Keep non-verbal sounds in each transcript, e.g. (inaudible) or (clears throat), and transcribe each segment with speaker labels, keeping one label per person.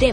Speaker 1: The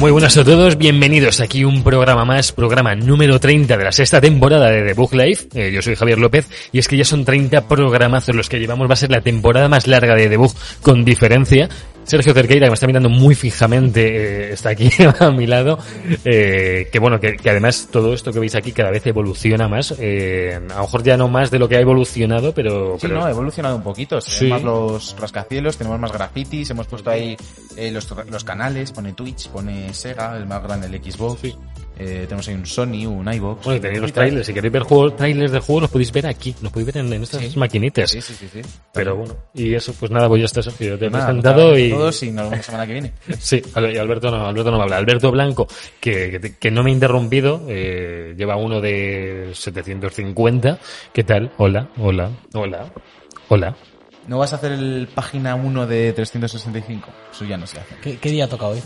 Speaker 2: Muy buenas a todos, bienvenidos aquí un programa más, programa número 30 de la sexta temporada de The Book Life. Eh, yo soy Javier López y es que ya son 30 programazos los que llevamos, va a ser la temporada más larga de The Book con diferencia. Sergio Cerqueira, que me está mirando muy fijamente, eh, está aquí (laughs) a mi lado, eh, que bueno, que, que además todo esto que veis aquí cada vez evoluciona más, eh, a lo mejor ya no más de lo que ha evolucionado, pero...
Speaker 3: Sí,
Speaker 2: pero-
Speaker 3: no, ha evolucionado un poquito. Tenemos
Speaker 2: Sí.
Speaker 3: más los rascacielos, tenemos más grafitis, hemos puesto ahí eh, los, los canales, pone Twitch, pone Sega, el más grande, el Xbox.
Speaker 2: Sí.
Speaker 3: Eh, tenemos ahí un Sony, un iVox.
Speaker 2: Bueno, y tenéis los trailers, si queréis ver juegos, trailers de juegos los podéis ver aquí, los podéis ver en, en estas
Speaker 3: Sí.
Speaker 2: maquinitas.
Speaker 3: Sí, sí, sí. sí.
Speaker 2: Pero bueno, y eso, pues nada, voy a estar Sergio. Te he
Speaker 3: Nada,
Speaker 2: presentado y.
Speaker 3: Todos y nos vemos la semana que viene.
Speaker 2: Sí, Al- y Alberto no, Alberto no me habla. Alberto Blanco, que, que, te- que no me ha interrumpido, eh, lleva uno de 750. ¿Qué tal? Hola, hola, hola, hola.
Speaker 3: No vas a hacer el página 1 de 365. Eso ya no se hace.
Speaker 4: ¿Qué, qué día (laughs) toca hoy?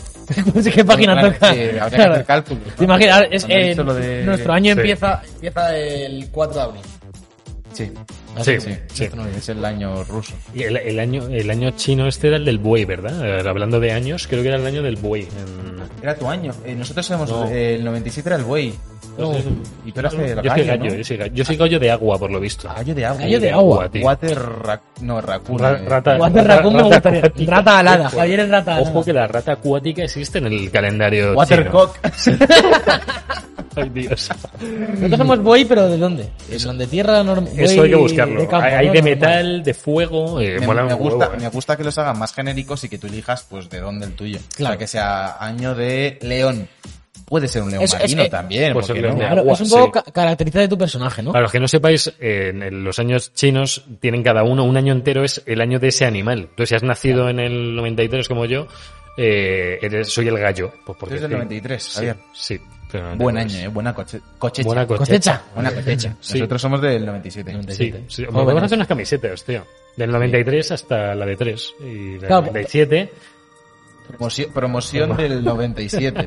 Speaker 4: ¿Qué página
Speaker 3: Claro,
Speaker 4: toca?
Speaker 3: sí, habría que
Speaker 4: Claro.
Speaker 3: hacer cálculos. ¿no?
Speaker 4: ¿Te imaginas? Es,
Speaker 3: Cuando he
Speaker 4: eh,
Speaker 3: visto lo de-
Speaker 4: Nuestro año
Speaker 2: Sí.
Speaker 4: empieza, empieza el 4 de abril.
Speaker 3: Sí,
Speaker 4: Así
Speaker 2: Sí,
Speaker 4: que,
Speaker 3: sí,
Speaker 2: sí.
Speaker 4: esto no es-
Speaker 3: es el año ruso.
Speaker 2: Y el, el año, el año chino este era el del buey, ¿verdad? Eh, hablando de años, creo que era el año del buey. en-
Speaker 3: Era tu año. Eh, nosotros éramos.
Speaker 2: No.
Speaker 3: eh, el 97 era el buey.
Speaker 2: No.
Speaker 3: Y tú eras el
Speaker 2: yo soy
Speaker 3: gallo,
Speaker 2: gallo,
Speaker 3: ¿no?
Speaker 2: yo soy gallo, yo soy gallo de agua, por lo visto.
Speaker 3: Gallo de agua.
Speaker 4: Gallo de agua.
Speaker 2: tío.
Speaker 3: Water ra- no, raccoon.
Speaker 2: Ra-
Speaker 3: eh.
Speaker 2: rata,
Speaker 4: Water Raccoon
Speaker 2: (laughs)
Speaker 4: me gustaría.
Speaker 2: acuática.
Speaker 4: Rata alada. Javier es rata alada.
Speaker 2: Ojo que la rata acuática existe en el calendario chino.
Speaker 3: Watercock.
Speaker 2: Ay, Dios.
Speaker 4: Nosotros somos buey, pero ¿de dónde? ¿De dónde tierra? norm-
Speaker 2: Eso
Speaker 4: buey
Speaker 2: hay que buscarlo.
Speaker 4: de campo,
Speaker 2: hay hay
Speaker 4: ¿no?
Speaker 2: de
Speaker 4: Normal.
Speaker 2: metal, de fuego, eh,
Speaker 3: (laughs) Me,
Speaker 2: mola
Speaker 3: me
Speaker 2: un
Speaker 3: gusta,
Speaker 2: huevo, eh.
Speaker 3: me gusta que los hagan más genéricos y que tú elijas pues de dónde el tuyo.
Speaker 4: Claro.
Speaker 3: O sea, que sea año de león. Puede ser un león
Speaker 4: Es- es-
Speaker 3: marino
Speaker 4: eh,
Speaker 3: también.
Speaker 2: Puede
Speaker 3: ¿por
Speaker 2: ser
Speaker 3: qué
Speaker 2: león
Speaker 3: no?
Speaker 2: de
Speaker 4: Claro,
Speaker 2: agua,
Speaker 4: es un poco
Speaker 2: sí.
Speaker 4: ca- caracteriza de tu personaje, ¿no?
Speaker 2: Para los que no sepáis, eh, en el- los años chinos tienen cada uno un año entero, es el año de ese animal. Entonces, si has nacido en el 93 como yo, eh, eres- soy el gallo. Pues porque
Speaker 3: Eres del
Speaker 2: sí.
Speaker 3: 93,
Speaker 2: sí.
Speaker 3: Javier.
Speaker 2: sí. Pero-
Speaker 3: Buen año, eh. Buena coche, cochecha.
Speaker 2: Buena coche.
Speaker 4: Cosecha.
Speaker 3: Buena cochecha.
Speaker 2: Sí.
Speaker 3: Nosotros somos del 97.
Speaker 2: Sí,
Speaker 4: 97.
Speaker 2: sí.
Speaker 4: Jóvenes.
Speaker 2: Vamos a hacer unas camisetas, tío. Del 93 hasta la de 3. Y del
Speaker 4: Claro.
Speaker 2: 97.
Speaker 3: Promoción, promoción del 97,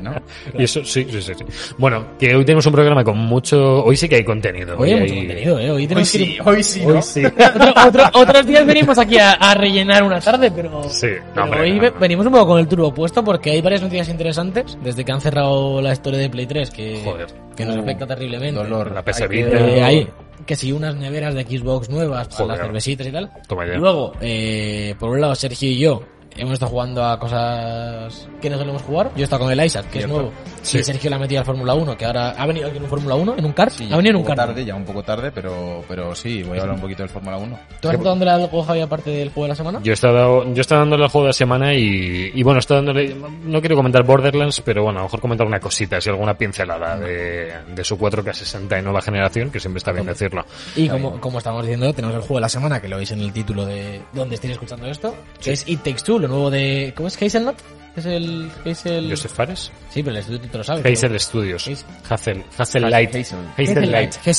Speaker 2: (laughs)
Speaker 3: ¿no?
Speaker 2: Y eso, sí, sí, sí, sí. Bueno, que hoy tenemos un programa con mucho... Hoy sí que hay contenido.
Speaker 4: Hoy hay mucho
Speaker 2: hay-
Speaker 4: contenido, ¿eh? Hoy
Speaker 3: Hoy
Speaker 4: tenemos que ir- (laughs)
Speaker 3: sí, hoy sí, ¿no?
Speaker 2: Hoy sí.
Speaker 4: Otro- otro- otros días venimos aquí a, a rellenar una tarde,
Speaker 2: (laughs)
Speaker 4: pero,
Speaker 2: Sí, no,
Speaker 4: pero
Speaker 2: hombre,
Speaker 4: hoy
Speaker 2: no,
Speaker 4: ve-
Speaker 2: no.
Speaker 4: venimos un poco con el turbo puesto porque hay varias noticias interesantes desde que han cerrado la historia de Play 3 que,
Speaker 2: Joder.
Speaker 4: que nos afecta terriblemente.
Speaker 3: Uh, Dolor.
Speaker 2: La
Speaker 3: Hay que-
Speaker 2: pesadilla.
Speaker 4: Eh, hay que si unas neveras de Xbox nuevas para
Speaker 2: Joder.
Speaker 4: las cervecitas y tal.
Speaker 2: Toma ya.
Speaker 4: Y luego, eh, por un lado, Sergio y yo hemos estado jugando a cosas que no solemos jugar. Yo he estado con el Isaac, que es nuevo.
Speaker 2: Sí.
Speaker 4: Y Sergio la ha metido al Fórmula 1, que ahora ha venido aquí en un Fórmula 1, en un kart.
Speaker 3: Sí,
Speaker 4: ha venido en un
Speaker 3: poco
Speaker 4: kart.
Speaker 3: tarde, ya un poco tarde, pero, pero sí, voy a hablar un poquito del Fórmula 1.
Speaker 4: ¿Tú has estado dándole algo, Javi, aparte del juego de la semana?
Speaker 2: Yo he estado, yo he estado dándole el juego de la semana y, y bueno, he estado dándole, no quiero comentar Borderlands, pero bueno, a lo mejor comentar una cosita, si alguna pincelada de, de su 4K60 de nueva generación, que siempre está bien decirlo.
Speaker 4: Y como, como estábamos diciendo, tenemos el juego de la semana, que lo veis en el título de donde estéis escuchando esto, que es It Takes Two, lo nuevo de... ¿Cómo es? ¿Hazelnut? Es el... Hazel...
Speaker 2: Joseph Fares,
Speaker 4: Sí, pero el estudio te lo sabes.
Speaker 2: Hazel
Speaker 4: pero-
Speaker 2: Studios,
Speaker 4: Hazel-
Speaker 2: Hazel, Hazel Light,
Speaker 3: Hazel.
Speaker 2: Hazel Light,
Speaker 4: Hazel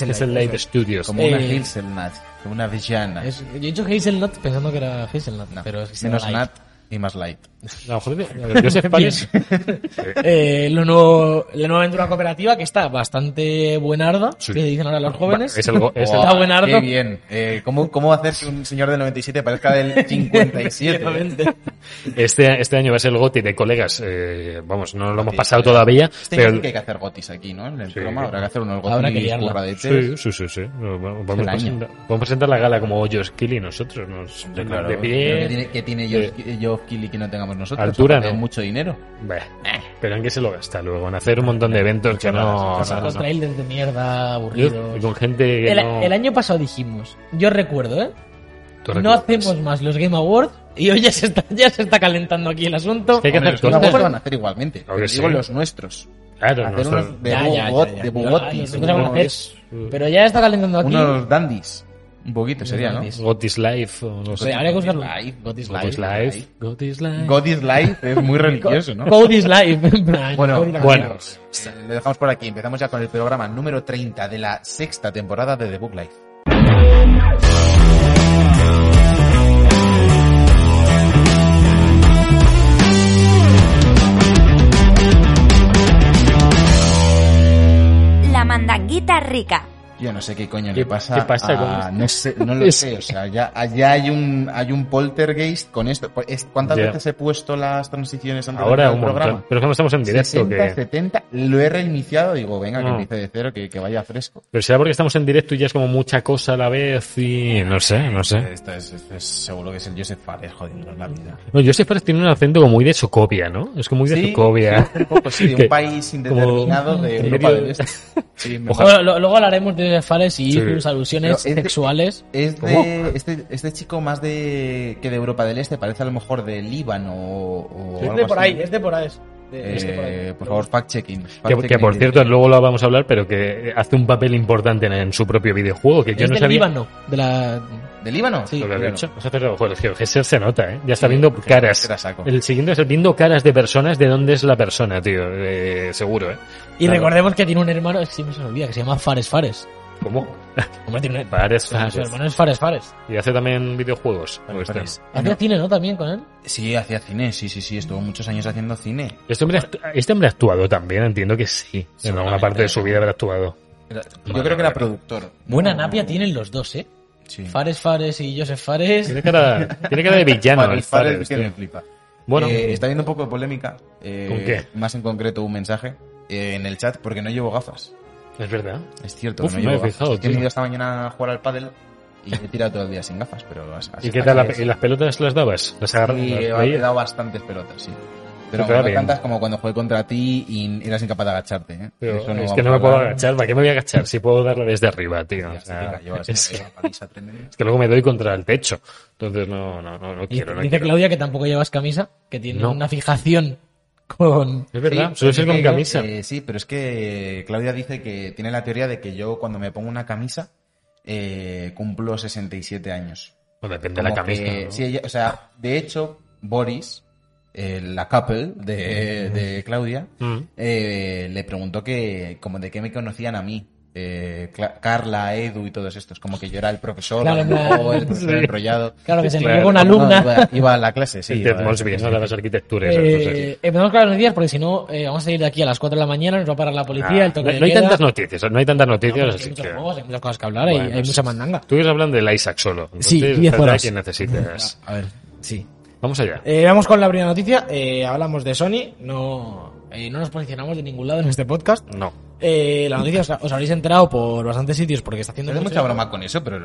Speaker 4: Light,
Speaker 2: Hazel Light
Speaker 4: eso.
Speaker 2: Studios.
Speaker 3: Como una
Speaker 4: Eh,
Speaker 3: Hazelnut, como una villana.
Speaker 4: es- yo he dicho Hazelnut pensando que era Hazelnut,
Speaker 3: No,
Speaker 4: pero es
Speaker 3: menos
Speaker 4: Hazelnut.
Speaker 3: nut y más light.
Speaker 2: A lo mejor de- Joseph Fares,
Speaker 4: Eh, lo nuevo, la nueva aventura cooperativa que está bastante buenarda,
Speaker 2: Sí.
Speaker 4: que dicen ahora los jóvenes.
Speaker 2: es el, go- es el-
Speaker 4: Está buenardo.
Speaker 3: Qué bien. Eh, ¿cómo, ¿Cómo hacer que un señor del 97 parezca del 57?
Speaker 4: (laughs) Efectivamente.
Speaker 2: este, este año va a ser el goti de colegas, eh, vamos, no lo hemos
Speaker 3: Sí,
Speaker 2: pasado
Speaker 3: sí.
Speaker 2: todavía,
Speaker 3: Este
Speaker 2: pero...
Speaker 3: sí que hay que hacer gotis aquí, ¿no? En el
Speaker 2: Sí.
Speaker 3: programa habrá que hacer unos
Speaker 4: Habrá que
Speaker 3: gotis
Speaker 4: liarla.
Speaker 3: curradetes.
Speaker 2: Sí, sí, sí, sí. No, bueno, Vamos,
Speaker 3: el
Speaker 2: a
Speaker 3: año.
Speaker 2: presentar, vamos a presentar la gala como Josh Kelly nosotros, nos de,
Speaker 3: Claro,
Speaker 2: de
Speaker 3: pero
Speaker 2: pie.
Speaker 3: ¿Qué tiene, qué tiene
Speaker 2: Eh,
Speaker 3: Joe- Joe Killy que no tengamos nosotros?
Speaker 2: altura,
Speaker 3: Aparte de
Speaker 2: ¿no?
Speaker 3: mucho dinero.
Speaker 2: Bah,
Speaker 3: Eh.
Speaker 2: pero en qué se lo gasta luego, en hacer un montón de eventos que no.
Speaker 3: Muchas
Speaker 2: no, no,
Speaker 4: Los
Speaker 2: no.
Speaker 4: trailers de mierda,
Speaker 2: Yo,
Speaker 4: aburridos.
Speaker 2: y con gente que
Speaker 4: El,
Speaker 2: no.
Speaker 4: el año pasado dijimos, yo recuerdo, ¿eh?
Speaker 2: Tú
Speaker 4: No
Speaker 2: recuerdas.
Speaker 4: hacemos más los Game Awards y hoy ya se está, (laughs) ya se está calentando aquí el asunto.
Speaker 2: que hay que
Speaker 3: Hombre,
Speaker 2: hacer
Speaker 3: los que no
Speaker 2: cosas.
Speaker 3: van a hacer igualmente.
Speaker 2: Claro que
Speaker 3: Pero digo
Speaker 2: sí.
Speaker 3: los nuestros.
Speaker 2: Claro,
Speaker 3: Hacer
Speaker 2: nuestro-
Speaker 3: unos de
Speaker 4: Ya, ya,
Speaker 3: Bogot-
Speaker 4: ya, Ah, ya.
Speaker 3: de
Speaker 4: Los-
Speaker 3: Bogotis.
Speaker 4: los que van a hacer.
Speaker 2: es- uh,
Speaker 4: Pero ya está calentando aquí.
Speaker 3: Unos dandis. Un poquito
Speaker 4: Unos
Speaker 3: sería, ¿no?
Speaker 4: dandis.
Speaker 2: Got is life. o no
Speaker 4: O sea,
Speaker 2: sé.
Speaker 4: habría que buscarlo.
Speaker 3: Life, God is
Speaker 2: Got is life. Got is life.
Speaker 3: God is life es muy religioso, ¿no?
Speaker 4: Code is life. (laughs) en plan,
Speaker 3: Bueno,
Speaker 4: Code is life.
Speaker 2: bueno.
Speaker 3: amigos, eh, lo dejamos por aquí. Empezamos ya con el programa número 30 de la sexta temporada de The Book Life.
Speaker 1: rica.
Speaker 3: Yo no sé qué coño
Speaker 2: ¿Qué-
Speaker 3: le pasa.
Speaker 2: qué pasa
Speaker 3: a-
Speaker 2: con
Speaker 3: no, sé, no (laughs) lo
Speaker 2: Es-
Speaker 3: sé, o sea, ya, allá hay un, hay un poltergeist con esto. Pues, es- ¿Cuántas
Speaker 2: Ya.
Speaker 3: veces he puesto las transiciones antes
Speaker 2: Ahora
Speaker 3: del
Speaker 2: un
Speaker 3: programa?
Speaker 2: montón. Pero como estamos en directo,
Speaker 3: 60,
Speaker 2: que...
Speaker 3: 70, lo he reiniciado, digo, venga, que
Speaker 2: Mm.
Speaker 3: empiece de cero, que, que vaya fresco.
Speaker 2: Pero será porque estamos en directo y ya es como mucha cosa a la vez y no sé, no sé.
Speaker 3: Esto es, esto es seguro que es el Joseph Fares jodiendo la vida.
Speaker 2: No, Joseph Fares tiene un acento como muy de Socovia, ¿no? Es como muy de
Speaker 3: Sí,
Speaker 2: Socovia.
Speaker 3: Un poco, sí,
Speaker 2: (laughs)
Speaker 3: de
Speaker 2: Que-
Speaker 3: un país indeterminado de
Speaker 2: como-
Speaker 3: Europa del Este.
Speaker 2: (laughs)
Speaker 3: Sí, me
Speaker 4: Bueno, lo- luego hablaremos de Fares y
Speaker 2: Sí.
Speaker 4: sus alusiones
Speaker 3: Pero es de-
Speaker 4: sexuales.
Speaker 3: Es
Speaker 2: ¿Cómo?
Speaker 3: de este, este chico más de que de Europa del Este, parece a lo mejor de Líbano o, o
Speaker 4: Es
Speaker 3: algo
Speaker 4: de por
Speaker 3: así.
Speaker 4: ahí, es de por ahí.
Speaker 3: Eh,
Speaker 4: De- es de por ahí.
Speaker 3: por favor, fact checking.
Speaker 2: este Que, que, por cierto, luego lo vamos a hablar, pero que hace un papel importante en, en su propio videojuego, que yo
Speaker 4: es
Speaker 2: no
Speaker 4: del
Speaker 2: sabía
Speaker 4: Líbano, de la...
Speaker 3: ¿De Líbano?
Speaker 4: Sí,
Speaker 2: lo que has
Speaker 3: Líbano.
Speaker 2: dicho. Has acertado, joder, es que Gesser se nota, ¿eh? Ya está
Speaker 3: Sí,
Speaker 2: viendo
Speaker 3: Gesser
Speaker 2: caras.
Speaker 3: era saco.
Speaker 2: El siguiente está viendo caras de personas de dónde es la persona, tío. eh, seguro, ¿eh?
Speaker 4: Y
Speaker 2: Claro.
Speaker 4: recordemos que tiene un hermano, es que siempre se me olvida, que se llama Fares Fares.
Speaker 2: (laughs) ¿Cómo?
Speaker 4: Hombre, tiene un
Speaker 2: Fares,
Speaker 4: Su
Speaker 2: Fares.
Speaker 4: hermano es Fares Fares.
Speaker 2: Y hace también videojuegos.
Speaker 3: Ah, Vale,
Speaker 2: Este.
Speaker 3: Fares. Ah,
Speaker 4: Hacía
Speaker 3: no.
Speaker 4: cine, ¿no? También con él.
Speaker 3: Sí, hacía cine, sí, sí, sí, estuvo muchos años haciendo cine.
Speaker 2: Este hombre, actu- este hombre ha actuado también, entiendo que sí. En alguna
Speaker 3: Seguramente.
Speaker 2: parte de su vida habrá actuado.
Speaker 3: Era-
Speaker 2: Vale,
Speaker 3: yo creo que era
Speaker 2: vale.
Speaker 3: productor.
Speaker 4: Buena
Speaker 3: No,
Speaker 4: napia tienen los dos, ¿eh?
Speaker 3: Sí.
Speaker 4: Fares Fares y Joseph Fares.
Speaker 2: Tiene cara, tiene cara de villano.
Speaker 3: Fares,
Speaker 2: el
Speaker 3: Fares,
Speaker 2: Fares,
Speaker 3: que
Speaker 2: tío.
Speaker 3: me flipa.
Speaker 2: Bueno,
Speaker 3: Eh, está habiendo un poco de polémica. eh,
Speaker 2: ¿Con qué?
Speaker 3: Más en concreto un mensaje eh, en el chat porque no llevo gafas.
Speaker 2: es verdad.
Speaker 3: Es cierto,
Speaker 2: Uf,
Speaker 3: que no
Speaker 2: me
Speaker 3: llevo
Speaker 2: he
Speaker 3: gafas.
Speaker 2: fijado,
Speaker 3: Es que he
Speaker 2: tío.
Speaker 3: venido esta mañana a jugar al pádel y he tirado todo el día sin gafas, pero así-
Speaker 2: ¿Y
Speaker 3: así-
Speaker 2: qué tal?
Speaker 3: así
Speaker 2: la-
Speaker 3: es.
Speaker 2: ¿Y las pelotas las dabas? ¿Las agarras?
Speaker 3: Y
Speaker 2: las
Speaker 3: he
Speaker 2: veías?
Speaker 3: dado bastantes pelotas, sí.
Speaker 2: Pues
Speaker 3: Pero
Speaker 2: Te va
Speaker 3: no
Speaker 2: bien.
Speaker 3: tantas como cuando jugué contra ti y eras incapaz de agacharte, ¿eh?
Speaker 2: Pero
Speaker 3: Eso
Speaker 2: es
Speaker 3: vamos
Speaker 2: que no
Speaker 3: a
Speaker 2: me puedo
Speaker 3: hablar.
Speaker 2: agachar. ¿Para qué me voy a agachar si puedo darle desde arriba, tío?
Speaker 3: Ya,
Speaker 2: O
Speaker 3: sí,
Speaker 2: sea,
Speaker 3: venga,
Speaker 2: (laughs)
Speaker 3: llevas
Speaker 2: es,
Speaker 3: una paliza tremenda.
Speaker 2: es que luego me doy contra el techo. Entonces no, no, no, no
Speaker 4: Y
Speaker 2: quiero. No
Speaker 4: dice
Speaker 2: quiero.
Speaker 4: Claudia que tampoco llevas camisa, que tiene
Speaker 2: No.
Speaker 4: una fijación con...
Speaker 2: Es verdad,
Speaker 3: Sí,
Speaker 2: suele ser con
Speaker 3: dice que,
Speaker 2: camisa.
Speaker 3: eh, sí, pero es que Claudia dice que tiene la teoría de que yo cuando me pongo una camisa eh, cumplo 67 años.
Speaker 2: Bueno, Pues depende de la
Speaker 3: Como que-
Speaker 2: camisa. ¿no?
Speaker 3: sí, ella- o sea, de hecho, Boris, eh, la couple de, de Claudia,
Speaker 2: Mm.
Speaker 3: eh, le preguntó que como de qué me conocían a mí. eh, Cla- Carla, Edu y todos estos, como que yo era el profesor,
Speaker 4: Claro,
Speaker 3: el,
Speaker 4: claro.
Speaker 3: o el profesor
Speaker 2: Sí.
Speaker 3: enrollado.
Speaker 4: Claro, que se
Speaker 2: Claro.
Speaker 4: enrolló con una
Speaker 3: No,
Speaker 4: alumna.
Speaker 3: iba, iba a la clase, sí.
Speaker 2: El
Speaker 3: iba a
Speaker 2: Ted
Speaker 3: la
Speaker 2: Mosby,
Speaker 3: clase.
Speaker 2: ¿no? De las arquitecturas. esas cosas.
Speaker 4: Eh, empezamos con las noticias porque si no eh, vamos a ir de aquí a las 4 de la mañana, nos va a parar la
Speaker 2: Ah,
Speaker 4: policía, el toque
Speaker 2: no,
Speaker 4: de
Speaker 2: no hay
Speaker 4: queda.
Speaker 2: tantas noticias, no hay tantas
Speaker 4: No,
Speaker 2: noticias,
Speaker 4: pero es que
Speaker 2: así
Speaker 4: hay muchos
Speaker 2: que...
Speaker 4: juegos, hay muchas cosas que hablar, hay,
Speaker 2: Bueno,
Speaker 4: hay
Speaker 2: sí.
Speaker 4: mucha mandanga.
Speaker 2: Tú quieres hablar del Isaac solo.
Speaker 4: Sí,
Speaker 2: Entonces,
Speaker 4: 10
Speaker 2: habrá
Speaker 4: horas.
Speaker 2: quien
Speaker 4: (laughs)
Speaker 2: necesites.
Speaker 4: A ver, sí.
Speaker 2: Vamos allá.
Speaker 4: Eh, vamos con la primera noticia. Eh, hablamos de Sony. No, eh, no nos posicionamos de ningún lado en este podcast.
Speaker 2: No.
Speaker 4: Eh, la noticia os, os habréis enterado por bastantes sitios porque está haciendo
Speaker 3: Hace
Speaker 4: mucho-
Speaker 3: mucha broma con eso, pero a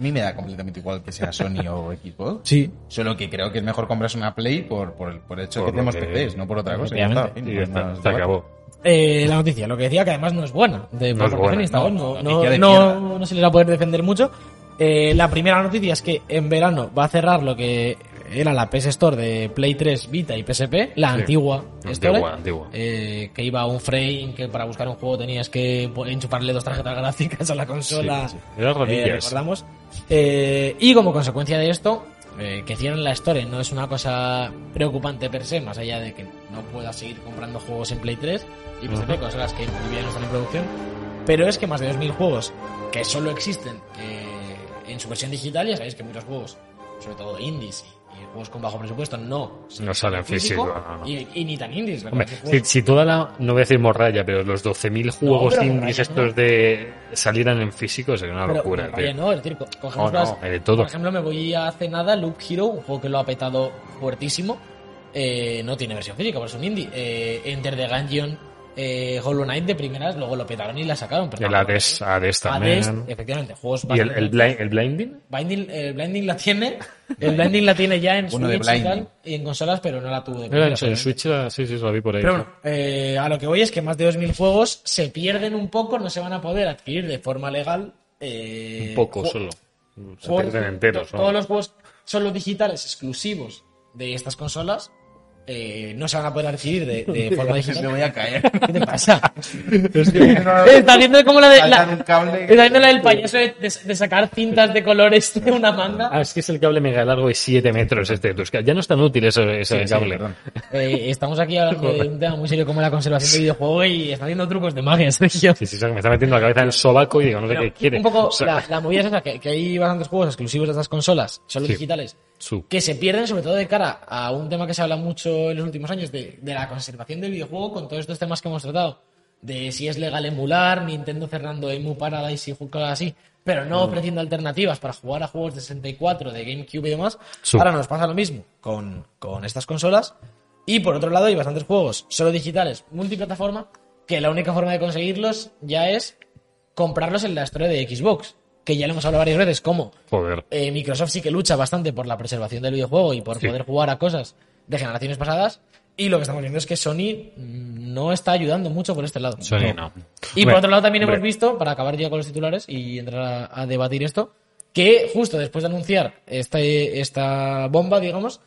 Speaker 3: mí me da completamente igual que sea Sony o (laughs) Xbox.
Speaker 4: Sí.
Speaker 3: Solo que creo que es mejor comprarse una Play por, por, por el hecho de
Speaker 2: Por
Speaker 3: que
Speaker 2: lo
Speaker 3: tenemos
Speaker 2: que-
Speaker 3: PCs, no por otra cosa. Ya
Speaker 4: Obviamente.
Speaker 3: está, en fin,
Speaker 2: Y
Speaker 3: no
Speaker 2: ya
Speaker 3: hay
Speaker 2: está,
Speaker 3: más
Speaker 2: se
Speaker 3: debate. (laughs)
Speaker 2: acabó.
Speaker 4: Eh, la noticia, lo que decía que además no es buena. De
Speaker 2: No es
Speaker 4: por
Speaker 2: buena,
Speaker 4: defenista,
Speaker 3: no,
Speaker 4: no, no,
Speaker 3: noticia de
Speaker 4: no-
Speaker 3: mierda.
Speaker 4: no se les va a poder defender mucho. Eh, la primera noticia es que en verano va a cerrar lo que era la PS Store de Play 3, Vita y PSP, la
Speaker 2: Sí.
Speaker 4: antigua Store.
Speaker 2: Antigua, antigua.
Speaker 4: eh, que iba a un frame, que para buscar un juego tenías que po- enchufarle dos tarjetas gráficas a la consola.
Speaker 2: Sí, sí. Eran
Speaker 4: Eh,
Speaker 2: rodillas.
Speaker 4: recordamos. Eh, y como consecuencia de esto, eh, que cierren la Store no es una cosa preocupante per se, más allá de que no puedas seguir comprando juegos en Play 3 y pues PSP,
Speaker 2: Ujú.
Speaker 4: consolas que muy bien están en producción. Pero es que más de 2.000 juegos que solo existen eh, en su versión digital, ya sabéis que muchos juegos, sobre todo indies y, y juegos con bajo presupuesto, no,
Speaker 2: No salen físico, no, no.
Speaker 4: Y, y ni tan indies.
Speaker 2: Hombre,
Speaker 4: recordemos
Speaker 2: si,
Speaker 4: juegos-
Speaker 2: si toda la, no voy a decir morralla, pero los 12.000 juegos
Speaker 4: pero
Speaker 2: indies
Speaker 4: morralla no.
Speaker 2: estos de salieran en físico sería una
Speaker 4: pero-
Speaker 2: locura,
Speaker 4: pero
Speaker 2: tío.
Speaker 4: vaya, no, es decir, co- cogemos
Speaker 2: Oh, no,
Speaker 4: las-
Speaker 2: hay de todo.
Speaker 4: Por ejemplo, me voy a hace nada Loop Hero, un juego que lo ha petado fuertísimo. Eh, no tiene versión física, pero es un indie. Eh, Enter the Gungeon, eh, Hollow Knight de primeras, luego lo petaron y la sacaron. Pero
Speaker 2: El Hades, Hades
Speaker 4: Hades,
Speaker 2: también.
Speaker 4: efectivamente, juegos
Speaker 2: ¿Y el, el,
Speaker 4: bastante-
Speaker 2: blind- el blinding?
Speaker 4: Blinding, el Blinding la tiene. El Blinding la tiene ya en
Speaker 3: Uno de
Speaker 4: Switch y, tal,
Speaker 3: Blinding.
Speaker 4: y en consolas, pero no la tuvo
Speaker 2: Era
Speaker 4: de
Speaker 2: en,
Speaker 4: primeras,
Speaker 2: en
Speaker 4: obviamente.
Speaker 2: Switch, era- sí, sí, lo vi por ahí.
Speaker 4: Pero bueno, eh, a lo que voy es que más de 2.000 juegos se pierden un poco, no se van a poder adquirir de forma legal. eh,
Speaker 2: un poco
Speaker 4: ju-
Speaker 2: solo. Se
Speaker 4: juegos-
Speaker 2: pierden enteros.
Speaker 4: to-
Speaker 2: ¿no?
Speaker 4: Todos los juegos solo digitales exclusivos de estas consolas eh, no se van a poder adquirir
Speaker 3: (laughs)
Speaker 4: de, de forma
Speaker 3: Me
Speaker 4: digital.
Speaker 3: voy a caer.
Speaker 4: (laughs) ¿Qué
Speaker 3: (laughs)
Speaker 4: te pasa?
Speaker 2: Es que-
Speaker 4: Está haciendo como la de.
Speaker 3: Saltar
Speaker 4: la-
Speaker 3: un cable.
Speaker 4: está haciendo la del payaso de, de- de sacar cintas de colores de una manga.
Speaker 2: Ah, es que es el cable mega largo de 7 metros este de Tusca. Ya no es tan útil ese, ese
Speaker 3: Sí, sí,
Speaker 2: cable.
Speaker 3: perdón.
Speaker 4: Eh, estamos aquí hablando de un tema muy serio como la conservación de videojuegos y está haciendo trucos de magia, (laughs) Sergio.
Speaker 2: Sí, sí, sabe que me está metiendo la cabeza en el sobaco y digo, no sé qué
Speaker 4: Pero
Speaker 2: quiere.
Speaker 4: Un poco
Speaker 2: O sea,
Speaker 4: la, la movida es esa, que, que hay bastantes juegos exclusivos de estas consolas, solo
Speaker 2: Sí.
Speaker 4: digitales,
Speaker 2: su-
Speaker 4: que se pierden sobre todo de cara a un tema que se habla mucho en los últimos años, de, de la conservación del videojuego con todos estos temas que hemos tratado, de si es legal emular, Nintendo cerrando Emu Paradise y cosas así, pero
Speaker 2: Mm.
Speaker 4: no ofreciendo alternativas para jugar a juegos de 64, de GameCube y demás,
Speaker 2: Su-
Speaker 4: ahora nos pasa lo mismo con, con estas consolas. Y por otro lado, hay bastantes juegos solo digitales, multiplataforma, que la única forma de conseguirlos ya es comprarlos en la historia de Xbox, que ya lo hemos hablado varias veces, como
Speaker 2: Joder.
Speaker 4: eh, Microsoft sí que lucha bastante por la preservación del videojuego y por
Speaker 2: Sí.
Speaker 4: poder jugar a cosas de generaciones pasadas. Y lo que estamos viendo es que Sony mm, no está ayudando mucho por este lado.
Speaker 2: Sony no.
Speaker 4: Y
Speaker 2: Bueno,
Speaker 4: por otro lado también hemos
Speaker 2: hombre.
Speaker 4: visto, para acabar ya con los titulares y entrar a, a debatir esto, que justo después de anunciar esta, esta bomba, digamos,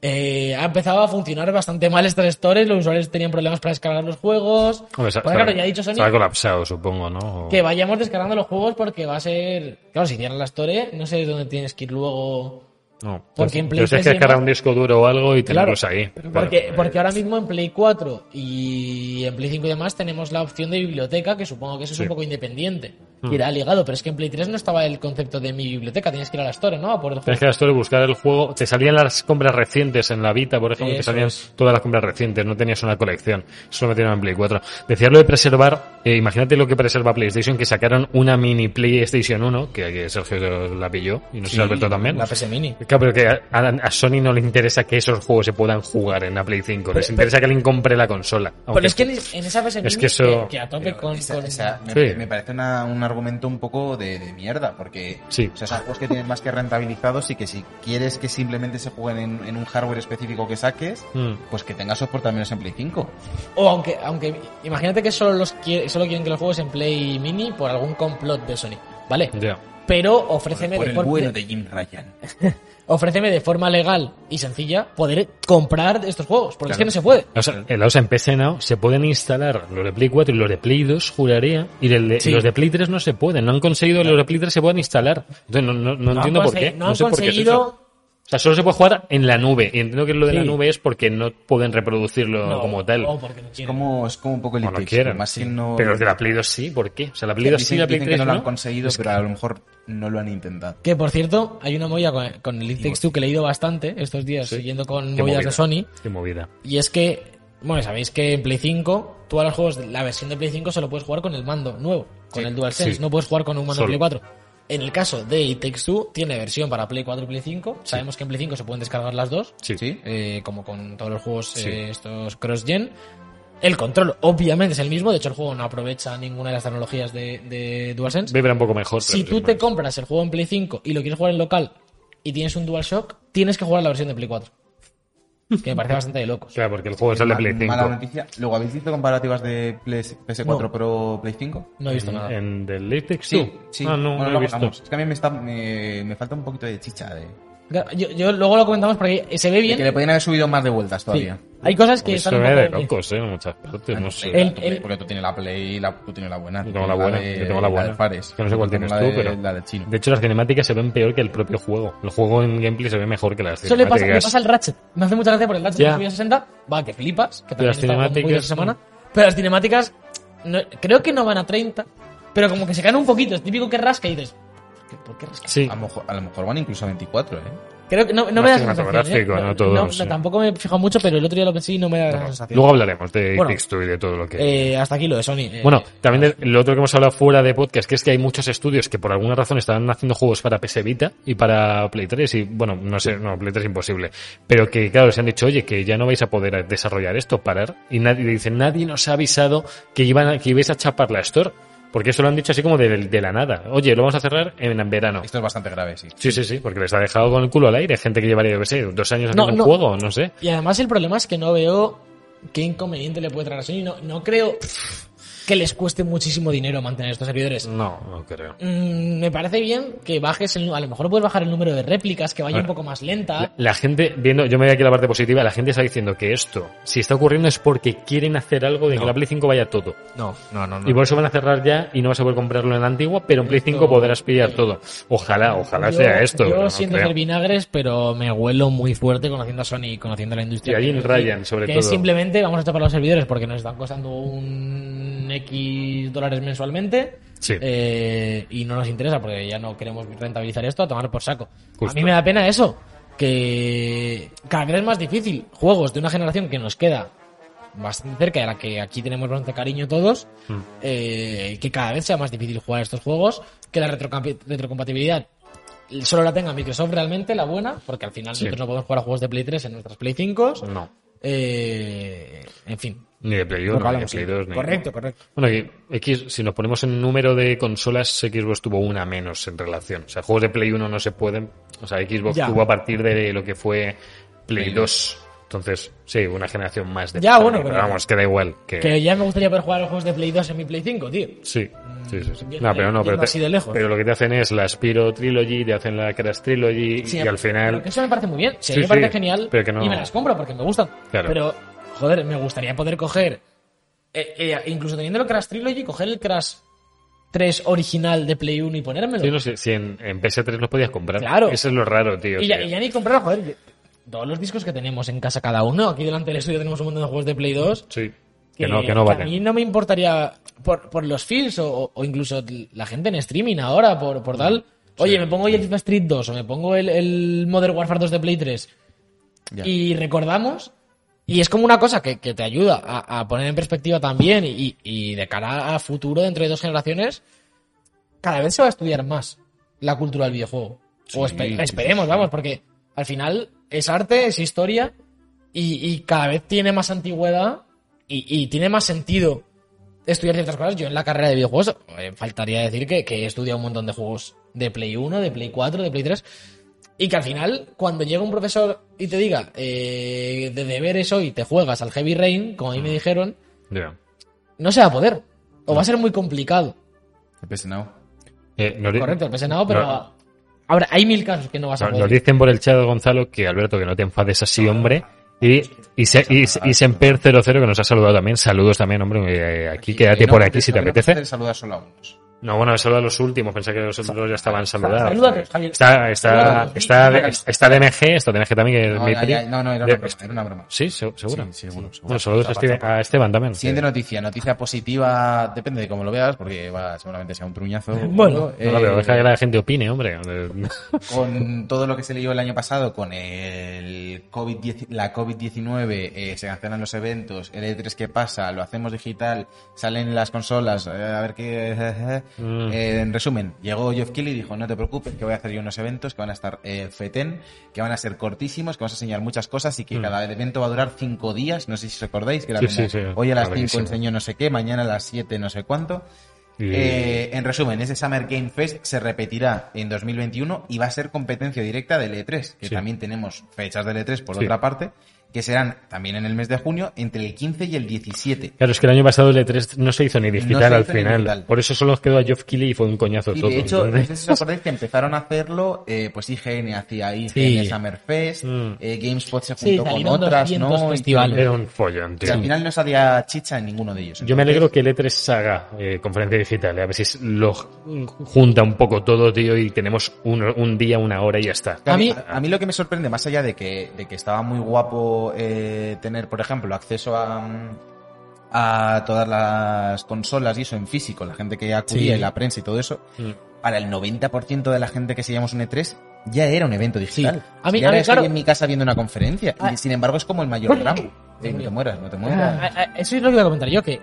Speaker 4: eh, ha empezado a funcionar bastante mal estas stores, los usuarios tenían problemas para descargar los juegos.
Speaker 2: Hombre, se-
Speaker 4: Bueno,
Speaker 2: se-
Speaker 4: Pues claro, ya ha dicho Sony
Speaker 2: Se ha colapsado, supongo, ¿no? O-
Speaker 4: que vayamos descargando los juegos porque va a ser... Claro, si cierran la store, no sé dónde tienes que ir luego...
Speaker 2: No.
Speaker 4: porque en Play
Speaker 2: Pero si es
Speaker 4: 3
Speaker 2: que cargar
Speaker 4: siempre-
Speaker 2: un disco duro o algo y
Speaker 4: Claro,
Speaker 2: tenerlos ahí. Claro.
Speaker 4: Porque, porque ahora mismo en Play 4 y en Play 5 y demás tenemos la opción de biblioteca, que supongo que eso es
Speaker 2: Sí. Hmm.
Speaker 4: un poco independiente. Y era ligado, pero es que en Play 3 no estaba el concepto de mi biblioteca, tenías que ir a la Store, ¿no? A por el juego.
Speaker 2: Tienes que ir a la Store y buscar el juego. Te salían las compras recientes en la Vita, por ejemplo, te
Speaker 4: Eso
Speaker 2: salían
Speaker 4: es.
Speaker 2: todas las compras recientes, no tenías una colección. Solo metieron en Play 4. Decía lo de preservar, eh, imagínate lo que preserva PlayStation, que sacaron una mini PlayStation 1, que que Sergio la pilló, y no sé si Alberto también.
Speaker 4: La PS Mini.
Speaker 2: Claro, pero que a, a Sony no le interesa que esos juegos se puedan jugar en la Play 5. Les interesa que alguien compre la consola.
Speaker 4: Pero
Speaker 2: Aunque-
Speaker 4: es que en, en esa PS Mini,
Speaker 2: que eso-
Speaker 4: que, que a tope
Speaker 3: Pero
Speaker 4: con...
Speaker 3: esa-
Speaker 4: con-
Speaker 3: esa- me,
Speaker 2: Sí.
Speaker 3: me parece una- un argumento un poco de, de mierda, porque
Speaker 2: Sí.
Speaker 3: o sea, son juegos que tienen más que rentabilizados y que si quieres que simplemente se jueguen en, en un hardware específico que saques,
Speaker 2: Mm.
Speaker 3: pues que tenga soporte al menos en Play 5.
Speaker 4: O aunque, aunque imagínate que solo, los qui- solo quieren que los juegos en Play Mini por algún complot de Sony, ¿vale?
Speaker 2: Ya.
Speaker 4: Pero ofréceme
Speaker 3: Por
Speaker 4: de
Speaker 3: el
Speaker 4: por-
Speaker 3: bueno
Speaker 4: de-
Speaker 3: de Jim Ryan.
Speaker 4: ofréceme de forma legal y sencilla poder comprar estos juegos, porque es
Speaker 2: Claro.
Speaker 4: que no se puede.
Speaker 2: O sea, en la USA en PC Now se pueden instalar los de Play 4 y los de Play 2, juraría, y el de-
Speaker 4: Sí.
Speaker 2: los de Play 3 no se pueden. No han conseguido que los de Play 3 se puedan instalar. Entonces, no, no- no
Speaker 4: No
Speaker 2: entiendo
Speaker 4: han
Speaker 2: por
Speaker 4: consegui-
Speaker 2: qué.
Speaker 4: No han
Speaker 2: sé por qué es
Speaker 4: conseguido.
Speaker 2: eso. O sea, solo se puede jugar en la nube. Y entiendo que lo de la
Speaker 4: Sí.
Speaker 2: nube es porque no pueden reproducirlo
Speaker 4: no,
Speaker 2: como tal.
Speaker 4: o porque no quieren.
Speaker 3: Como, es como un poco el
Speaker 2: O no
Speaker 3: Eclipse,
Speaker 2: quieren.
Speaker 3: más que no...
Speaker 2: Pero los de la Play 2 sí, ¿por qué? O sea, la Play 2 sí,
Speaker 3: dicen,
Speaker 2: la Play
Speaker 3: dicen
Speaker 2: 3
Speaker 3: que no lo han
Speaker 2: no.
Speaker 3: conseguido, pero a lo mejor no lo han intentado.
Speaker 4: Que por cierto, hay una movida con, con el It Takes Two que he leído bastante estos días,
Speaker 2: Sí.
Speaker 4: siguiendo con
Speaker 2: Qué
Speaker 4: movidas
Speaker 2: movida.
Speaker 4: de Sony.
Speaker 2: Qué movida.
Speaker 4: Y es que, bueno, sabéis que en Play 5, tú a los juegos, de- la versión de Play 5 solo puedes jugar con el mando nuevo, con
Speaker 3: Sí,
Speaker 4: el DualSense,
Speaker 2: sí.
Speaker 4: no puedes jugar con un mando de
Speaker 2: Solo.
Speaker 4: Play 4. En el caso de It Takes Two, tiene versión para Play 4 y Play 5. Sabemos que en Play 5 se pueden descargar las dos,
Speaker 2: Sí.
Speaker 3: ¿Sí?
Speaker 4: eh, como con todos los juegos
Speaker 2: Sí.
Speaker 4: eh, estos cross-gen. El control, obviamente, es el mismo. De hecho, el juego no aprovecha ninguna de las tecnologías de, de DualSense.
Speaker 2: Vibra un poco mejor.
Speaker 4: si
Speaker 2: pero
Speaker 4: tú
Speaker 2: sí,
Speaker 4: te
Speaker 2: bueno.
Speaker 4: compras el juego en Play 5 y lo quieres jugar en local y tienes un DualShock, tienes que jugar la versión de Play 4. Que me parece bastante de locos.
Speaker 2: Claro, porque el juego es el de Play 5.
Speaker 3: Mala noticia. Luego, ¿habéis visto comparativas de PS- PS4
Speaker 4: No.
Speaker 3: Pro Play 5?
Speaker 4: No he visto
Speaker 2: Mm,
Speaker 4: nada.
Speaker 2: ¿En del Latex?
Speaker 3: Sí, sí.
Speaker 2: Ah, no,
Speaker 3: Bueno,
Speaker 2: no
Speaker 3: luego
Speaker 2: he visto.
Speaker 3: hablamos. Es que a mí me, está, me, me falta un poquito de chicha. De,
Speaker 4: Yo, yo- luego lo comentamos porque se ve
Speaker 3: de que
Speaker 4: bien.
Speaker 3: le podían haber subido más de vueltas
Speaker 4: Sí.
Speaker 3: todavía.
Speaker 4: Hay cosas que
Speaker 2: Eso
Speaker 4: están un
Speaker 2: era de
Speaker 4: poco-
Speaker 2: locos, ¿eh? En muchas partes, no sé.
Speaker 4: Eh,
Speaker 3: Porque
Speaker 4: El-
Speaker 3: tú-
Speaker 4: el-
Speaker 3: Porque tú tienes la Play y la, tú tienes la buena.
Speaker 2: Yo tengo la buena,
Speaker 3: de-
Speaker 2: yo tengo la buena.
Speaker 3: de Fares.
Speaker 2: Que no sé cuál tienes
Speaker 3: la
Speaker 2: tú,
Speaker 3: de-
Speaker 2: pero-
Speaker 3: La de Chino.
Speaker 2: De hecho, las cinemáticas se ven peor que el propio juego. El juego en gameplay se ve mejor que las
Speaker 4: Eso le
Speaker 2: cinemáticas.
Speaker 4: pasa, le pasa al Ratchet. Me hace mucha gracia por el Ratchet
Speaker 2: Ya.
Speaker 4: de 60. Va, que flipas. Que también
Speaker 2: las
Speaker 4: está como muy
Speaker 2: cinemáticas-
Speaker 4: de esa semana. Pero las cinemáticas no- creo que no van a 30. Pero como que se caen un poquito. Es típico que rasca y dices... ¿Por qué rasca?
Speaker 2: Sí.
Speaker 3: A, lo mejor, a lo mejor van incluso a 24, ¿eh?
Speaker 4: Creo que no,
Speaker 2: Más
Speaker 4: no me da esa sensación.
Speaker 2: cinematográfico,
Speaker 4: ¿eh?
Speaker 2: no todo, sí.
Speaker 4: Tampoco me he fijado mucho, pero el otro día lo pensé y no me da esa sensación.
Speaker 2: Luego hablaremos de
Speaker 4: Bueno,
Speaker 2: Pixto y de todo lo que...
Speaker 4: Eh, hasta aquí lo de Sony. Eh,
Speaker 2: Bueno, también de- lo otro que hemos hablado fuera de podcast, que es que hay muchos estudios que por alguna razón están haciendo juegos para PS Vita y para Play 3, y bueno, no sé, no, Play 3 imposible, pero que claro, se han dicho, oye, que ya no vais a poder desarrollar esto, parar, y nadie, dicen, nadie nos ha avisado que, iban a- que ibais a chapar la Store, porque eso lo han dicho así como de, de la nada, oye, lo vamos a cerrar en, en verano.
Speaker 3: Esto es bastante grave, sí.
Speaker 2: Sí, sí, sí, porque les ha dejado con el culo al aire, gente que llevaría, yo qué sé, dos años haciendo
Speaker 4: No,
Speaker 2: un
Speaker 4: no.
Speaker 2: juego, no sé.
Speaker 4: Y además el problema es que no veo qué inconveniente le puede traer a Sony. No, no creo que les cueste muchísimo dinero mantener estos servidores.
Speaker 2: No, no creo.
Speaker 4: Mm, me parece bien que bajes el... nu- A lo mejor puedes bajar el número de réplicas, que vaya
Speaker 2: Bueno,
Speaker 4: un poco más
Speaker 2: La,
Speaker 4: lenta.
Speaker 2: la gente, viendo, yo me voy aquí a la parte positiva, la gente está diciendo que esto, si está ocurriendo es porque quieren hacer algo de que la Play 5 vaya todo.
Speaker 4: No, no, no.
Speaker 2: Y por eso van a cerrar ya y no vas a poder comprarlo en la antigua, pero en Play 5 podrás pillar todo. Ojalá, ojalá sea esto.
Speaker 4: Yo
Speaker 2: pero no
Speaker 4: siento
Speaker 2: creo.
Speaker 4: ser vinagres, pero me huelo muy fuerte conociendo a Sony y conociendo la
Speaker 2: Y
Speaker 4: industria.
Speaker 2: ahí en Ryan, sobre
Speaker 4: que
Speaker 2: todo.
Speaker 4: es simplemente vamos a para los servidores porque nos están costando un X dólares mensualmente.
Speaker 2: Sí.
Speaker 4: Eh, y no nos interesa porque ya no queremos rentabilizar esto a tomar por saco.
Speaker 2: Justo.
Speaker 4: A mí me da pena eso. Que cada vez es más difícil. Juegos de una generación que nos queda bastante cerca y a la que aquí tenemos bastante cariño todos, eh, que cada vez sea más difícil jugar estos juegos, que la retrocampi- retrocompatibilidad solo la tenga Microsoft realmente, la buena, porque al final
Speaker 2: Sí. Mm.
Speaker 4: nosotros no podemos jugar a juegos de Play 3 en nuestras Play 5.
Speaker 2: No.
Speaker 4: Eh, en fin.
Speaker 2: Ni de Play
Speaker 4: Lo
Speaker 2: 1,
Speaker 4: que
Speaker 2: ni de
Speaker 4: hablamos,
Speaker 2: Play
Speaker 4: sí.
Speaker 2: 2, ni
Speaker 4: Correcto, correcto.
Speaker 2: Bueno, que X, si nos ponemos en número de consolas, Xbox tuvo una menos en relación. O sea, juegos de Play 1 no se pueden. O sea, Xbox
Speaker 4: Ya.
Speaker 2: tuvo a partir de lo que fue Play 2. Entonces, sí, una generación más de.
Speaker 4: Ya, bueno,
Speaker 2: pero
Speaker 4: pero-
Speaker 2: vamos, que da igual. Que...
Speaker 4: Que ya me gustaría poder jugar a los juegos de Play 2 en mi Play 5, tío.
Speaker 2: Sí, sí, sí. sí.
Speaker 4: Yo-
Speaker 2: No, pero no,
Speaker 4: yendo
Speaker 2: pero, te-
Speaker 4: así de lejos.
Speaker 2: pero lo que te hacen es la Spiro Trilogy, te hacen la Crash Trilogy
Speaker 4: Sí,
Speaker 2: y al final.
Speaker 4: pero que Eso me parece muy bien. Sí,
Speaker 2: Sí,
Speaker 4: me parece
Speaker 2: sí,
Speaker 4: genial.
Speaker 2: pero que no-
Speaker 4: Y me las compro porque me gustan.
Speaker 2: Claro.
Speaker 4: Pero, joder, me gustaría poder coger. eh, eh, incluso teniendo el Crash Trilogy, coger el Crash 3 original de Play 1 y ponérmelo.
Speaker 2: Sí, no sé, si en, en PS3 los podías comprar.
Speaker 4: Claro.
Speaker 2: Eso es lo raro, tío.
Speaker 4: y, ya,
Speaker 2: que-
Speaker 4: y ya ni comprar, joder. yo- Todos los discos que tenemos en casa cada uno. Aquí delante del estudio tenemos un montón de juegos de Play 2.
Speaker 2: Sí. Que, no, que no
Speaker 4: A
Speaker 2: valen.
Speaker 4: mí no me importaría por, por los feels o, o- o incluso la gente en streaming ahora, por, por tal. Oye, me pongo el FIFA Street 2 o me pongo el, el Modern Warfare 2 de Play 3
Speaker 3: Ya.
Speaker 4: y recordamos. Y es como una cosa que, que te ayuda a, a poner en perspectiva también y, y de cara a futuro, dentro de dos generaciones, cada vez se va a estudiar más la cultura del videojuego. o espe-
Speaker 3: sí, sí,
Speaker 4: esperemos,
Speaker 3: sí.
Speaker 4: vamos, porque al final es arte, es historia y, y cada vez tiene más antigüedad y, y tiene más sentido estudiar ciertas cosas. Yo en la carrera de videojuegos eh, faltaría decir que, que he estudiado un montón de juegos de Play 1, de Play 4, de Play 3. Y que al final, cuando llega un profesor y te diga, eh, de deberes hoy te juegas al Heavy Rain, como a mí
Speaker 3: Ah.
Speaker 4: me dijeron,
Speaker 2: Ya.
Speaker 4: no se va a poder. O va a ser muy complicado.
Speaker 3: El PS Now.
Speaker 2: Eh, nos di-
Speaker 4: Correcto, el PSNO, pero...
Speaker 2: No.
Speaker 4: Ahora, hay mil casos que no vas a
Speaker 2: nos- nos
Speaker 4: poder.
Speaker 2: dicen por el chat, Gonzalo, que Alberto, que no te enfades así, hombre. Y, y, se, y, se- y Semper00, que nos ha saludado también. Saludos también, hombre. eh, aquí, quédate
Speaker 3: Eh, no,
Speaker 2: por aquí si te
Speaker 3: voy a
Speaker 2: apetece.
Speaker 3: hacer Saludar solo a pues. unos.
Speaker 2: No, bueno, saluda a los últimos. Pensé que los otros ya estaban saludados.
Speaker 4: Salúdate, Javier.
Speaker 2: Está, está,
Speaker 4: Salúdanos.
Speaker 2: está, está, DMG, está DMG también, que es
Speaker 3: No,
Speaker 2: mi
Speaker 3: ya,
Speaker 2: pri.
Speaker 3: ya, no, no, era
Speaker 2: De-
Speaker 3: una broma. Era una broma.
Speaker 2: Sí, se- seguro.
Speaker 3: Sí, seguro, seguro.
Speaker 2: Bueno, saludos a, Steven- a Esteban también.
Speaker 3: Siguiente noticia, noticia positiva, depende de cómo lo veas, porque va, seguramente sea un truñazo.
Speaker 4: Bueno,
Speaker 2: No, no,
Speaker 3: eh,
Speaker 2: pero deja que la gente opine, hombre.
Speaker 3: con todo lo que se leyó el año pasado, con el COVID la COVID-19, eh, se cancelan los eventos, el E3 que pasa, lo hacemos digital, salen las consolas, eh, a ver qué... (laughs)
Speaker 2: Mm.
Speaker 3: Eh, en resumen, llegó Geoff Keighley y dijo, no te preocupes, que voy a hacer yo unos eventos que van a estar eh, fetén, que van a ser cortísimos, que vamos a enseñar muchas cosas y que cada evento va a durar cinco días, no sé si os acordáis, que era
Speaker 2: Mm. Sí,
Speaker 3: como,
Speaker 2: sí, sí,
Speaker 3: hoy a las cinco
Speaker 2: larguísimo.
Speaker 3: enseño no sé qué, mañana a las siete no sé cuánto.
Speaker 2: Y-
Speaker 3: Eh, en resumen, ese Summer Game Fest se repetirá en 2021 y va a ser competencia directa del E3, que
Speaker 2: Sí.
Speaker 3: también tenemos fechas del E3 por
Speaker 2: Sí.
Speaker 3: otra parte, que serán también en el mes de junio, entre el 15 y el 17.
Speaker 2: Claro, es que el año pasado el E3 no se hizo ni digital
Speaker 3: se
Speaker 2: al
Speaker 3: hizo ni
Speaker 2: final.
Speaker 3: digital.
Speaker 2: Por eso solo quedó a Geoff Keighley y fue un coñazo
Speaker 3: Y
Speaker 2: todo.
Speaker 3: de hecho, no
Speaker 2: Entonces-
Speaker 3: sé si os acordáis que empezaron a hacerlo, eh, pues IGN hacía IGN
Speaker 4: Sí.
Speaker 3: Summer Fest,
Speaker 2: Mm.
Speaker 3: eh, GameSpot se
Speaker 4: Sí,
Speaker 3: juntó con
Speaker 4: salieron
Speaker 3: otras,
Speaker 4: 200
Speaker 3: ¿no? Y-
Speaker 4: festivales.
Speaker 2: Era un follón,
Speaker 3: O
Speaker 2: tío.
Speaker 3: sea, al final no salía chicha en ninguno de ellos.
Speaker 2: Yo me alegro que el E3 haga eh, conferencia digital. eh, A ver si lo junta un poco todo, tío, y tenemos un, un día, una hora y ya está.
Speaker 3: Que A
Speaker 4: A
Speaker 3: mí,
Speaker 4: mí-
Speaker 3: a mí lo que me sorprende, más allá de que, de que estaba muy guapo eh, tener, por ejemplo, acceso a, mm, a todas las consolas y eso en físico, la gente que acudía
Speaker 4: Sí.
Speaker 3: y la prensa y todo eso,
Speaker 2: Mm.
Speaker 3: para el 90% de la gente que seguíamos un E3 ya era un evento digital.
Speaker 4: Sí. A mí-
Speaker 3: Ya
Speaker 4: a mí,
Speaker 3: estoy
Speaker 4: claro.
Speaker 3: en mi casa viendo una conferencia.
Speaker 4: Ah.
Speaker 3: Y, sin embargo, es como el mayor drama. Eh, no te mueras, no te mueras.
Speaker 4: A- a- Ah, Eso es lo que iba a comentar yo, que,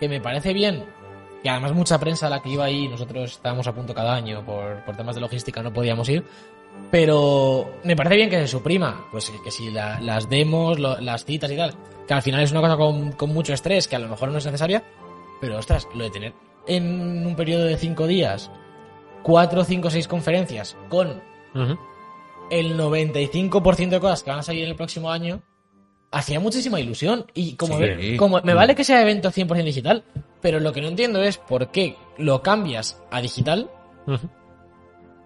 Speaker 4: que me parece bien. que además mucha prensa a la que iba ahí, nosotros estábamos a punto cada año, por, por temas de logística no podíamos ir. Pero me parece bien que se suprima, pues que si la- las demos, lo- las citas y tal, que al final es una cosa con, con mucho estrés, que a lo mejor no es necesaria, pero ostras, lo de tener en un periodo de cinco días, cuatro, cinco, seis conferencias con
Speaker 2: Ujú.
Speaker 4: el 95% de cosas que van a salir en el próximo año hacía muchísima ilusión. Y como,
Speaker 2: Sí. Mm.
Speaker 4: ve- como me vale que sea evento 100% digital, pero lo que no entiendo es por qué lo cambias a digital
Speaker 2: Ujú.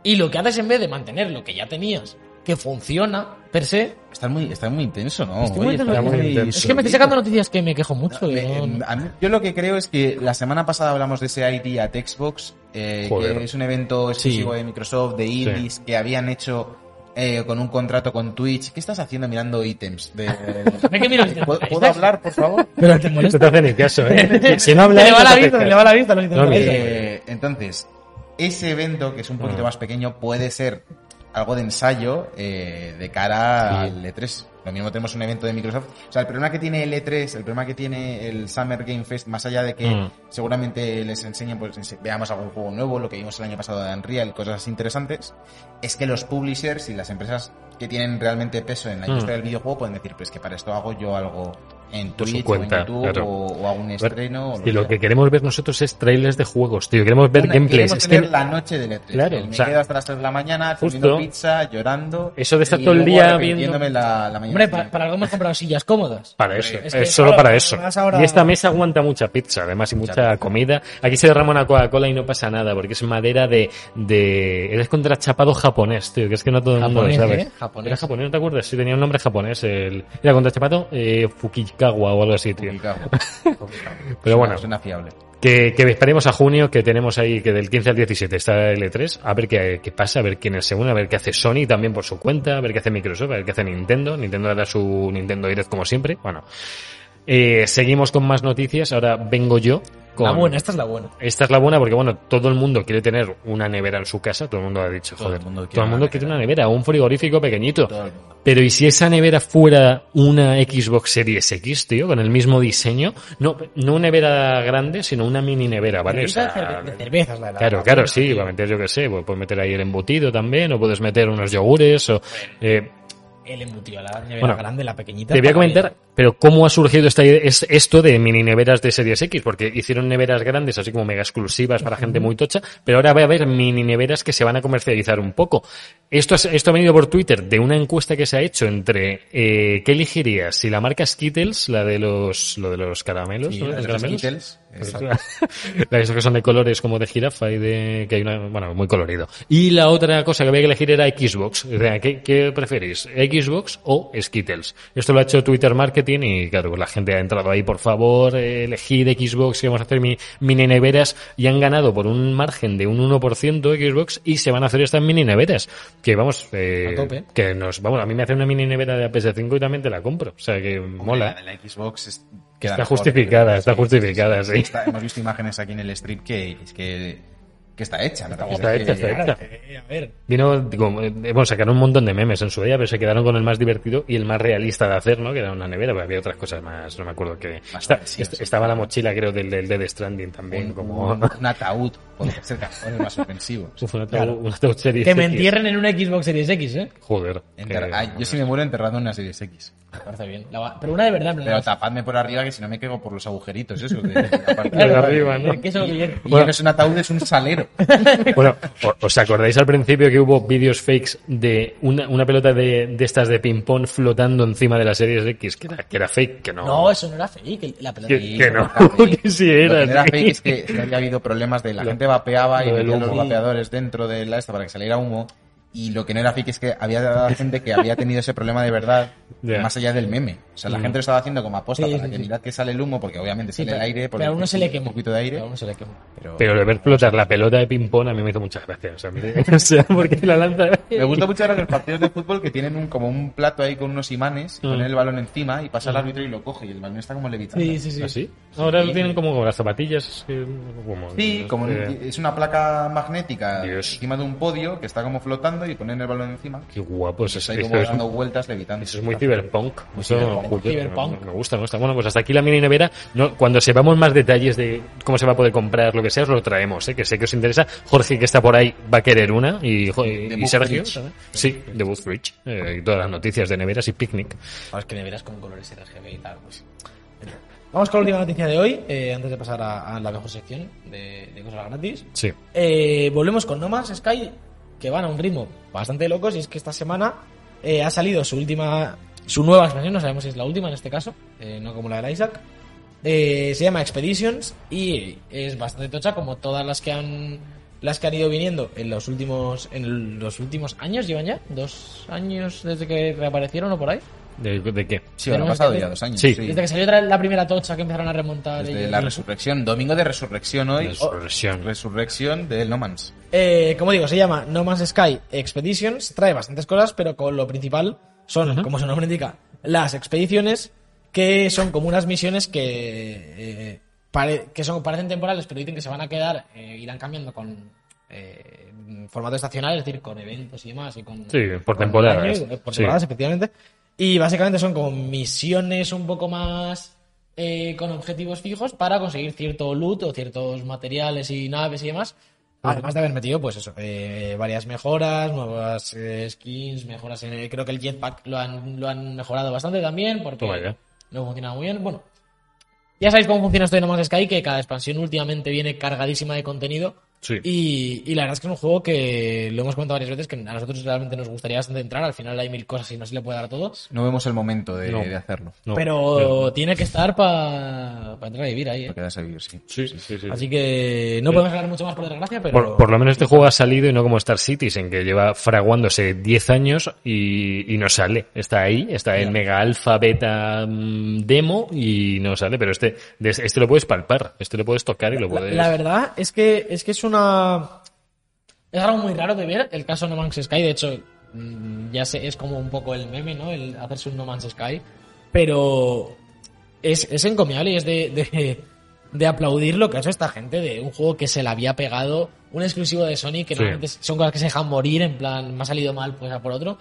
Speaker 4: y lo que haces en vez de mantener lo que ya tenías, que funciona per se.
Speaker 3: Estás muy, estás muy intenso, ¿no?
Speaker 4: Estoy
Speaker 3: Oye,
Speaker 4: muy
Speaker 3: estás
Speaker 2: intenso.
Speaker 4: Es que me estoy sacando noticias que me quejo mucho. que
Speaker 3: Me- em,
Speaker 4: no-
Speaker 3: a mí- yo lo que creo es que la semana pasada hablamos de ese ID at Xbox, eh,
Speaker 2: Joder.
Speaker 3: que es un evento exclusivo de Microsoft, de Indies, que habían hecho eh, con un contrato con Twitch. ¿Qué estás haciendo mirando ítems? De,
Speaker 4: Ve que miro los
Speaker 3: ¿Puedo,
Speaker 4: teléfonos.
Speaker 3: puedo hablar, por favor?
Speaker 4: Pero te
Speaker 2: No (laughs)
Speaker 4: molesta.
Speaker 2: te hace ni caso,
Speaker 4: (laughs)
Speaker 2: ¿eh? Si no
Speaker 4: Te
Speaker 2: hablas,
Speaker 4: le va
Speaker 2: no
Speaker 4: la
Speaker 2: te
Speaker 4: vista,
Speaker 2: hace
Speaker 4: te le
Speaker 2: caso.
Speaker 4: va la vista. lo dicen
Speaker 2: No,
Speaker 4: por ahí.
Speaker 2: mira.
Speaker 3: Eh, entonces, ese evento, que es un poquito
Speaker 2: Mm.
Speaker 3: más pequeño, puede ser algo de ensayo eh, de cara al E3. Lo mismo tenemos un evento de Microsoft. O sea, el problema que tiene el E3, el problema que tiene el Summer Game Fest, más allá de que
Speaker 2: Mm.
Speaker 3: seguramente les enseñen, pues ense- veamos algún juego nuevo, lo que vimos el año pasado de Unreal, cosas interesantes, es que los publishers y las empresas que tienen realmente peso en la
Speaker 2: Mm.
Speaker 3: industria del videojuego pueden decir, pues que para esto hago yo algo en
Speaker 2: Por su
Speaker 3: Twitch
Speaker 2: cuenta,
Speaker 3: o en YouTube
Speaker 2: claro.
Speaker 3: o, o hago un estreno. o
Speaker 2: Y lo
Speaker 3: sea.
Speaker 2: que queremos ver nosotros es trailers de juegos, tío. Queremos ver
Speaker 3: Una-
Speaker 2: gameplays.
Speaker 3: queremos
Speaker 2: Es que
Speaker 3: tener la noche del E3.
Speaker 2: Claro,
Speaker 3: El me
Speaker 2: o sea,
Speaker 3: quedo hasta las 3 de la mañana
Speaker 2: justo.
Speaker 3: comiendo pizza, llorando.
Speaker 2: Eso de estar
Speaker 3: y
Speaker 2: todo el
Speaker 3: luego
Speaker 2: día
Speaker 3: arrepintiéndome la, la mañana.
Speaker 4: Hombre, pa- para algo hemos comprado sillas cómodas.
Speaker 2: Para eso,
Speaker 4: Es
Speaker 2: es,
Speaker 4: que,
Speaker 2: solo
Speaker 4: claro,
Speaker 2: para eso.
Speaker 4: además ahora-
Speaker 2: Y esta mesa aguanta mucha pizza, además, y mucha,
Speaker 3: pizza.
Speaker 2: comida. Aquí se derrama una Coca-Cola y no pasa nada, porque es madera de, de... Eres contrachapado japonés, tío, que es que no todo el mundo lo
Speaker 4: Japonés,
Speaker 2: sabe.
Speaker 4: ¿eh? Japonés.
Speaker 2: Era japonés, ¿no te acuerdas? Sí, tenía un nombre japonés. El... Era contrachapado eh, Fukikawa o algo así, tío.
Speaker 3: Publicado.
Speaker 2: (laughs) Pero bueno.
Speaker 3: Es una fiable.
Speaker 2: Que, que esperemos a junio, que tenemos ahí, que del 15 al 17 está el E3, a ver qué, qué pasa, a ver quién es el segundo, a ver qué hace Sony también por su cuenta, a ver qué hace Microsoft, a ver qué hace Nintendo. Nintendo hará su Nintendo Direct como siempre. Bueno, eh, seguimos con más noticias. Ahora vengo yo con.
Speaker 4: La buena, esta es la buena.
Speaker 2: Esta es la buena porque, bueno, todo el mundo quiere tener una nevera en su casa. Todo el mundo ha dicho,
Speaker 3: Todo el
Speaker 2: joder,
Speaker 3: mundo quiere
Speaker 2: todo el
Speaker 3: una
Speaker 2: mundo quiere
Speaker 3: nevera.
Speaker 2: una nevera, un frigorífico pequeñito.
Speaker 3: Todo el mundo.
Speaker 2: Pero ¿y si esa nevera fuera una Xbox Series X, tío? Con el mismo diseño. No, no una nevera grande, sino una mini nevera, ¿vale? O
Speaker 4: Cerveza,
Speaker 2: sea,
Speaker 4: cerve- de cervezas, la de la-
Speaker 2: claro,
Speaker 4: la
Speaker 2: claro,
Speaker 4: buena,
Speaker 2: sí.
Speaker 4: tío.
Speaker 2: Va a meter, yo qué sé, pues, puedes meter ahí el embutido también, o puedes meter unos yogures, o... eh,
Speaker 4: El embutido, la nevera
Speaker 2: Bueno,
Speaker 4: grande, la pequeñita.
Speaker 2: te voy a
Speaker 4: para
Speaker 2: comentar,
Speaker 4: bien.
Speaker 2: pero ¿cómo ha surgido esta idea- es esto de mini neveras de series X? Porque hicieron neveras grandes, así como mega exclusivas para gente muy tocha, pero ahora va a haber mini neveras que se van a comercializar un poco. Esto, es- esto ha venido por Twitter de una encuesta que se ha hecho entre eh, ¿qué elegirías? Si la marca Skittles, la de los, lo de los caramelos,
Speaker 3: Sí,
Speaker 2: ¿no?
Speaker 3: la de
Speaker 2: Los
Speaker 3: los
Speaker 2: caramelos.
Speaker 3: Skittles, exacto.
Speaker 2: La esos que son de colores como de jirafa y de que hay una bueno muy colorido y la otra cosa que había que elegir era Xbox o sea ¿qué, qué preferís Xbox o Skittles esto lo ha hecho Twitter Marketing y claro pues la gente ha entrado ahí por favor eh, elegid Xbox que vamos a hacer mi, mini neveras y han ganado por un margen de un 1% Xbox y se van a hacer estas mini neveras que vamos eh,
Speaker 4: A tope.
Speaker 2: que nos vamos a mí me hace una mini nevera de la PS5 y también te la compro o sea que mola
Speaker 3: La de la Xbox es- queda
Speaker 2: está
Speaker 3: mejor.
Speaker 2: justificada está justificada sí
Speaker 3: Está- hemos visto imágenes aquí en el strip que, es que, que está hecha. me refiero,
Speaker 2: está
Speaker 3: que-
Speaker 2: hecha, está hecha.
Speaker 4: Eh, a ver,
Speaker 2: Vino, digo, eh, bueno, sacaron un montón de memes en su día, pero se quedaron con el más divertido y el más realista de hacer, ¿no? Que era una nevera, pero había otras cosas más, no me acuerdo que...
Speaker 3: Más
Speaker 2: Esta-
Speaker 3: parecidas.
Speaker 2: est- estaba la mochila, creo, del, del Dead Stranding también,
Speaker 3: Un,
Speaker 2: como...
Speaker 3: un- un ataúd podría ser cajones
Speaker 2: (laughs)
Speaker 3: más ofensivos.
Speaker 2: Uf, (laughs) un ataúd-
Speaker 4: Claro.
Speaker 2: un ataúd Series
Speaker 4: que me
Speaker 2: X.
Speaker 4: entierren en una Xbox Series X, ¿eh?
Speaker 2: Joder.
Speaker 3: Enter-
Speaker 2: eh,
Speaker 3: Ay, ah, yo si me muero enterrado en una Series X.
Speaker 4: Me parece bien. La va- Pero una de verdad, en plan,
Speaker 3: Pero tapadme por arriba que si no me quego por los agujeritos
Speaker 2: (laughs)
Speaker 3: esos. De, de la parte
Speaker 2: Claro,
Speaker 3: de
Speaker 2: arriba, ¿no?
Speaker 4: es que eso, Guillermo,
Speaker 3: Y
Speaker 2: Bueno.
Speaker 3: yo no es un ataúd, es un salero.
Speaker 2: Bueno, o- ¿os acordáis al principio que hubo vídeos fakes de una, una pelota de, de estas de ping-pong flotando encima de la Series X? Que era, que era fake, que no...
Speaker 4: No, eso no era fake. La pelota.
Speaker 2: que, que no,
Speaker 3: (laughs)
Speaker 2: (laughs) que sí (laughs)
Speaker 3: Lo
Speaker 2: era.
Speaker 3: que era
Speaker 2: sí.
Speaker 3: fake es que había habido problemas de la
Speaker 2: Lo-
Speaker 3: gente vapeaba y
Speaker 2: lo del
Speaker 3: metía los
Speaker 2: humo.
Speaker 3: vapeadores dentro de la esta para que saliera humo. Y lo que no era fake es que había gente que había tenido ese problema de verdad,
Speaker 2: Ya. Mm.
Speaker 3: más allá del meme. O sea, la gente lo estaba haciendo como aposta
Speaker 4: Sí,
Speaker 3: para
Speaker 4: sí,
Speaker 3: que
Speaker 4: sí.
Speaker 3: mirad que sale el humo, porque obviamente
Speaker 4: Sí,
Speaker 3: sale el aire. Porque
Speaker 4: pero a uno se le quemó.
Speaker 3: Un poquito de aire.
Speaker 4: A uno se le quemó.
Speaker 3: Pero,
Speaker 2: Pero el ver flotar la pelota de ping-pong a mí me hizo muchas gracias. O sea, me- (laughs) o sea, porque la lanza.
Speaker 3: Me gusta mucho ahora los partidos de fútbol que tienen un, como un plato ahí con unos imanes,
Speaker 2: Mm.
Speaker 3: ponen el balón encima y pasa el árbitro y lo coge y el balón está como levitando.
Speaker 4: Sí, sí, sí.
Speaker 2: ¿Así? ¿Ah, Ahora lo tienen como las zapatillas. eh, Como,
Speaker 3: Sí, como un-
Speaker 2: eh,
Speaker 3: es una placa magnética
Speaker 2: Dios.
Speaker 3: encima de un podio que está como flotando y ponen el balón encima.
Speaker 2: Qué guapo es eso.
Speaker 3: Está pues ahí
Speaker 2: Eso (laughs)
Speaker 3: como
Speaker 2: es,
Speaker 3: dando vueltas levitando.
Speaker 2: eso es muy ciberpunk. Eso,
Speaker 4: cyberpunk,
Speaker 2: joder,
Speaker 4: cyberpunk.
Speaker 2: Me, me gusta, me gusta. Bueno, pues hasta aquí la mini nevera. No, cuando sepamos más detalles de cómo se va a poder comprar, lo que sea, os lo traemos, eh, que sé que os interesa. Jorge, que está por ahí, va a querer una. Y, jo- y
Speaker 3: De Booth
Speaker 2: Sergio.
Speaker 3: Bridge.
Speaker 2: ¿sabes? Sí, de Woodbridge. y todas las noticias de neveras y picnic.
Speaker 4: Vamos, que me verás con colores RGB y tal. pues. Vamos con la última noticia de hoy, eh, antes de pasar a, a la mejor sección de, de cosas gratis.
Speaker 2: Sí.
Speaker 4: Eh, volvemos con No Man's Sky, que van a un ritmo bastante loco, y es que esta semana eh, ha salido su última, su nueva expansión, no sabemos si es la última en este caso, eh, no como la del Isaac. Eh, se llama Expeditions y es bastante tocha como todas las que han las que han ido viniendo en los últimos en los últimos años llevan ya dos años desde que reaparecieron o por ahí
Speaker 2: ¿De, de qué?
Speaker 3: Sí, bueno,
Speaker 4: Tenemos
Speaker 3: han pasado
Speaker 4: que-
Speaker 3: ya dos años.
Speaker 2: Sí.
Speaker 4: desde que salió otra- la primera tocha que empezaron a remontar
Speaker 3: Desde
Speaker 4: ellos.
Speaker 3: la resurrección, domingo de resurrección hoy.
Speaker 2: Resurrección.
Speaker 3: Oh, resurrección del No Man's.
Speaker 4: Eh, como digo, se llama No Man's Sky Expeditions. Trae bastantes cosas, pero con lo principal son,
Speaker 2: Ujú.
Speaker 4: como su nombre indica, las expediciones, que son como unas misiones que, eh, pare- que son, parecen temporales, pero dicen que se van a quedar, eh, irán cambiando con, eh, en formato estacional, es decir, con eventos y demás. Y con,
Speaker 2: Sí, por
Speaker 4: con
Speaker 2: temporadas.
Speaker 4: años, eh, por
Speaker 2: Sí.
Speaker 4: temporadas, efectivamente. Y básicamente son como misiones un poco más eh, con objetivos fijos para conseguir cierto loot o ciertos materiales y naves y demás. Además de haber metido, pues eso, eh, varias mejoras, nuevas eh, skins, mejoras en el- Creo que el jetpack lo han, lo han mejorado bastante también porque
Speaker 2: Toma ya.
Speaker 4: no funciona muy bien. Bueno, ya sabéis cómo funciona esto de No Man's Sky, que cada expansión últimamente viene cargadísima de contenido.
Speaker 2: Sí.
Speaker 4: Y, y la verdad es que es un juego que lo hemos comentado varias veces, que a nosotros realmente nos gustaría bastante entrar. Al final hay mil cosas y no se le puede dar a todo.
Speaker 3: No vemos el momento de,
Speaker 2: No.
Speaker 3: de hacerlo.
Speaker 2: No,
Speaker 4: pero tiene que estar para entrar a vivir ahí. ¿eh?
Speaker 3: Porque das a vivir, sí.
Speaker 2: Sí, sí, sí, sí.
Speaker 4: Así que no podemos hablar mucho más por desgracia, pero.
Speaker 2: Por, por lo menos este juego ha salido y no como Star Cities, en que lleva fraguándose 10 años y, y no sale. Está ahí, está en mega alfa, beta, mm, demo y no sale. Pero este, de- este lo puedes palpar, este lo puedes tocar y lo
Speaker 4: La,
Speaker 2: puedes...
Speaker 4: la verdad es que es que es una es algo muy raro de ver el caso No Man's Sky de hecho mm, ya sé es como un poco el meme no el hacerse un No Man's Sky pero es, es encomiable y es de, de, de aplaudir lo que ha hecho esta gente de un juego que se le había pegado un exclusivo de Sony
Speaker 2: Sí.
Speaker 4: que normalmente son cosas que se dejan morir en plan me ha salido mal pues a por otro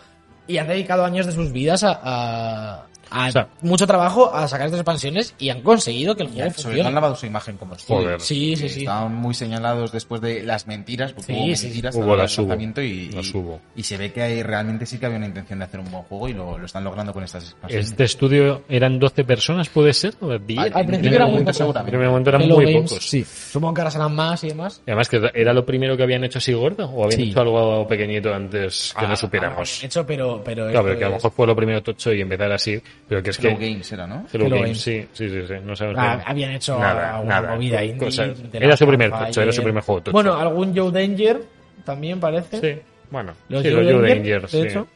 Speaker 4: y han dedicado años de sus vidas a, a- a
Speaker 2: O sea-
Speaker 4: mucho trabajo a sacar estas expansiones y han conseguido que el
Speaker 3: Ya,
Speaker 4: juego
Speaker 3: sobre todo han
Speaker 4: funcione
Speaker 3: lavado su imagen como estudio.
Speaker 2: Joder.
Speaker 4: sí sí
Speaker 3: que
Speaker 4: sí
Speaker 3: Estaban muy señalados después de las mentiras, porque
Speaker 4: Sí,
Speaker 3: hubo
Speaker 4: sí, sí.
Speaker 3: mentiras
Speaker 2: Hubo,
Speaker 3: tanto en
Speaker 2: las
Speaker 3: el
Speaker 2: hubo,
Speaker 3: lanzamiento y,
Speaker 2: las
Speaker 3: y-
Speaker 2: hubo.
Speaker 3: y se ve que hay, realmente sí que había una intención de hacer un buen juego y lo, lo están logrando con estas expansiones.
Speaker 2: Este estudio eran 12 personas, puede ser, o 10.
Speaker 3: Al-
Speaker 4: al
Speaker 3: en
Speaker 4: principio
Speaker 3: el
Speaker 4: era muy
Speaker 3: momento
Speaker 4: poco.
Speaker 2: En
Speaker 3: seguramente.
Speaker 2: primer momento eran
Speaker 4: Hello
Speaker 2: muy
Speaker 4: Games,
Speaker 2: pocos.
Speaker 4: Sí, supongo que ahora serán más y demás.
Speaker 2: Y Además que era lo primero que habían hecho así gordo, o habían
Speaker 4: Sí. Ah,
Speaker 2: hecho algo pequeñito antes que no supiéramos.
Speaker 4: De hecho, pero. pero
Speaker 2: claro, pero
Speaker 4: esto
Speaker 2: que a lo
Speaker 4: es-
Speaker 2: mejor fue lo primero tocho y empezar así, pero que es que...
Speaker 3: Hello Games era, ¿no?
Speaker 2: Hello
Speaker 4: Hello
Speaker 2: Games,
Speaker 4: Games.
Speaker 2: sí, sí, sí, sí, no sabemos
Speaker 4: Ah,
Speaker 2: bien.
Speaker 4: habían hecho
Speaker 2: nada,
Speaker 4: alguna
Speaker 2: nada,
Speaker 4: movida
Speaker 2: co-
Speaker 4: indie
Speaker 2: cosas.
Speaker 4: de
Speaker 2: Era
Speaker 4: la
Speaker 2: su primer
Speaker 4: Pathfinder.
Speaker 2: tocho, era su primer juego tocho.
Speaker 4: Bueno, algún Joe Danger también parece.
Speaker 2: sí, bueno,
Speaker 4: Los
Speaker 2: sí,
Speaker 4: Joe
Speaker 2: los Joe
Speaker 4: Danger,
Speaker 2: Danger,
Speaker 4: de
Speaker 2: sí.
Speaker 4: hecho.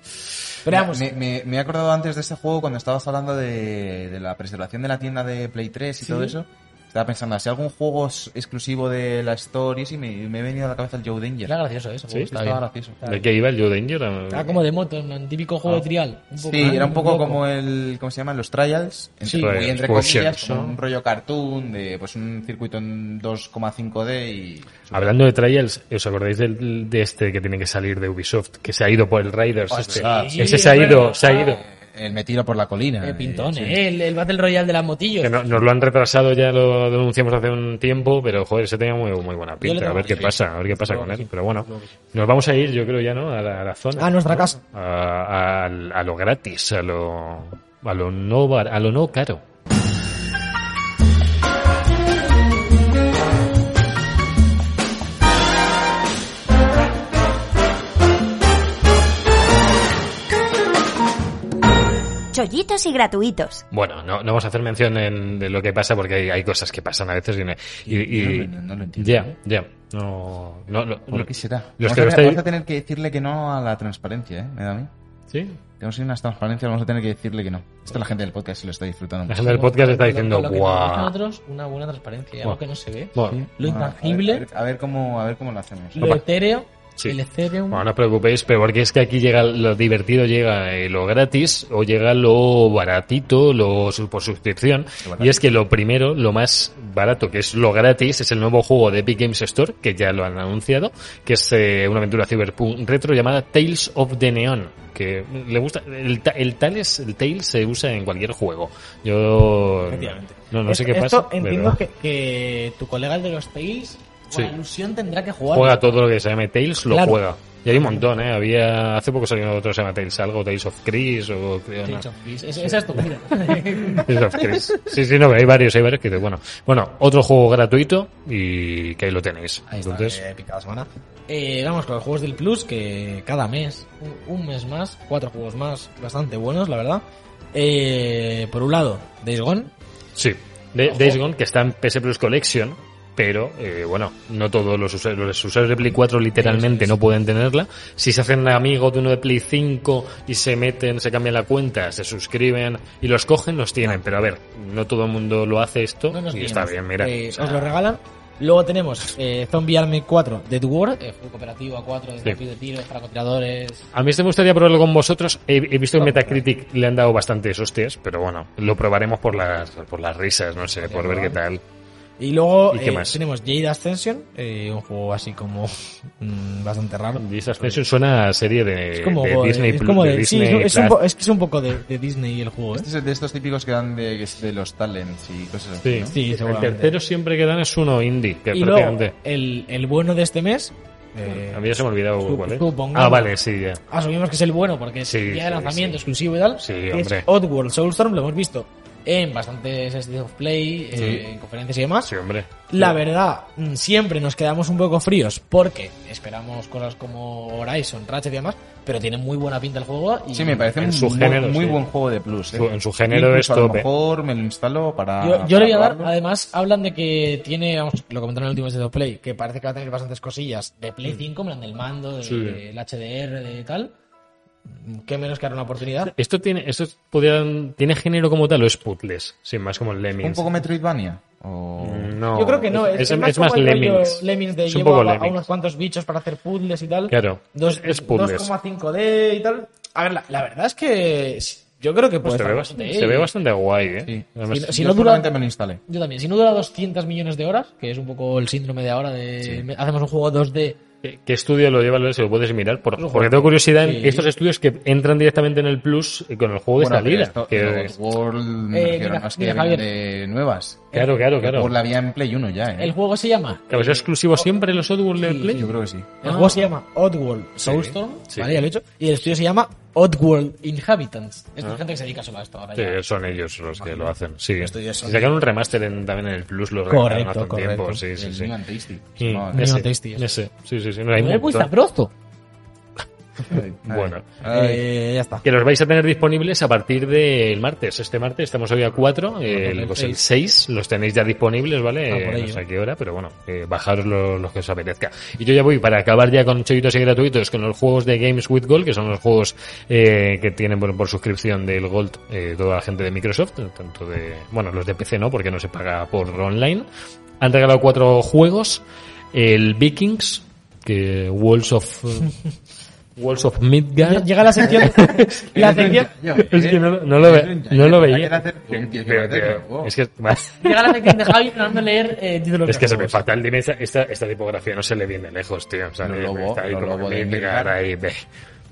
Speaker 4: Pero vamos,
Speaker 3: Me, me- me he acordado antes de este juego cuando estabas hablando de, de la preservación de la tienda de Play 3 y todo eso. Estaba pensando, si algún juego es- exclusivo de la Stories y me, me he venido a la cabeza el Joe Danger.
Speaker 4: era gracioso eso.
Speaker 2: Sí,
Speaker 4: me
Speaker 3: estaba
Speaker 4: gustaba.
Speaker 3: gracioso.
Speaker 2: ¿De qué iba el Joe Danger?
Speaker 4: Estaba como de moto, un típico juego
Speaker 2: Ah.
Speaker 4: de trial. un poco-
Speaker 3: Sí, era un poco
Speaker 4: loco.
Speaker 3: como el, ¿cómo se llaman? Los trials, entre,
Speaker 4: Sí.
Speaker 3: muy
Speaker 2: Trials,
Speaker 3: entre
Speaker 2: Potions,
Speaker 3: comillas, como
Speaker 2: Pues, ¿no?
Speaker 3: un rollo cartoon de pues un circuito en 2,5D y
Speaker 2: Ah, Hablando de Trials, ¿os acordáis del- de este que tiene que salir de Ubisoft? Que se ha ido por el Raiders. este?
Speaker 4: Ah, sí,
Speaker 2: Ese se ha
Speaker 4: es
Speaker 2: ido,
Speaker 4: verdad. Ah,
Speaker 2: se ha ido.
Speaker 3: el me tiro por la colina.
Speaker 4: Eh,
Speaker 3: eh,
Speaker 4: pintón,
Speaker 3: sí.
Speaker 4: eh, el, el Battle Royale de las motillos.
Speaker 2: Que no- nos lo han retrasado, ya lo denunciamos hace un tiempo, pero joder, se tenía muy, muy buena
Speaker 4: le
Speaker 2: pinta. A
Speaker 4: tengo
Speaker 2: ver qué
Speaker 4: fe.
Speaker 2: pasa, a ver qué pasa con él. Pero bueno, nos vamos a ir, yo creo ya, ¿no? A la, a la zona.
Speaker 4: A Ah, nuestra casa.
Speaker 2: A, a- a lo gratis, a lo, a lo no, bar- a lo no caro.
Speaker 1: Chollitos y gratuitos.
Speaker 2: Bueno, no, no vamos a hacer mención en- de lo que pasa porque hay, hay cosas que pasan a veces y, y- y-
Speaker 3: Yo no, no lo entiendo.
Speaker 2: Ya, ya. No, no, no,
Speaker 3: ¿Por
Speaker 2: no.
Speaker 3: qué será?
Speaker 2: Los
Speaker 3: Vamos,
Speaker 2: que
Speaker 3: a,
Speaker 2: lo
Speaker 3: tener-
Speaker 2: estáis-
Speaker 3: vamos a tener que decirle que no a la transparencia, ¿eh? Me da a mí.
Speaker 2: ¿Sí?
Speaker 3: Tenemos ahí unas transparencias, vamos a tener que decirle que no. Esto la gente del podcast se lo está disfrutando.
Speaker 2: La
Speaker 3: mucho.
Speaker 2: gente del podcast está
Speaker 4: Lo-
Speaker 2: diciendo,
Speaker 4: lo que nos gusta a
Speaker 2: guau.
Speaker 4: nosotros, una buena transparencia,
Speaker 2: Buah.
Speaker 4: algo que no se ve.
Speaker 2: Bueno,
Speaker 3: Ah,
Speaker 4: Lo
Speaker 3: a ver,
Speaker 4: intangible.
Speaker 3: A ver, a ver cómo, a ver cómo lo hacemos.
Speaker 4: Lo
Speaker 2: Opa.
Speaker 4: etéreo.
Speaker 2: Sí.
Speaker 4: El Ethereum.
Speaker 2: Bueno, no os preocupéis, pero porque es que aquí llega lo divertido, llega eh, lo gratis o llega lo baratito, lo su- por suscripción.
Speaker 3: barato.
Speaker 2: Y es que lo primero, lo más barato, que es lo gratis, es el nuevo juego de Epic Games Store, que ya lo han anunciado, que es eh, una aventura cyberpunk retro llamada Tales of the Neon. Que le gusta, el, ta- el Tales, el Tales se usa en cualquier juego. Yo.
Speaker 4: Efectivamente.
Speaker 2: No, no sé qué
Speaker 4: Esto
Speaker 2: pasa.
Speaker 4: Entiendo
Speaker 2: pero
Speaker 4: que, que tu colega el de los Tails, por
Speaker 2: Sí.
Speaker 4: alusión, tendrá que jugar.
Speaker 2: Juega todo lo que se llame Tales, lo
Speaker 4: Claro.
Speaker 2: juega. Y hay un montón, ¿eh? Había, hace poco salió otro que se llama Tales algo, Tales of Chris o... creo,
Speaker 4: Tales
Speaker 2: no.
Speaker 4: of Peace. Es- Esa es tu (laughs) vida.
Speaker 2: Tales of Chris. Sí, sí, no, pero hay varios, hay varios que bueno. Bueno, otro juego gratuito y que ahí lo tenéis. Entonces,
Speaker 4: Eh, vamos con los juegos del Plus, que cada mes, un, un mes más, cuatro juegos más, bastante buenos, la verdad. Eh, por un lado, Days Gone.
Speaker 2: sí. De-
Speaker 4: Ojo.
Speaker 2: Days Gone, que está en PS Plus Collection, pero, eh, bueno, no todos los usuarios, los usuarios de Play 4 literalmente no pueden tenerla. Si se hacen amigos de uno de Play 5 y se meten, se cambian la cuenta, se suscriben y los cogen, los tienen. Pero a ver, no todo el mundo lo hace esto
Speaker 4: Ah. No nos
Speaker 2: y
Speaker 4: guiemos.
Speaker 2: está bien, mira.
Speaker 4: Eh,
Speaker 2: O sea,
Speaker 4: Os lo regalan. Luego tenemos eh, Zombie Army 4 Dead World, eh, juego cooperativo a 4 de
Speaker 2: Sí.
Speaker 4: desafío de tiros, francotiradores.
Speaker 2: A mí este me gustaría probarlo con vosotros. He, he visto en Metacritic le han dado bastantes hostias, pero bueno, lo probaremos por las, por las risas, no sé, por ver qué tal.
Speaker 4: Y luego
Speaker 2: ¿Y qué
Speaker 4: eh,
Speaker 2: más?
Speaker 4: tenemos Jade Ascension, eh, un juego así como (laughs) mm, bastante raro.
Speaker 2: Y esa extensión suena a serie de,
Speaker 4: Es como,
Speaker 2: de
Speaker 4: eh,
Speaker 2: Disney
Speaker 4: es
Speaker 2: Plus,
Speaker 4: como
Speaker 2: de
Speaker 4: de- sí,
Speaker 2: Disney
Speaker 4: es un
Speaker 2: Plus.
Speaker 4: po- es que es un poco de, de Disney el juego, ¿eh?
Speaker 3: Este es de estos típicos que dan de, de los talents y cosas así.
Speaker 2: Sí,
Speaker 3: ¿no?
Speaker 4: Sí,
Speaker 2: el
Speaker 4: seguramente.
Speaker 2: tercero siempre que dan es uno indie, que
Speaker 4: Y luego,
Speaker 2: prácticamente...
Speaker 4: el, el bueno de este mes. eh,
Speaker 2: Ah, A mí ya se me ha olvidado
Speaker 4: sup-
Speaker 2: cuál es.
Speaker 4: supongo-
Speaker 2: Ah, vale, sí, ya.
Speaker 4: Asumimos que es el bueno porque es
Speaker 2: Sí,
Speaker 4: día de
Speaker 2: sí,
Speaker 4: lanzamiento
Speaker 2: sí.
Speaker 4: exclusivo y tal.
Speaker 2: Sí,
Speaker 4: que
Speaker 2: hombre.
Speaker 4: Es Oddworld Soulstorm, lo hemos visto en bastantes State of Play, eh,
Speaker 3: Sí.
Speaker 4: en conferencias y demás.
Speaker 2: Sí, hombre.
Speaker 4: La verdad, mm, siempre nos quedamos un poco fríos porque esperamos cosas como Horizon, Ratchet y demás, pero tiene muy buena pinta el juego. Y
Speaker 3: Sí, me parece
Speaker 2: En
Speaker 3: un
Speaker 2: su
Speaker 3: muy,
Speaker 2: género,
Speaker 3: muy
Speaker 2: sí.
Speaker 3: buen juego de plus. ¿eh?
Speaker 2: Su- en su género
Speaker 3: Incluso
Speaker 2: es
Speaker 3: A lo
Speaker 2: tope.
Speaker 3: mejor me lo instalo para.
Speaker 4: Yo, yo le voy a
Speaker 3: para
Speaker 4: dar,
Speaker 3: probarlo.
Speaker 4: además, hablan de que tiene, vamos, lo comentaron en el último State of Play, que parece que va a tener bastantes cosillas de Play 5, en plan del mando, de-
Speaker 2: Sí.
Speaker 4: del HDR, de tal. Qué menos que dar una oportunidad.
Speaker 2: Esto tiene, esto podrían- tiene género como tal o es puzzles, sin más como el Lemmings. Mm,
Speaker 3: Un poco Metroidvania. O...
Speaker 2: No,
Speaker 4: Yo creo que no, es, es más, como el rollo
Speaker 2: Lemmings.
Speaker 4: Lemmings de
Speaker 2: es un
Speaker 4: llevo
Speaker 2: poco
Speaker 4: a- a,
Speaker 2: Lemmings.
Speaker 4: unos cuantos bichos para hacer puzzles y tal.
Speaker 2: Claro,
Speaker 4: Dos-
Speaker 2: es puzzles.
Speaker 4: 2,5D y tal. A ver, la, la verdad es que es- yo creo que
Speaker 2: Pues se,
Speaker 4: puede estar
Speaker 2: ve bastante,
Speaker 4: bastante bien.
Speaker 2: se ve bastante guay, ¿eh?
Speaker 3: Sí.
Speaker 2: Además,
Speaker 4: Si no-
Speaker 3: yo
Speaker 4: dura-
Speaker 3: seguramente me lo instalé.
Speaker 4: Yo también. Si no dura 200 millones de horas, que es un poco el síndrome de ahora de me- hacemos un juego 2D.
Speaker 2: ¿qué- ¿Qué estudio lo lleva? Se lo puedes mirar. Por,
Speaker 4: Es un
Speaker 2: porque
Speaker 4: juego.
Speaker 2: tengo curiosidad en
Speaker 4: Sí.
Speaker 2: estos estudios que entran directamente en el Plus eh, con el juego de
Speaker 3: Bueno, pero
Speaker 2: salida.
Speaker 3: esto-
Speaker 2: que-
Speaker 3: pero Oddworld me
Speaker 4: Eh,
Speaker 3: refiero,
Speaker 4: mira,
Speaker 3: no es
Speaker 4: mira,
Speaker 3: que venga
Speaker 4: Javier.
Speaker 3: de nuevas.
Speaker 2: claro, claro, claro.
Speaker 3: Oddworld la había en Play 1 ya, ¿eh?
Speaker 4: El juego se llama.
Speaker 2: Claro, ¿Es exclusivo siempre los Oddworld de
Speaker 4: Oh. Sí,
Speaker 2: Play?
Speaker 3: Yo creo que sí.
Speaker 4: El juego se llama Oddworld Soulstorm,
Speaker 2: Ah. sí.
Speaker 4: ¿vale? Ya lo he hecho. Y el estudio se llama Oddworld Inhabitants. Es gente que se dedica solo a esto ahora.
Speaker 2: Ah. Sí,
Speaker 4: ya.
Speaker 2: son ellos los que lo hacen. Sí.
Speaker 4: estudios son-
Speaker 2: Sacaron un remaster en- también en el Plus, lo
Speaker 4: Correcto,
Speaker 2: regalaron hace un
Speaker 4: correcto.
Speaker 2: tiempo. Sí, sí,
Speaker 3: El
Speaker 2: sí.
Speaker 3: New and Tasty.
Speaker 2: Sí,
Speaker 3: No,
Speaker 4: New
Speaker 2: ese,
Speaker 4: and Tasty, ese.
Speaker 2: ese. Sí, sí, sí. No, hay un
Speaker 4: Me gusta
Speaker 2: montón.
Speaker 4: pronto.
Speaker 2: (laughs) Bueno.
Speaker 3: Ay.
Speaker 4: Eh, ya está.
Speaker 2: Que los vais a tener disponibles a partir del martes. Este martes estamos hoy a 4, el,
Speaker 4: el
Speaker 2: pues el
Speaker 4: seis.
Speaker 2: 6 los tenéis ya disponibles,
Speaker 4: Ah,
Speaker 2: ¿vale?
Speaker 4: por
Speaker 2: Eh, no
Speaker 4: ello.
Speaker 2: sé a qué hora, pero bueno, eh, bajaros lo- los que os apetezca. Y yo ya voy para acabar ya con chevitos y gratuitos con los juegos de Games with Gold, que son los juegos eh, que tienen bueno, por suscripción del Gold eh, toda la gente de Microsoft, tanto de, bueno, los de PC no, porque no se paga por online. Han regalado cuatro juegos, el Vikings, que Walls
Speaker 4: (laughs)
Speaker 2: of... Walls of Midgard.
Speaker 4: Llega
Speaker 2: (laughs)
Speaker 4: la sección. la sección.
Speaker 3: Yo,
Speaker 2: Es
Speaker 3: eh,
Speaker 2: que no, no lo, ve-
Speaker 3: eh,
Speaker 2: no lo
Speaker 3: hay que
Speaker 2: veía.
Speaker 3: hacer- hay que
Speaker 2: Pero,
Speaker 3: hacer-
Speaker 2: pero,
Speaker 3: wow.
Speaker 2: es que, (laughs)
Speaker 4: Llega la sección de Javi intentando leer eh, títulos
Speaker 2: es que se me
Speaker 4: nuevos.
Speaker 2: fatal. Dime, esta, esta, esta tipografía no se le viene lejos, tío. O sea,
Speaker 3: Lo
Speaker 2: eh,
Speaker 3: lobo,
Speaker 2: está ahí
Speaker 3: lo
Speaker 2: como
Speaker 3: lobo
Speaker 2: que
Speaker 3: de
Speaker 2: me
Speaker 3: Midgard.
Speaker 2: cara ahí, ve.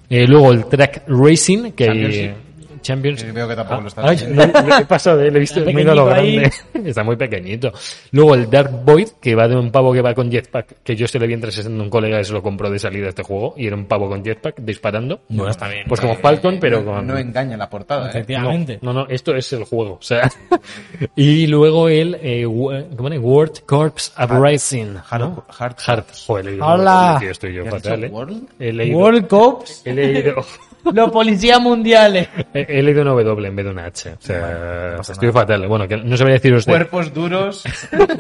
Speaker 2: Eh, luego el Track Racing, que hay...
Speaker 3: Championship.
Speaker 2: Champions.
Speaker 3: Eh, veo que tampoco
Speaker 2: Ah,
Speaker 3: lo está
Speaker 2: ay,
Speaker 3: leyendo.
Speaker 2: no, no, he pasado de él, he visto
Speaker 4: Está
Speaker 2: muy lo
Speaker 4: pequeñito
Speaker 2: grande. (laughs) Está muy pequeñito. Luego el Dark Void, que va de un pavo que va con jetpack, que yo se le vi en 360 a un colega que se lo compró de salida este juego, y era un pavo con jetpack disparando.
Speaker 4: Bueno, está bien.
Speaker 2: Pues como Falcon, pero
Speaker 3: no,
Speaker 2: con...
Speaker 3: Eh, no engaña la portada. ¿eh?
Speaker 4: Efectivamente.
Speaker 2: No, no, no, esto es el juego. O sea, (laughs) y luego el eh, Wo- ¿cómo era? World Corps Uprising.
Speaker 3: Ah, Hard-
Speaker 2: ¿no?
Speaker 3: Hard-
Speaker 2: Joder, he leído-
Speaker 4: Hola.
Speaker 2: tío, estoy yo
Speaker 3: ¿Has dicho
Speaker 2: fatal, eh.
Speaker 3: World?
Speaker 2: He leído,
Speaker 4: World Cups,
Speaker 2: he leído,
Speaker 4: los policías mundiales.
Speaker 2: he he leído una W en vez de una H. O sea, estoy fatal. Bueno, que no sabría deciros de...
Speaker 3: Cuerpos
Speaker 2: (laughs)
Speaker 3: duros,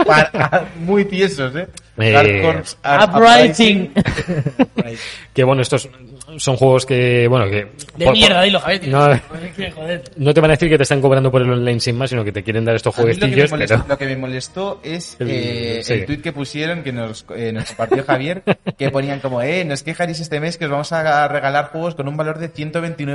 Speaker 3: para- (laughs) muy tiesos, ¿eh?
Speaker 2: Eh,
Speaker 3: Dark Corps Ar-
Speaker 4: Uprising.
Speaker 2: (laughs) Que bueno, estos son juegos que, bueno, que...
Speaker 4: De
Speaker 2: por-
Speaker 4: mierda, dilo, Javier. tío.
Speaker 2: No.
Speaker 4: Joder, joder.
Speaker 2: No te van a decir que te están cobrando por el online sin más, sino que te quieren dar estos
Speaker 3: A mí Lo que, me
Speaker 2: jueguecillos,
Speaker 3: molestó,
Speaker 2: Pues pero...
Speaker 3: lo que me molestó es
Speaker 2: El-
Speaker 3: eh,
Speaker 2: sí.
Speaker 3: el tuit que pusieron, que nos, eh, nos compartió Javier, que ponían como, eh, no os quejaréis este mes que os vamos a regalar juegos con un valor de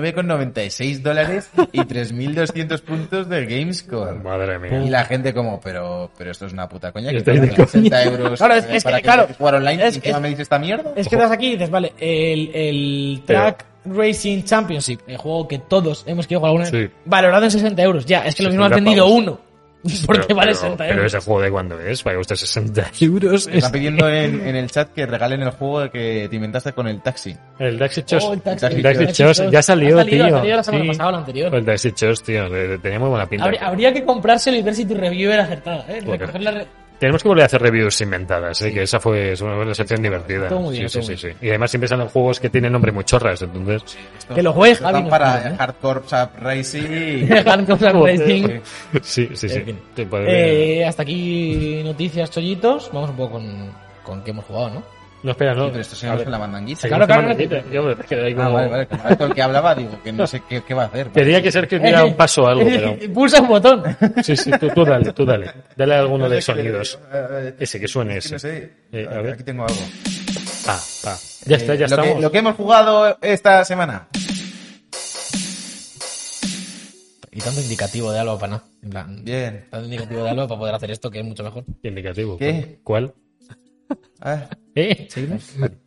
Speaker 3: 129,96 dólares y 3.200 puntos de Gamescore.
Speaker 2: (laughs) Madre mía.
Speaker 3: Y la gente como, pero, pero esto es una puta coña, que
Speaker 2: Estáis
Speaker 3: te
Speaker 2: de
Speaker 3: pagan 60 euros
Speaker 4: Claro, es-
Speaker 3: eh,
Speaker 4: es que,
Speaker 3: para
Speaker 4: claro,
Speaker 3: juegues jugar online
Speaker 4: es-
Speaker 3: y encima
Speaker 4: es-
Speaker 3: me dices esta mierda.
Speaker 4: Es que estás aquí y dices, vale, el, el Track Racing Championship, el juego que todos hemos querido jugar alguna vez,
Speaker 2: Sí.
Speaker 4: valorado en 60 euros. Ya, es que lo mismo ha
Speaker 2: 60
Speaker 4: entendido
Speaker 2: pavos.
Speaker 4: uno. (laughs) Porque
Speaker 2: Pero- pero-
Speaker 4: vale
Speaker 3: ¿eh?
Speaker 4: 60
Speaker 2: Pero
Speaker 4: euros.
Speaker 2: ese juego de cuándo es, para usted 60 euros.
Speaker 3: Me Están pidiendo en, en el chat que regalen el juego que te inventaste con el taxi.
Speaker 2: El Taxi Chos.
Speaker 4: Oh, el Taxi
Speaker 2: el
Speaker 3: Chos.
Speaker 2: Taxi Chos.
Speaker 4: Chos.
Speaker 2: Ya salió,
Speaker 4: Ha salido,
Speaker 2: tío.
Speaker 4: ha salido la semana
Speaker 2: Sí. Pues,
Speaker 4: pasada o la anterior.
Speaker 2: El Taxi Chos, tío. le- le- Tenía muy buena pinta.
Speaker 4: Habría, habría que comprárselo y ver si tu review era acertada. ¿eh?
Speaker 2: Porque-
Speaker 4: Recoger la re-
Speaker 2: Tenemos que volver a hacer reviews inventadas, ¿eh? que esa fue fue una sección divertida.
Speaker 4: Estuvo muy bien,
Speaker 2: sí, sí,
Speaker 4: estuvo
Speaker 2: sí, sí. Y además siempre salen juegos que tienen nombre muy chorras, entonces.
Speaker 4: Que lo juegue Javi.
Speaker 3: Están
Speaker 4: no
Speaker 3: para
Speaker 4: Javi, ¿eh?
Speaker 3: Hardcore Chap Racing.
Speaker 4: (laughs) Dejar cosas racing.
Speaker 2: Sí, sí, sí. pues,
Speaker 4: En fin.
Speaker 2: Te puede-
Speaker 4: Eh, hasta aquí noticias, chollitos. Vamos un poco con, con qué hemos jugado, ¿no?
Speaker 2: No, espera, no.
Speaker 3: Pero esto se llama la mandanguita.
Speaker 4: Claro,
Speaker 2: Claro,
Speaker 4: claro,
Speaker 2: claro.
Speaker 4: claro.
Speaker 3: Ah, vale, vale. Como esto el que hablaba, digo, que no sé qué, qué va a hacer.
Speaker 2: Quería que Sergio diera un paso o
Speaker 4: (laughs)
Speaker 2: algo, pero.
Speaker 4: Eh, Pulsa un botón. (laughs)
Speaker 2: Sí, sí, tú, tú dale, tú dale. Dale alguno de sonidos.
Speaker 3: Eh,
Speaker 2: Ese, que suene
Speaker 3: es que
Speaker 2: ese.
Speaker 3: no sé.
Speaker 2: Eh, a
Speaker 3: Aquí
Speaker 2: ver.
Speaker 3: tengo algo.
Speaker 2: Pa, pa. Ya está, ya
Speaker 3: Eh, lo que,
Speaker 2: estamos.
Speaker 3: lo que hemos jugado esta semana.
Speaker 4: Y tanto indicativo de algo para nada. En plan,
Speaker 3: Bien.
Speaker 4: tanto indicativo de algo para poder hacer esto que es mucho mejor.
Speaker 2: Indicativo.
Speaker 3: ¿Qué?
Speaker 2: ¿Cuál?
Speaker 3: Ah,
Speaker 2: ¿Eh?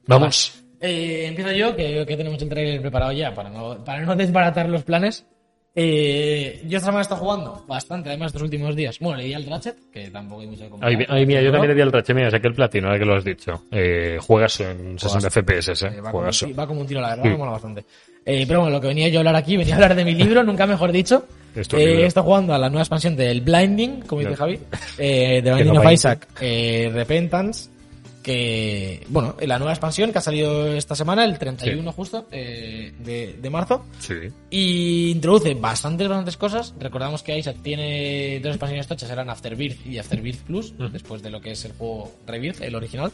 Speaker 2: Vamos.
Speaker 4: Eh, empiezo yo, que, que tenemos el trailer preparado ya para no, para no (laughs) desbaratar los planes. Eh, yo esta semana he estado jugando bastante, además, estos últimos días. Bueno, le di al Ratchet, que tampoco hay mucho que
Speaker 2: Ay,
Speaker 4: comparar.
Speaker 2: mi- ay, mira, yo
Speaker 4: Pero,
Speaker 2: también le di al rache, mira, saqué el platino, ahora que lo has dicho. Eh, juegas en 60 FPS,
Speaker 4: eh,
Speaker 2: eh.
Speaker 4: va, como un,
Speaker 2: Juegas.
Speaker 4: ti- va como un tiro, la verdad,
Speaker 2: Sí.
Speaker 4: me mola bastante. Eh, pero bueno, lo que venía yo a hablar aquí, venía a hablar de mi libro, nunca mejor dicho.
Speaker 2: Es tu libro.
Speaker 4: Eh, he estado jugando a la nueva expansión del Blinding, como dice
Speaker 2: No.
Speaker 4: Javi,
Speaker 2: (laughs)
Speaker 4: eh, de Binding
Speaker 2: no
Speaker 4: of
Speaker 2: va a
Speaker 4: Isaac, eh, Repentance, que, bueno, la nueva expansión que ha salido esta semana, el 31 justo, eh, de, de marzo.
Speaker 2: Sí.
Speaker 4: Y introduce bastantes, bastantes cosas. Recordamos que Isaac tiene dos expansiones tochas, eran Afterbirth y Afterbirth Plus, después de lo que es el juego Rebirth, el original.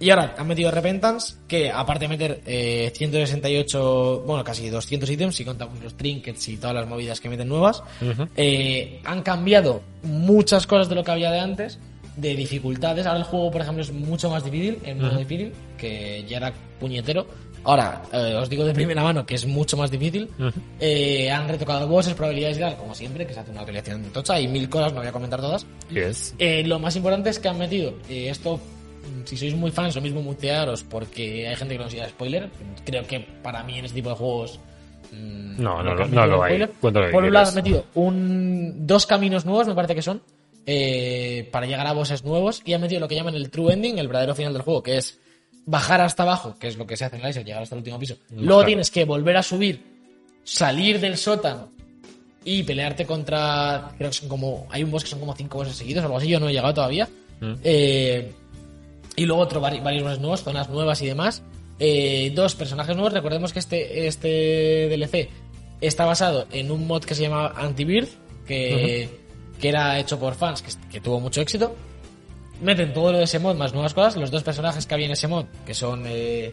Speaker 4: Y ahora han metido Repentance, que aparte de meter eh, 168, bueno, casi 200 ítems, si contamos los trinkets y todas las movidas que meten nuevas,
Speaker 2: Ujú.
Speaker 4: eh, han cambiado muchas cosas de lo que había de antes, de dificultades. Ahora el juego, por ejemplo, es mucho más difícil, en modo difícil, que ya era puñetero. Ahora, eh, os digo de primera mano que es mucho más difícil.
Speaker 2: Ujú.
Speaker 4: Eh, han retocado bosses, probabilidades y tal, como siempre, que se hace una actualización de tocha. Hay mil cosas, no voy a comentar todas.
Speaker 2: Yes.
Speaker 4: Eh, lo más importante es que han metido eh, esto. mm, Si sois muy fans, lo mismo mutearos porque hay gente que considera spoiler. Creo que para mí en este tipo de juegos. mm,
Speaker 2: No, no lo-
Speaker 4: que han
Speaker 2: no
Speaker 4: metido
Speaker 2: lo hay.
Speaker 4: spoiler.
Speaker 2: Cuéntalo que
Speaker 4: Por un lado, han
Speaker 2: quieras.
Speaker 4: metido un, dos caminos nuevos, me parece que son, eh, para llegar a bosses nuevos. Y han metido lo que llaman el true ending, el verdadero final del juego, que es bajar hasta abajo, que es lo que se hace en la isla, llegar hasta el último piso. Luego
Speaker 2: Bajar.
Speaker 4: tienes que volver a subir, salir del sótano y pelearte contra. Creo que son como. Hay un boss que son como cinco bosses seguidos o algo así, yo no he llegado todavía.
Speaker 2: Mm.
Speaker 4: Eh, y luego otro, vari- varios bosses nuevos, zonas nuevas y demás. Eh, dos personajes nuevos. Recordemos que este, este DLC está basado en un mod que se llama Anti-Birth, que, que era hecho por fans, que, que tuvo mucho éxito. Meten todo lo de ese mod más nuevas cosas. Los dos personajes que había en ese mod, que son. eh,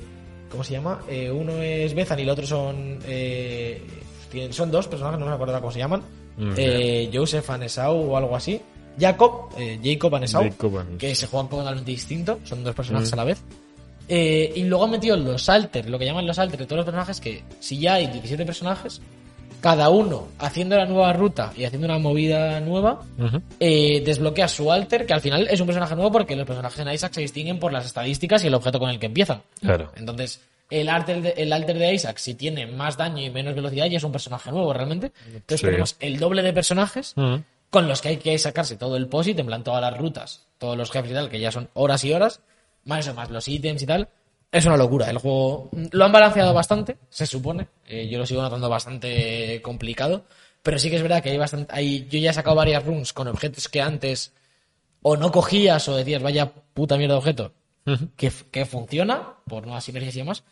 Speaker 4: ¿Cómo se llama? Eh, uno es Bethan y el otro son. eh, tienen- son dos personajes, no me acuerdo cómo se llaman.
Speaker 2: Mm,
Speaker 4: Eh, Joseph Anesau o algo así. Jacob, eh, Jacob Anesau,
Speaker 2: Jacob Anesau.
Speaker 4: que se juegan totalmente distinto. Son dos personajes a la vez. Eh, y luego han metido los alter, lo que llaman los alter de todos los personajes, que si ya hay 17 personajes, cada uno haciendo la nueva ruta y haciendo una movida nueva,
Speaker 2: Ujú.
Speaker 4: eh, desbloquea su alter, que al final es un personaje nuevo porque los personajes en Isaac se distinguen por las estadísticas y el objeto con el que empiezan.
Speaker 2: Claro.
Speaker 4: Entonces, el alter, de, el alter de Isaac, si tiene más daño y menos velocidad, ya es un personaje nuevo realmente. Entonces
Speaker 2: Sí.
Speaker 4: tenemos el doble de personajes
Speaker 2: Ujú.
Speaker 4: con los que hay que sacarse todo el posit, en plan todas las rutas, todos los jefes y tal, que ya son horas y horas, más eso, más los ítems y tal. Es una locura. El juego mm, lo han balanceado bastante, se supone. Eh, yo lo sigo notando bastante complicado. Pero sí que es verdad que hay bastante. Hay, yo ya he sacado varias runes con objetos que antes o no cogías o decías, vaya puta mierda de objeto, que, f- que funciona por nuevas sinergias y demás.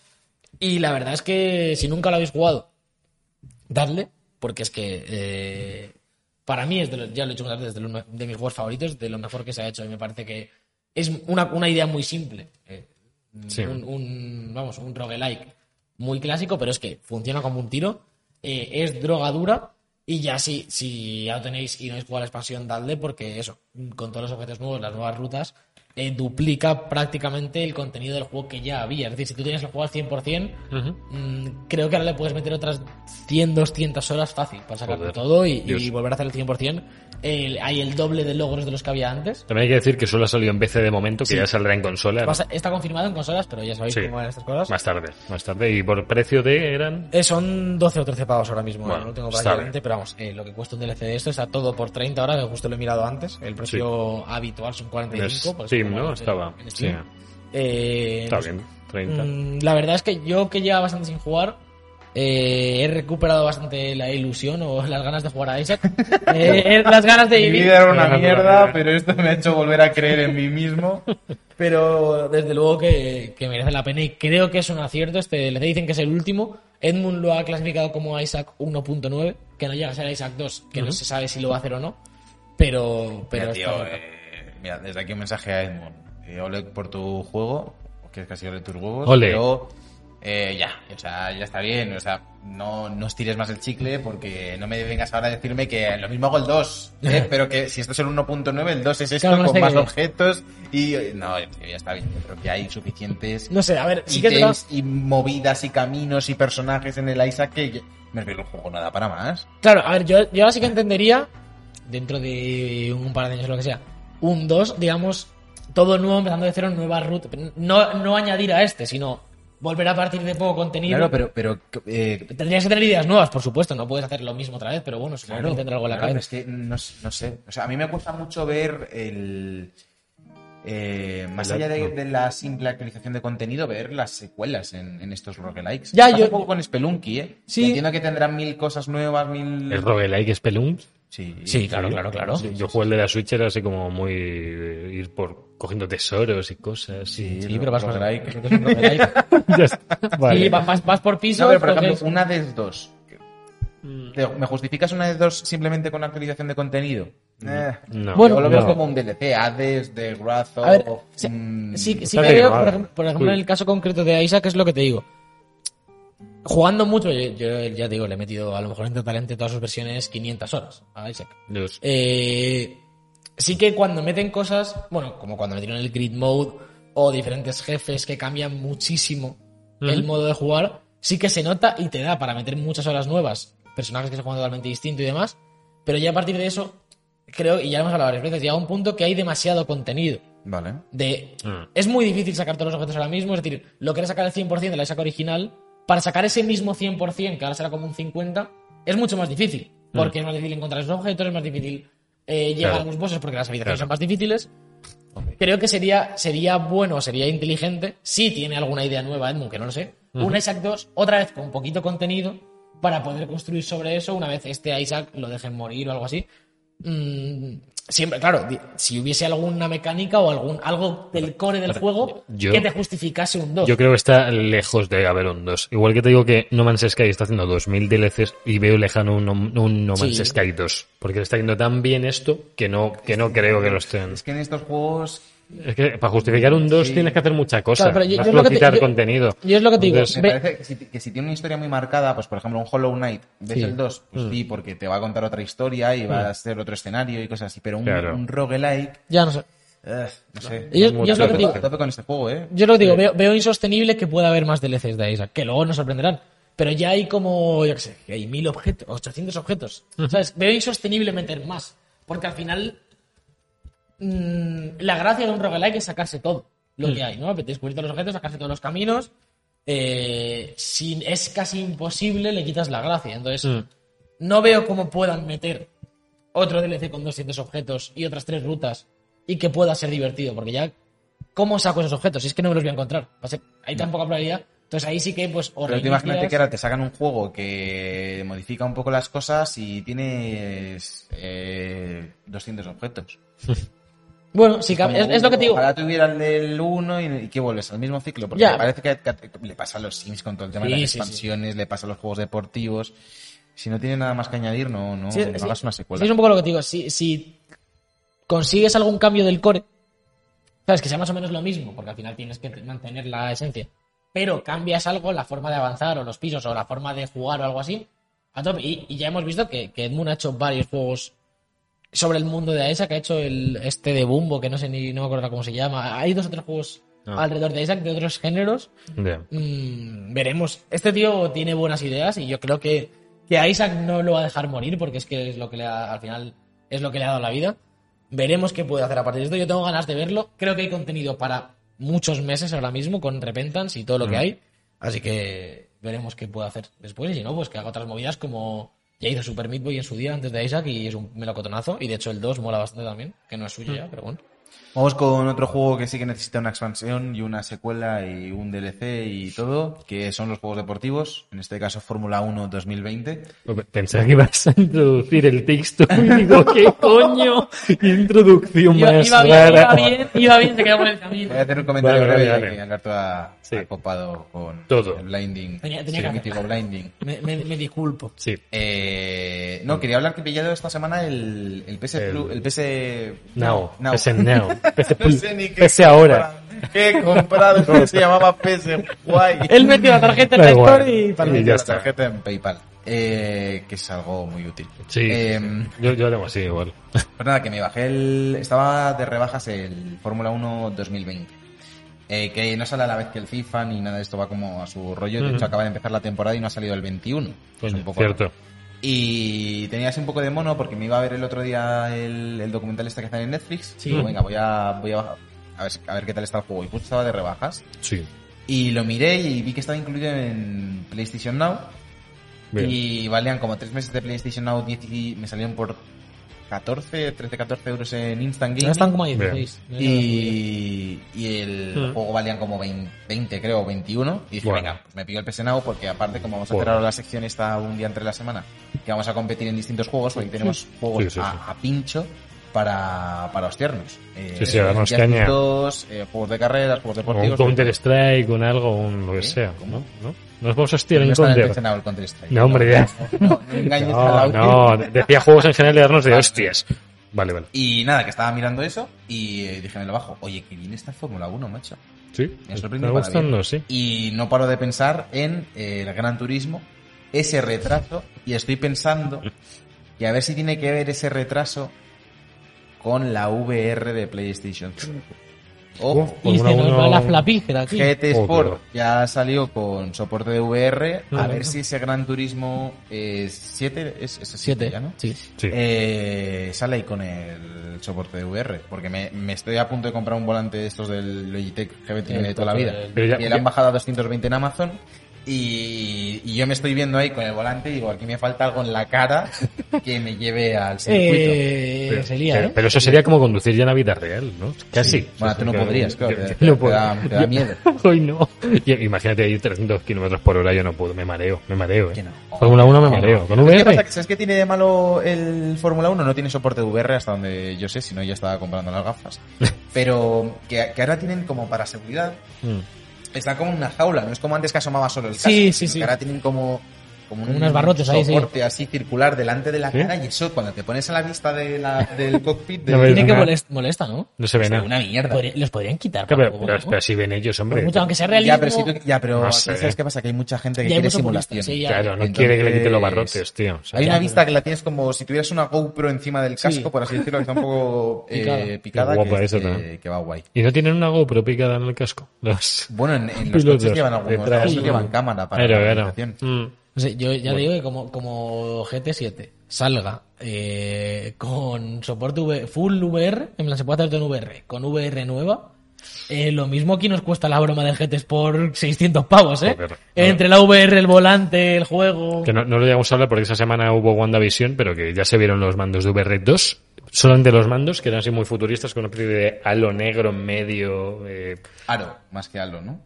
Speaker 4: Y la verdad es que si nunca lo habéis jugado, darle, porque es que eh, para mí, es de los- ya lo he dicho muchas veces, de, los me- de mis juegos favoritos, de lo mejor que se ha hecho. Y me parece que es una, una idea muy simple. eh,
Speaker 2: Sí.
Speaker 4: un, un- vamos, un roguelike muy clásico, pero es que funciona como un tiro. eh, es droga dura. Y ya si, si ya lo tenéis y no habéis jugado a la expansión, dadle, porque eso, con todos los objetos nuevos, las nuevas rutas, eh, duplica prácticamente el contenido del juego que ya había. Es decir, si tú tienes el juego al 100%,
Speaker 2: Ujú.
Speaker 4: Mm, creo que ahora le puedes meter otras 100, 200 horas fácil para sacar
Speaker 2: Joder,
Speaker 4: todo y, y
Speaker 2: Dios.
Speaker 4: volver a hacer el 100%. El- hay el doble de logros de los que había antes.
Speaker 2: También hay que decir que solo ha salido en PC de momento, que ya saldrá en consola.
Speaker 4: Vas a- Está confirmado en consolas, pero ya sabéis
Speaker 2: Sí.
Speaker 4: cómo van estas cosas.
Speaker 2: Más tarde, más tarde. Y por precio de eran.
Speaker 4: Eh, son 12 o 13 pavos ahora mismo, eh,
Speaker 2: Bueno,
Speaker 4: no lo tengo
Speaker 2: está
Speaker 4: prácticamente,
Speaker 2: bien.
Speaker 4: pero vamos, eh, lo que cuesta un DLC de esto está todo por 30 ahora, que justo lo he mirado antes. El precio habitual son 45.
Speaker 2: En
Speaker 4: pues,
Speaker 2: Steam,
Speaker 4: como
Speaker 2: ¿no?
Speaker 4: en-
Speaker 2: Estaba.
Speaker 4: en Steam. Eh,
Speaker 2: Está
Speaker 4: no sé,
Speaker 2: bien, 30.
Speaker 4: Mm, La verdad es que yo que lleva bastante sin jugar, eh, he recuperado bastante la ilusión o (laughs) las ganas de jugar
Speaker 3: (laughs)
Speaker 4: a Isaac. Eh, eh, las ganas de
Speaker 3: mi
Speaker 4: vivir.
Speaker 3: vida era una
Speaker 2: Ganando la
Speaker 3: mierda,
Speaker 2: guerra.
Speaker 3: pero esto me ha hecho volver a creer en mí mismo.
Speaker 4: Pero desde luego que, que merece la pena y creo que es un acierto. Este le dicen que es el último. Edmund lo ha clasificado como Isaac 1.9, que no llega a ser Isaac 2, que no se sabe si lo va a hacer o no. Pero, (laughs) pero
Speaker 3: Mira, tío,
Speaker 4: está-
Speaker 3: eh, mira, desde aquí un mensaje a Edmund. Eh, ole por tu juego, que es casi ole tus huevos.
Speaker 2: Ole.
Speaker 3: Yo eh, ya, o sea, ya está bien, o sea, no, no estires más el chicle porque no me vengas ahora a decirme que lo mismo hago el
Speaker 4: (laughs)
Speaker 3: 2, ¿eh? pero que si esto es el 1.9, el 2 es esto
Speaker 4: Claro, no
Speaker 3: con
Speaker 4: sé
Speaker 3: más
Speaker 4: qué.
Speaker 3: objetos y... eh, No, ya está bien, yo creo que hay suficientes
Speaker 4: No sé, a ver, sí que es verdad.
Speaker 3: ítems y movidas y caminos y personajes en el Isaac que yo- me refiero, el juego nada para más.
Speaker 4: Claro, a ver, yo, yo ahora sí que entendería, dentro de un par de años o lo que sea, un 2, digamos, todo nuevo, empezando de cero, nueva ruta. No, no añadir a este, sino volver a partir de poco contenido.
Speaker 3: Claro, pero, pero eh,
Speaker 4: Tendrías que tener ideas nuevas, por supuesto, no puedes hacer lo mismo otra vez, pero bueno, supongo que tendrá algo en la
Speaker 3: claro,
Speaker 4: cabeza.
Speaker 3: pero Es que no, s- no sé. O sea, a mí me cuesta mucho ver el. eh, más
Speaker 2: El-
Speaker 3: allá de,
Speaker 2: no.
Speaker 3: de la simple actualización de contenido, ver las secuelas en, en estos roguelikes.
Speaker 4: Ya,
Speaker 3: Pasa
Speaker 4: yo-
Speaker 3: un poco con Spelunky, ¿eh?
Speaker 4: Sí.
Speaker 3: Y Entiendo que tendrán mil cosas nuevas, mil.
Speaker 2: ¿Es roguelike Spelunk?
Speaker 3: Sí.
Speaker 4: Sí, claro, claro, claro.
Speaker 2: Sí, yo juego el de la Switch, era así como muy. eh, ir por cogiendo tesoros y cosas. Sí,
Speaker 4: Sí, pero vas con
Speaker 3: roguelike.
Speaker 4: creo que es un roguelike.
Speaker 2: (laughs)
Speaker 4: (laughs)
Speaker 2: ya está. Vale.
Speaker 4: Sí, vas, vas- vas por piso.
Speaker 3: No, pero por ejemplo,
Speaker 4: coges-
Speaker 3: una de dos.
Speaker 4: Mm.
Speaker 3: Te- ¿Me justificas una de dos simplemente con la actualización de contenido?
Speaker 2: Mm.
Speaker 3: Eh,
Speaker 2: No.
Speaker 4: Bueno,
Speaker 3: yo lo
Speaker 2: no.
Speaker 3: veo como un DLC, Hades, de Wrath of,
Speaker 4: A ver, sí,
Speaker 3: mm,
Speaker 4: sí, sí
Speaker 2: está
Speaker 4: que creo,
Speaker 2: bien,
Speaker 4: por
Speaker 2: vale.
Speaker 4: ejem- por ejemplo, en el caso concreto de Isaac, es lo que te digo. Jugando mucho, yo, yo ya te digo, le he metido a lo mejor en total entre todas sus versiones 500 horas a Isaac.
Speaker 2: Dios.
Speaker 4: Eh, sí que cuando meten cosas, bueno, como cuando metieron el grid mode o diferentes jefes que cambian muchísimo el
Speaker 2: Ujú.
Speaker 4: modo de jugar, sí que se nota y te da para meter muchas horas nuevas, personajes que se juegan totalmente distinto y demás, pero ya a partir de eso, creo, y ya lo hemos hablado varias veces, llega un punto que hay demasiado contenido.
Speaker 3: Vale.
Speaker 4: De,
Speaker 2: Mm.
Speaker 4: Es muy difícil sacar todos los objetos ahora mismo, es decir, lo que era sacar el 100% de la Isaac original, para sacar ese mismo 100%, que ahora será como un 50%, es mucho más difícil. Porque es más difícil encontrar esos objetos, es más difícil eh, llegar
Speaker 2: Mm. Claro.
Speaker 4: a los bosses porque las habitaciones
Speaker 2: Claro.
Speaker 4: son más difíciles. Creo que sería, sería bueno, sería inteligente, si tiene alguna idea nueva Edmund, que no lo sé, un Isaac 2, otra vez con poquito contenido, para poder construir sobre eso una vez este Isaac lo dejen morir o algo así. Mm, siempre, claro, di- si hubiese alguna mecánica o algún algo del core del juego
Speaker 2: yo-
Speaker 4: que te justificase un 2.
Speaker 2: Yo creo que está lejos de haber un 2. Igual que te digo que No Man's Sky está haciendo 2000 DLCs y veo lejano un, un No Man's
Speaker 4: Sí.
Speaker 2: Sky 2. Porque le está yendo tan bien esto que no, que no creo que lo estén.
Speaker 3: Es que en estos juegos
Speaker 2: Es que para justificar un 2
Speaker 3: Sí.
Speaker 2: tienes que hacer mucha cosa.
Speaker 4: Claro, pero yo-
Speaker 2: no
Speaker 4: yo
Speaker 2: solo
Speaker 4: lo que te-
Speaker 2: quitar
Speaker 4: yo-
Speaker 2: contenido.
Speaker 4: yo es lo que te digo.
Speaker 2: Entonces,
Speaker 3: me
Speaker 4: Ve-
Speaker 3: parece que si, que si tiene una historia muy marcada, pues por ejemplo un Hollow Knight, ves
Speaker 4: Sí. Mm.
Speaker 3: el 2, pues sí, porque te va a contar otra historia y va a ser otro escenario y cosas así, pero un,
Speaker 2: Claro.
Speaker 3: un roguelike,
Speaker 4: Ya no sé.
Speaker 3: ugh, no sé.
Speaker 4: Yo-
Speaker 3: Tengo
Speaker 4: yo es lo
Speaker 3: mucho
Speaker 4: que digo.
Speaker 3: a tope con este juego, ¿eh?
Speaker 4: Yo lo digo, veo, veo insostenible que pueda haber más DLCs de Isaac, que luego nos sorprenderán. Pero ya hay como, yo qué sé, que hay mil objetos, 800 objetos. ¿Sabes? Veo insostenible meter más. Porque al final, mm, la gracia de un roguelike es sacarse todo lo que hay, ¿no? Descubrir todos los objetos, sacarse todos los caminos. eh, si es casi imposible, le quitas la gracia. Entonces,
Speaker 2: Mm.
Speaker 3: Mm.
Speaker 4: no veo cómo puedan meter otro DLC con 200 objetos y otras tres rutas y que pueda ser divertido, porque ya, ¿cómo saco esos objetos? Si es que no me los voy a encontrar. Pues, eh, Va a ser- hay tan poca probabilidad. Entonces ahí sí que, pues,
Speaker 3: Pero tú
Speaker 4: o reinicias-
Speaker 3: imagínate que ahora te sacan un juego que modifica un poco las cosas y tienes eh, 200 objetos.
Speaker 4: Bueno, sí, cam- es, es lo que te digo.
Speaker 3: Ahora tuviera el del 1 y, y que vuelves al mismo ciclo. Porque
Speaker 4: Ya.
Speaker 3: me parece que, que le pasa a los Sims con todo el tema
Speaker 4: Sí,
Speaker 3: de las
Speaker 4: sí, sí.
Speaker 3: expansiones, le pasa a los juegos deportivos. Si no tiene nada más que añadir, no, no,
Speaker 4: Sí,
Speaker 3: no
Speaker 4: sí,
Speaker 3: hagas una secuela.
Speaker 4: sí, es un poco lo que te digo. Si, si consigues algún cambio del core, sabes que sea más o menos lo mismo, porque al final tienes que mantener la esencia. Pero cambias algo, la forma de avanzar, o los pisos, o la forma de jugar, o algo así, a tope. Y, y ya hemos visto que, que Edmund ha hecho varios juegos sobre el mundo de Isaac, ha hecho el, este de Bumbo, que no sé ni, no me acuerdo cómo se llama. Hay dos o tres juegos
Speaker 2: Ah.
Speaker 4: alrededor de Isaac de otros géneros.
Speaker 2: ya.
Speaker 4: Mm, veremos. Este tío tiene buenas ideas y yo creo que, que a Isaac no lo va a dejar morir porque es que es lo que le ha- al final es lo que le ha dado la vida. Veremos qué puede hacer a partir de esto. Yo tengo ganas de verlo. Creo que hay contenido para muchos meses ahora mismo con Repentance y todo lo que hay. Así que veremos qué puede hacer después. Y si no, pues que haga otras movidas como ya hizo Super Meat Boy en su día antes de Isaac y es un melocotonazo. Y de hecho el 2 mola bastante también, que no es suyo ya, pero bueno.
Speaker 3: Vamos con otro juego que sí que necesita una expansión y una secuela y un DLC y todo, que son los juegos deportivos, en este caso Fórmula 1 2020.
Speaker 2: Pues Pensaba que ibas a introducir el texto y digo, ¿qué coño? ¿Qué introducción
Speaker 4: Iba,
Speaker 2: más
Speaker 4: iba bien,
Speaker 2: rara?
Speaker 4: iba bien, iba bien, se quedó por el camino.
Speaker 3: Voy a hacer un comentario
Speaker 2: Vale,
Speaker 3: breve
Speaker 2: vale,
Speaker 3: ya
Speaker 2: vale.
Speaker 3: que Alberto ha,
Speaker 2: Sí.
Speaker 3: ha copado con
Speaker 2: Todo.
Speaker 3: el blinding,
Speaker 4: Tenía- tenía
Speaker 3: el
Speaker 4: que
Speaker 3: mítico blinding.
Speaker 4: (laughs) Me- me- me disculpo.
Speaker 2: Sí.
Speaker 3: Eh, no, quería hablar que he pillado esta semana el, el PS Plus,
Speaker 2: El-
Speaker 3: el PS
Speaker 2: Now.
Speaker 3: Now. (laughs)
Speaker 2: PC Now. PC,
Speaker 3: No sé ni qué
Speaker 2: PC ahora.
Speaker 3: que he
Speaker 2: (laughs)
Speaker 3: comprado que se llamaba PS Guay.
Speaker 4: Él metió la tarjeta en
Speaker 2: Da
Speaker 4: la
Speaker 2: igual.
Speaker 4: Store y para
Speaker 2: Y
Speaker 3: Metió
Speaker 2: ya
Speaker 3: la
Speaker 2: está.
Speaker 3: tarjeta en PayPal. Eh, que es algo muy útil.
Speaker 2: Sí,
Speaker 3: Eh,
Speaker 2: sí. Yo, yo lo hago así igual.
Speaker 3: Pues nada, que me bajé el. Estaba de rebajas el Fórmula 1 2020. Eh, que no sale a la vez que el FIFA ni nada de esto va como a su rollo. De
Speaker 2: Ujú.
Speaker 3: hecho, acaba de empezar la temporada y no ha salido el 21. Es Pues un poco
Speaker 2: cierto.
Speaker 3: Y tenía así un poco de mono porque me iba a ver el otro día el, el documental este que está en Netflix.
Speaker 4: Sí.
Speaker 3: Y digo, venga, voy a, voy a, bajar- a, ver, a ver qué tal está el juego. Y justo estaba de rebajas.
Speaker 2: Sí.
Speaker 3: Y lo miré y vi que estaba incluido en PlayStation Now.
Speaker 2: Bien.
Speaker 3: Y valían como 3 meses de PlayStation Now 10 y me salieron por 14, 13, 14 euros en Instant Game.
Speaker 4: No están como a
Speaker 2: Bien.
Speaker 4: 16. no era
Speaker 3: Y, y el
Speaker 2: Ujú.
Speaker 3: juego valían como 20, 20, creo, 21. Y dije,
Speaker 2: Bueno.
Speaker 3: venga, pues me pido el PS Now porque aparte como vamos a hacer
Speaker 2: Joder.
Speaker 3: ahora la sección esta un día entre la semana, que vamos a competir en distintos juegos, hoy tenemos juegos
Speaker 2: Sí, sí,
Speaker 3: a,
Speaker 2: sí.
Speaker 3: a pincho para, para hostiarnos. Eh,
Speaker 2: Sí, sí, a darnos
Speaker 3: viajitos,
Speaker 2: caña.
Speaker 3: eh, juegos de carreras, juegos
Speaker 2: O un
Speaker 3: deportivos.
Speaker 2: Counter Strike, un algo, un lo que
Speaker 3: ¿Sí?
Speaker 2: sea.
Speaker 3: ¿Cómo?
Speaker 2: ¿no? ¿No? Nos vamos a hostiar
Speaker 3: No
Speaker 2: en
Speaker 3: está en el PS
Speaker 2: Counter.
Speaker 3: Now el Counter-Strike.
Speaker 2: No, hombre, ya.
Speaker 3: No, (laughs) no, no engañes a la
Speaker 2: No,
Speaker 3: audiencia.
Speaker 2: no, decía juegos en general de darnos de
Speaker 3: Vale.
Speaker 2: hostias. Vale, vale.
Speaker 3: Y nada, que estaba mirando eso y eh, dije, me lo bajo. Oye, que bien está el Fórmula 1, macho.
Speaker 2: Sí,
Speaker 3: Me sorprende
Speaker 2: está
Speaker 3: para bien.
Speaker 2: gustando, sí.
Speaker 3: Y no paro de pensar en eh, el Gran Turismo, ese retraso, y estoy pensando que a ver si tiene que ver ese retraso con la VR de PlayStation 5. Ojo,
Speaker 4: Y se
Speaker 2: Fórmula
Speaker 4: nos va
Speaker 2: uno-
Speaker 4: la flapígera aquí.
Speaker 3: GT
Speaker 2: Joder.
Speaker 3: Sport ya salió con soporte de VR, a
Speaker 2: Ajá.
Speaker 3: ver si ese Gran Turismo 7 es 7
Speaker 4: 7,
Speaker 3: ya, ¿no?
Speaker 4: sí.
Speaker 2: Sí.
Speaker 3: Eh, sale ahí con el soporte de VR, porque me, me estoy a punto de comprar un volante de estos del Logitech G29 de toda la vida.
Speaker 2: Pero ya-
Speaker 3: y le
Speaker 2: ya-
Speaker 3: han bajado a 220 en Amazon. Y, y yo me estoy viendo ahí con el volante y digo, aquí me falta algo en la cara que me lleve al circuito.
Speaker 4: Eh,
Speaker 2: pero,
Speaker 4: se lía,
Speaker 2: pero-
Speaker 4: ¿eh?
Speaker 2: pero eso sería como conducir ya la vida real, ¿no? Casi.
Speaker 3: Bueno, tú no podrías,
Speaker 2: Yo-
Speaker 3: claro, te-
Speaker 2: yo
Speaker 3: te
Speaker 2: no puedo.
Speaker 3: da- te da
Speaker 2: Yo-
Speaker 3: miedo.
Speaker 2: (laughs) Hoy no. Yo- Imagínate ir 300 kilómetros por hora, yo no puedo, me mareo, me mareo,
Speaker 3: Que
Speaker 2: ¿eh?
Speaker 3: no.
Speaker 2: Fórmula 1 me
Speaker 3: Que no.
Speaker 2: mareo. Con
Speaker 3: ¿Qué pasa?
Speaker 2: VR.
Speaker 3: ¿Sabes qué tiene de malo el Fórmula 1? No tiene soporte de VR hasta donde yo sé, si no ya estaba comprando
Speaker 2: (laughs)
Speaker 3: las gafas. Pero que, que ahora tienen como para seguridad,
Speaker 2: Mm.
Speaker 3: está como en una jaula, no es como antes que asomaba solo el
Speaker 4: Sí,
Speaker 3: casco.
Speaker 4: sí,
Speaker 3: sino
Speaker 4: sí.
Speaker 3: que ahora tienen como, como
Speaker 4: Como unos barrotes ahí, sí.
Speaker 3: soporte así circular delante de la
Speaker 2: ¿Sí?
Speaker 3: cara y eso cuando te pones a la vista de la, del cockpit de
Speaker 2: No ves
Speaker 4: Tiene que
Speaker 2: nada.
Speaker 4: molest- molesta, ¿no?
Speaker 2: No se ve
Speaker 3: de
Speaker 2: nada.
Speaker 3: una Pues mierda.
Speaker 4: Podría- los podrían
Speaker 2: Claro,
Speaker 4: quitar. para
Speaker 2: Pero,
Speaker 4: el
Speaker 2: pero,
Speaker 4: juego,
Speaker 2: pero
Speaker 4: ¿no?
Speaker 2: si ven ellos,
Speaker 4: Por
Speaker 2: hombre.
Speaker 4: mucho, aunque sea
Speaker 3: Ya,
Speaker 4: realismo,
Speaker 3: pero, si tú- ya, pero
Speaker 2: No sé.
Speaker 3: ¿sabes qué pasa? Que hay mucha gente que
Speaker 4: Ya hay
Speaker 3: quiere
Speaker 4: mucho purista,
Speaker 3: simulación.
Speaker 4: sí, ya.
Speaker 2: Claro, no
Speaker 3: Entonces,
Speaker 2: quiere que le quiten los barrotes, tío. O sea,
Speaker 3: Hay una
Speaker 4: Ya,
Speaker 3: vista que la tienes como si tuvieras una GoPro encima del casco,
Speaker 4: Sí.
Speaker 3: por así decirlo, que está un poco eh, picada,
Speaker 2: Qué guapa
Speaker 3: que,
Speaker 2: esa,
Speaker 3: que-
Speaker 2: ¿no?
Speaker 3: que va guay.
Speaker 2: Y no tienen una GoPro picada en el casco. Los
Speaker 3: Bueno, en, en los
Speaker 2: pilotos
Speaker 3: coches llevan algunos,
Speaker 2: detrás,
Speaker 3: otros
Speaker 2: ¿no?
Speaker 3: llevan cámara para
Speaker 2: Claro,
Speaker 3: la
Speaker 2: claro.
Speaker 3: orientación.
Speaker 2: Mm.
Speaker 4: No sé, yo ya digo que como, como GT7 salga eh, con soporte V- full VR, en plan se puede hacer todo en VR, con VR nueva, eh, lo mismo aquí nos cuesta la broma del GT Sport 600 pavos, ¿eh?
Speaker 2: Joder,
Speaker 4: Entre la VR, el volante, el juego...
Speaker 2: Que no, no lo llegamos a hablar porque esa semana hubo WandaVision, pero que ya se vieron los mandos de VR2. Solamente los mandos, que eran así muy futuristas, con una especie de halo negro en medio. eh, (laughs)
Speaker 3: Aro, más que halo, ¿no?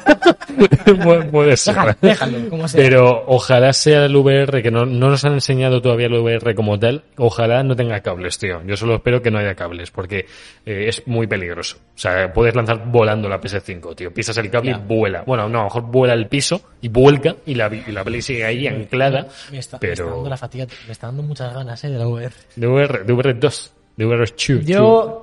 Speaker 2: pu- puede ser. (laughs)
Speaker 4: Déjalo, como sea.
Speaker 2: Pero ojalá sea el VR, que no, no nos han enseñado todavía el VR como tal. Ojalá no tenga cables, tío. Yo solo espero que no haya cables, porque eh, es muy peligroso. O sea, puedes lanzar volando la PS5, tío. Pisas el cable
Speaker 4: Ya.
Speaker 2: y vuela. Bueno, no, a lo mejor vuela al piso y vuelca y la, vi- y la Play sigue ahí anclada.
Speaker 4: me, está, me está
Speaker 2: pero
Speaker 4: dando la fatiga, me está dando muchas ganas, ¿eh? De la VR.
Speaker 2: VR, VR2, VR2.
Speaker 4: Yo,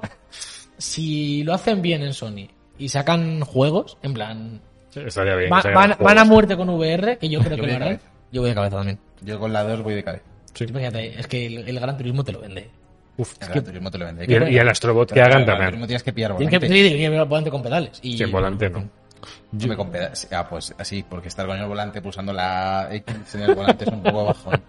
Speaker 4: si lo hacen bien en Sony y sacan juegos, en plan...
Speaker 2: Sí, Estaría bien.
Speaker 4: va-
Speaker 2: que salgan
Speaker 4: van,
Speaker 2: los
Speaker 4: van a
Speaker 2: juegos.
Speaker 4: muerte con VR,
Speaker 2: (laughs)
Speaker 4: que yo
Speaker 3: Yo
Speaker 4: creo que
Speaker 3: voy
Speaker 4: lo
Speaker 3: de
Speaker 4: harán.
Speaker 3: cabeza.
Speaker 4: Yo voy de cabeza también.
Speaker 3: Yo con la 2 voy de cabeza.
Speaker 2: Sí.
Speaker 4: Fíjate, es que el, el Gran Turismo te lo vende.
Speaker 2: Uf.
Speaker 3: El Gran Turismo te lo vende.
Speaker 2: Y, el- y el Astrobot que
Speaker 3: Pero
Speaker 2: hagan
Speaker 3: el Gran Turismo
Speaker 2: también.
Speaker 3: tienes que pillar
Speaker 4: Tienes que
Speaker 3: volante.
Speaker 4: sí, tienes que ir al volante con pedales. Y,
Speaker 2: Sí, volante, ¿no?
Speaker 3: Yo me compeda- Ah, pues así, porque estar con el volante pulsando la X en el volante es un poco bajo.
Speaker 2: (laughs)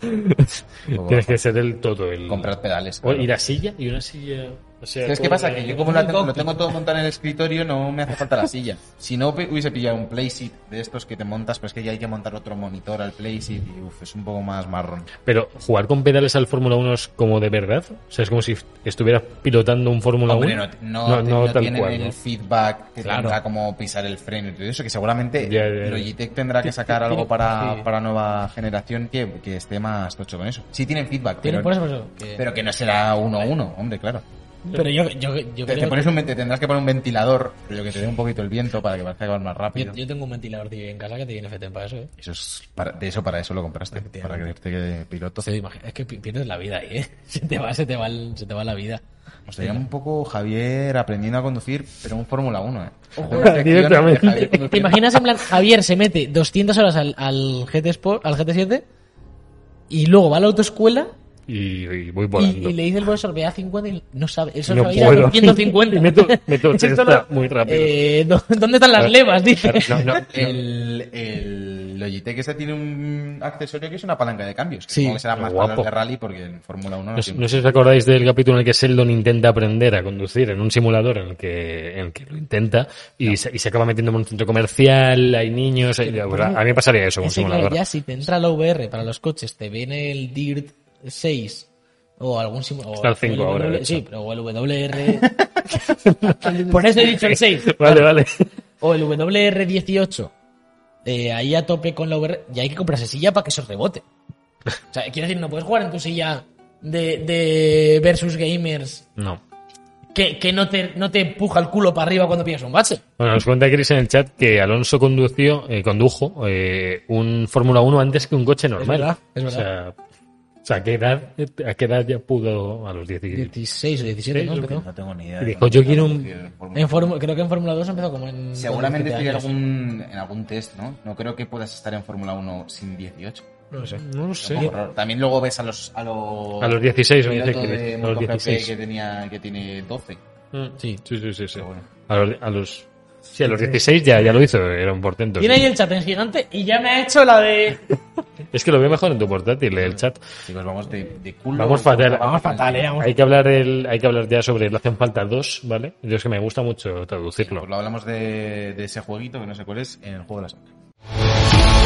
Speaker 2: Tienes que ser el todo. El...
Speaker 3: Comprar pedales.
Speaker 2: O-
Speaker 3: claro.
Speaker 2: Y la silla, y una silla. O sea,
Speaker 3: ¿Sabes qué
Speaker 2: como
Speaker 3: pasa?
Speaker 2: de-
Speaker 3: Que yo como la tengo- lo tengo todo montado en el escritorio, no me hace falta la silla. Si no pe- hubiese pillado un playseat de estos que te montas, pues que ya hay que montar otro monitor al playseat y uf, es un poco más marrón.
Speaker 2: Pero jugar con pedales al Fórmula 1 es como de verdad. O sea, es como si estuvieras pilotando un Fórmula 1.
Speaker 3: Hombre, no, no, te- no tienen el
Speaker 2: ¿no?
Speaker 3: feedback que
Speaker 4: Claro.
Speaker 3: tendrá como pisar el freno y todo eso, que seguramente
Speaker 2: Ya, ya, ya.
Speaker 3: Logitech tendrá que
Speaker 4: (laughs)
Speaker 3: sacar algo para,
Speaker 4: Sí.
Speaker 3: para nueva generación que, que esté más tocho con eso. Sí tienen feedback,
Speaker 4: Tiene
Speaker 3: pero,
Speaker 4: por eso, por eso. que-
Speaker 3: pero que no será 1-1, hombre, claro.
Speaker 4: Pero yo, yo, yo
Speaker 3: Te,
Speaker 4: creo
Speaker 3: te pones
Speaker 4: que-
Speaker 3: un, te tendrás que poner un ventilador, pero que te dé un poquito el viento para que parezca que vas más rápido.
Speaker 4: yo, yo tengo un ventilador tío, en casa que tiene FTP para eso, ¿eh?
Speaker 3: Eso es para, de eso para eso lo compraste, para creerte que piloto.
Speaker 4: Entonces, imagina- es que pi- pierdes la vida ahí, ¿eh? (laughs) Se te va, se te va, el- se te va la vida.
Speaker 3: Nos estaría Pues un poco Javier aprendiendo a conducir, pero un Fórmula 1, ¿eh?
Speaker 2: Ojo, (laughs)
Speaker 3: Hacemos secciones de
Speaker 2: directamente.
Speaker 3: Javier
Speaker 4: ¿Te, te
Speaker 3: conduciendo.
Speaker 4: imaginas en plan, Javier se mete 200 horas al, al GT Sport, al GT7 y luego va a la autoescuela
Speaker 2: Y, y voy
Speaker 4: y,
Speaker 2: volando.
Speaker 4: y le dice el profesor, vea 50 y no sabe, él solo
Speaker 2: No
Speaker 4: sabía
Speaker 2: puedo. (laughs)
Speaker 4: 150.
Speaker 2: Y meto-
Speaker 4: (laughs)
Speaker 2: meto
Speaker 4: Esto
Speaker 2: 80 muy rápido.
Speaker 4: eh, ¿dó- ¿Dónde están las levas? Dice.
Speaker 2: Claro,
Speaker 3: (laughs)
Speaker 2: no, no,
Speaker 3: El, el Logitech ese tiene un accesorio que es una palanca de cambios. Que
Speaker 4: Sí.
Speaker 3: supongo que será más para los
Speaker 2: Guapo.
Speaker 3: de rally porque en Fórmula 1 no,
Speaker 2: No, sé-
Speaker 3: tiene.
Speaker 2: no sé si os acordáis del capítulo en el que Sheldon intenta aprender a conducir en un simulador en el que, en el que lo intenta y, se, y se acaba metiendo en un centro comercial, hay niños. hay- pues a, a mí me pasaría eso en un
Speaker 4: Ese, claro,
Speaker 2: simulador.
Speaker 4: ya si te entra la VR para los coches, te viene el DIRT 6 o algún simulador.
Speaker 2: Está el 5 ahora, de
Speaker 4: Sí,
Speaker 2: hecho.
Speaker 4: pero o el WR. (laughs) Por eso he dicho el 6.
Speaker 2: (laughs) Vale, vale.
Speaker 4: (laughs) O el WR18. eh, ahí a tope con la VR. Y hay que comprarse silla para que eso rebote. O sea, quiero decir, no puedes jugar en tu silla de, de versus gamers
Speaker 2: No.
Speaker 4: que, que no, te, no te empuja el culo para arriba cuando pillas un bache.
Speaker 2: Bueno, nos cuenta Chris en el chat que Alonso condució, eh, condujo eh, un Fórmula 1 antes que un coche normal.
Speaker 4: verdad, es
Speaker 2: O sea, o sea, ¿a qué edad, a qué edad ya pudo a los 10
Speaker 4: 16 o 17, ¿no?
Speaker 2: Sí,
Speaker 4: Empezó.
Speaker 3: No tengo ni idea.
Speaker 2: Y
Speaker 3: de
Speaker 2: dijo,
Speaker 3: cuánto
Speaker 2: yo
Speaker 3: está
Speaker 2: quiero un-
Speaker 3: conducir en Fórmula
Speaker 4: En Fórmula- creo que en Fórmula 2 empezó como en.
Speaker 3: Seguramente
Speaker 4: 12,
Speaker 3: estoy en
Speaker 4: 13 años.
Speaker 3: algún, en algún test, ¿no? No creo que puedas estar en Fórmula 1 sin 18.
Speaker 4: No lo sé.
Speaker 2: No lo sé.
Speaker 3: Un poco raro. También luego ves a los... A los,
Speaker 2: A los 16, me dice
Speaker 3: pilotos
Speaker 2: que-
Speaker 3: de
Speaker 2: a los
Speaker 3: MotoGP
Speaker 2: 16.
Speaker 3: Que, tenía, que tiene 12.
Speaker 2: Mm,
Speaker 4: Sí.
Speaker 2: Sí, sí, sí. sí.
Speaker 3: Pero bueno.
Speaker 2: A los, a los- sí, a los 16 ya, ya lo hizo, era un portento.
Speaker 4: Tiene
Speaker 2: sí.
Speaker 4: ahí el chat en gigante y ya me ha hecho
Speaker 2: (laughs)
Speaker 4: la de.
Speaker 2: Es que lo veo mejor en tu portátil, el chat.
Speaker 3: Chicos, vamos de, de culo.
Speaker 2: Vamos fatal. Vamos
Speaker 4: fatal, eh, vamos.
Speaker 2: Hay que hablar el, hay que hablar ya sobre le hacen falta dos, ¿vale? Yo es que me gusta mucho traducirlo.
Speaker 3: Pues lo hablamos de, de ese jueguito, que no sé cuál es, en el juego de la semana.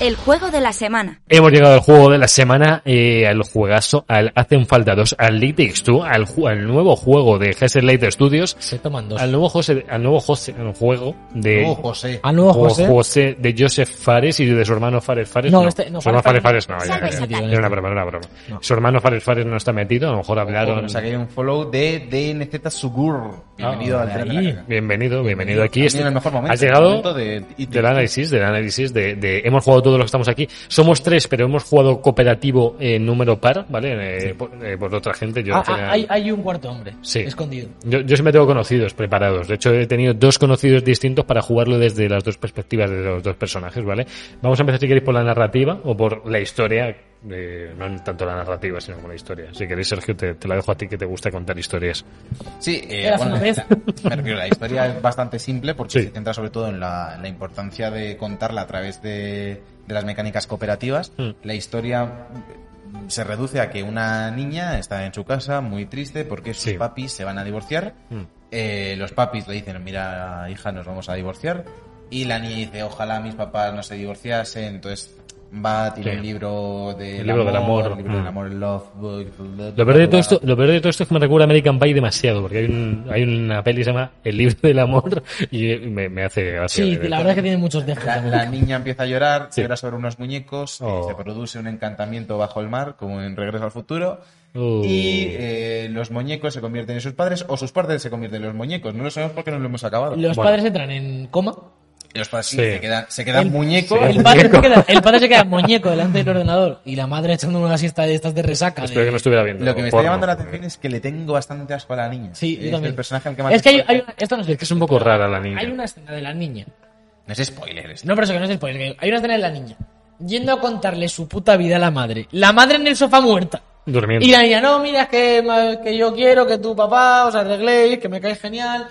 Speaker 1: El juego de la semana.
Speaker 2: Hemos llegado al juego de la semana, eh, al juegazo, al Hacen Falta 2, al Late Takes Two, al, ju- al nuevo juego de Hessel Late Studios,
Speaker 4: Se toman dos.
Speaker 2: al nuevo, José, al nuevo José, al juego de...
Speaker 3: Oh, José.
Speaker 4: A nuevo José.
Speaker 2: o José de Joseph Fares y de su hermano Fares Fares.
Speaker 4: No, este- no,
Speaker 2: su hermano Fares
Speaker 4: Fares
Speaker 2: Fares no. ya,
Speaker 1: Salve,
Speaker 2: ya,
Speaker 1: Satán.
Speaker 2: ya. Era una broma, era una broma. Su hermano Fares Fares no está metido, a lo mejor hablaron.
Speaker 3: O sea, que hay un follow de DNZ Sugur. Bienvenido al tren de la
Speaker 4: ahí.
Speaker 3: carga.
Speaker 2: Bienvenido, Ah, bienvenido aquí.
Speaker 3: También
Speaker 2: Este-
Speaker 3: en el mejor momento,
Speaker 2: has
Speaker 3: en el
Speaker 2: llegado
Speaker 3: momento de- y-
Speaker 2: del análisis, del análisis de, de- hemos jugado todos los que estamos aquí. Somos tres, pero hemos jugado cooperativo en número par, ¿vale? Eh, por, eh, por otra gente, yo
Speaker 4: Ah,
Speaker 2: en general-
Speaker 4: ah, hay, hay un cuarto hombre.
Speaker 2: Sí.
Speaker 4: Escondido.
Speaker 2: Yo, yo siempre tengo conocidos preparados. De hecho, he tenido dos conocidos distintos para jugarlo desde las dos perspectivas de los dos personajes, ¿vale? Vamos a empezar, si queréis, por la narrativa o por la historia. eh, no tanto la narrativa, sino como la historia. Si queréis, Sergio, te, te la dejo a ti que te gusta contar historias.
Speaker 3: Sí, eh,
Speaker 4: Eras
Speaker 3: bueno,
Speaker 4: una vez.
Speaker 3: (laughs) me refiero, la historia es bastante simple porque
Speaker 2: Sí.
Speaker 3: se centra sobre todo en la, la importancia de contarla a través de, de las mecánicas cooperativas.
Speaker 2: Mm.
Speaker 3: La historia se reduce a que una niña está en su casa muy triste porque sus
Speaker 2: Sí.
Speaker 3: papis se van a divorciar.
Speaker 2: Mm.
Speaker 3: Eh, los papis le dicen, mira, hija, nos vamos a divorciar. Y la niña dice, ojalá mis papás no se divorciasen. Entonces va, tiene
Speaker 2: Sí.
Speaker 3: un libro de
Speaker 2: El libro del amor.
Speaker 3: El libro
Speaker 2: Mm.
Speaker 3: del amor, el Love Book.
Speaker 2: Lo peor de todo esto, lo peor de todo esto es que me recuerda a American Pie demasiado, porque hay, un- hay una peli que se llama El libro del amor y me, me hace gracia.
Speaker 4: Sí,
Speaker 2: de-
Speaker 4: la verdad es que tiene muchos dejes.
Speaker 3: La, la niña empieza a llorar,
Speaker 2: Sí.
Speaker 3: llora sobre unos muñecos, eh,
Speaker 2: Oh.
Speaker 3: se produce un encantamiento bajo el mar, como en Regreso al Futuro,
Speaker 2: Oh.
Speaker 3: y eh, los muñecos se convierten en sus padres, o sus padres se convierten en los muñecos. No lo sabemos porque no lo hemos acabado.
Speaker 4: Los
Speaker 2: Bueno.
Speaker 4: padres entran en coma.
Speaker 3: Y los padres sí,
Speaker 2: Sí.
Speaker 3: se quedan, se quedan muñecos.
Speaker 4: El padre, se queda, el padre se queda muñeco delante del ordenador y la madre echando una siesta de estas de resaca.
Speaker 2: Espero
Speaker 4: de-
Speaker 2: que no estuviera viendo.
Speaker 3: Lo que me está
Speaker 2: porno.
Speaker 3: llamando la atención es que le tengo bastante asco a la niña.
Speaker 4: Sí, yo
Speaker 3: es
Speaker 4: también.
Speaker 3: el personaje al que más.
Speaker 4: es que hay, hay una, esto no
Speaker 2: Es que es un poco rara la niña.
Speaker 4: Hay una escena de la niña.
Speaker 3: No es spoiler esto.
Speaker 4: No, pero eso que no es spoiler. que Hay una escena de la niña yendo a contarle su puta vida a la madre. La madre en el sofá muerta.
Speaker 2: Durmiendo.
Speaker 4: Y la niña, no, mira, es que, ma- que yo quiero que tu papá os arregléis, que me caes genial.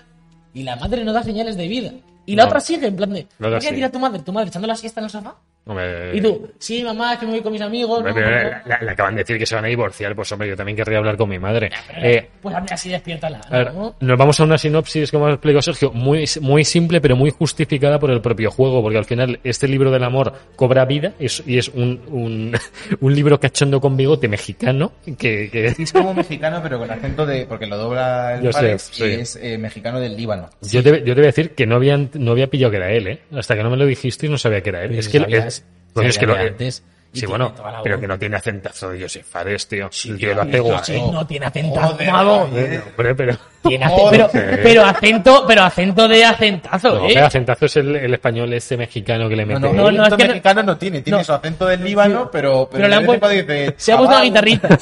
Speaker 4: Y la madre no da señales de vida. Y la
Speaker 2: No.
Speaker 4: otra sigue, en plan de,
Speaker 2: La otra
Speaker 4: ¿qué
Speaker 2: sí.
Speaker 4: tira tu madre? Tu madre echando la siesta en el sofá.
Speaker 2: Hombre,
Speaker 4: Y tú, sí, mamá, es que me voy con mis amigos.
Speaker 2: hombre,
Speaker 4: ¿no?
Speaker 2: pero la- la- le acaban de decir que se van a divorciar, pues hombre, yo también querría hablar con mi madre. Eh,
Speaker 4: Pues a mí así despiértala.
Speaker 2: A ver,
Speaker 4: ¿no?
Speaker 2: nos vamos a una sinopsis, como ha explicado Sergio, muy, muy simple pero muy justificada por el propio juego, porque al final este libro del amor cobra vida es- y es un, un, (laughs) un libro cachondo con bigote mexicano que, que-
Speaker 3: Sí, (laughs) es como mexicano, pero con acento de. Porque lo dobla el
Speaker 2: Yo sé,
Speaker 3: Fares
Speaker 2: sí.
Speaker 3: y es eh, mexicano del Líbano.
Speaker 2: yo, te, yo te voy a decir que no había, no había pillado que era él, ¿eh? Hasta que no me lo dijiste y no sabía que era él.
Speaker 4: Pero
Speaker 2: es que,
Speaker 4: sabías-
Speaker 2: es, coño, es que lo,
Speaker 4: sabías de antes y
Speaker 2: sí,
Speaker 4: tiene
Speaker 2: bueno,
Speaker 4: toda la
Speaker 2: pero
Speaker 4: voz.
Speaker 2: que no tiene acentazo de José Fares, tío. el tío lo hace
Speaker 4: Esto
Speaker 2: guay.
Speaker 4: sí, no tiene acentazo, mago.
Speaker 3: Javier.
Speaker 2: (laughs) Hombre,
Speaker 4: (laughs)
Speaker 2: pero...
Speaker 4: Tiene acento, pero,
Speaker 2: Joder.
Speaker 4: pero acento, pero acento de acentazo,
Speaker 2: No,
Speaker 4: ¿eh?
Speaker 2: pero acentazo es el, el español ese mexicano que le
Speaker 3: No,
Speaker 2: mete.
Speaker 3: no,
Speaker 4: No,
Speaker 3: el
Speaker 4: no,
Speaker 3: acento
Speaker 4: es que no-
Speaker 3: mexicano no tiene, tiene
Speaker 4: no.
Speaker 3: su acento del Líbano, pero.
Speaker 4: Pero le
Speaker 3: de
Speaker 4: han
Speaker 3: vez en
Speaker 4: puesto-
Speaker 3: cuando dice,
Speaker 4: se ha puesto una
Speaker 3: "Chaval".
Speaker 2: (laughs)
Speaker 4: guitarrita.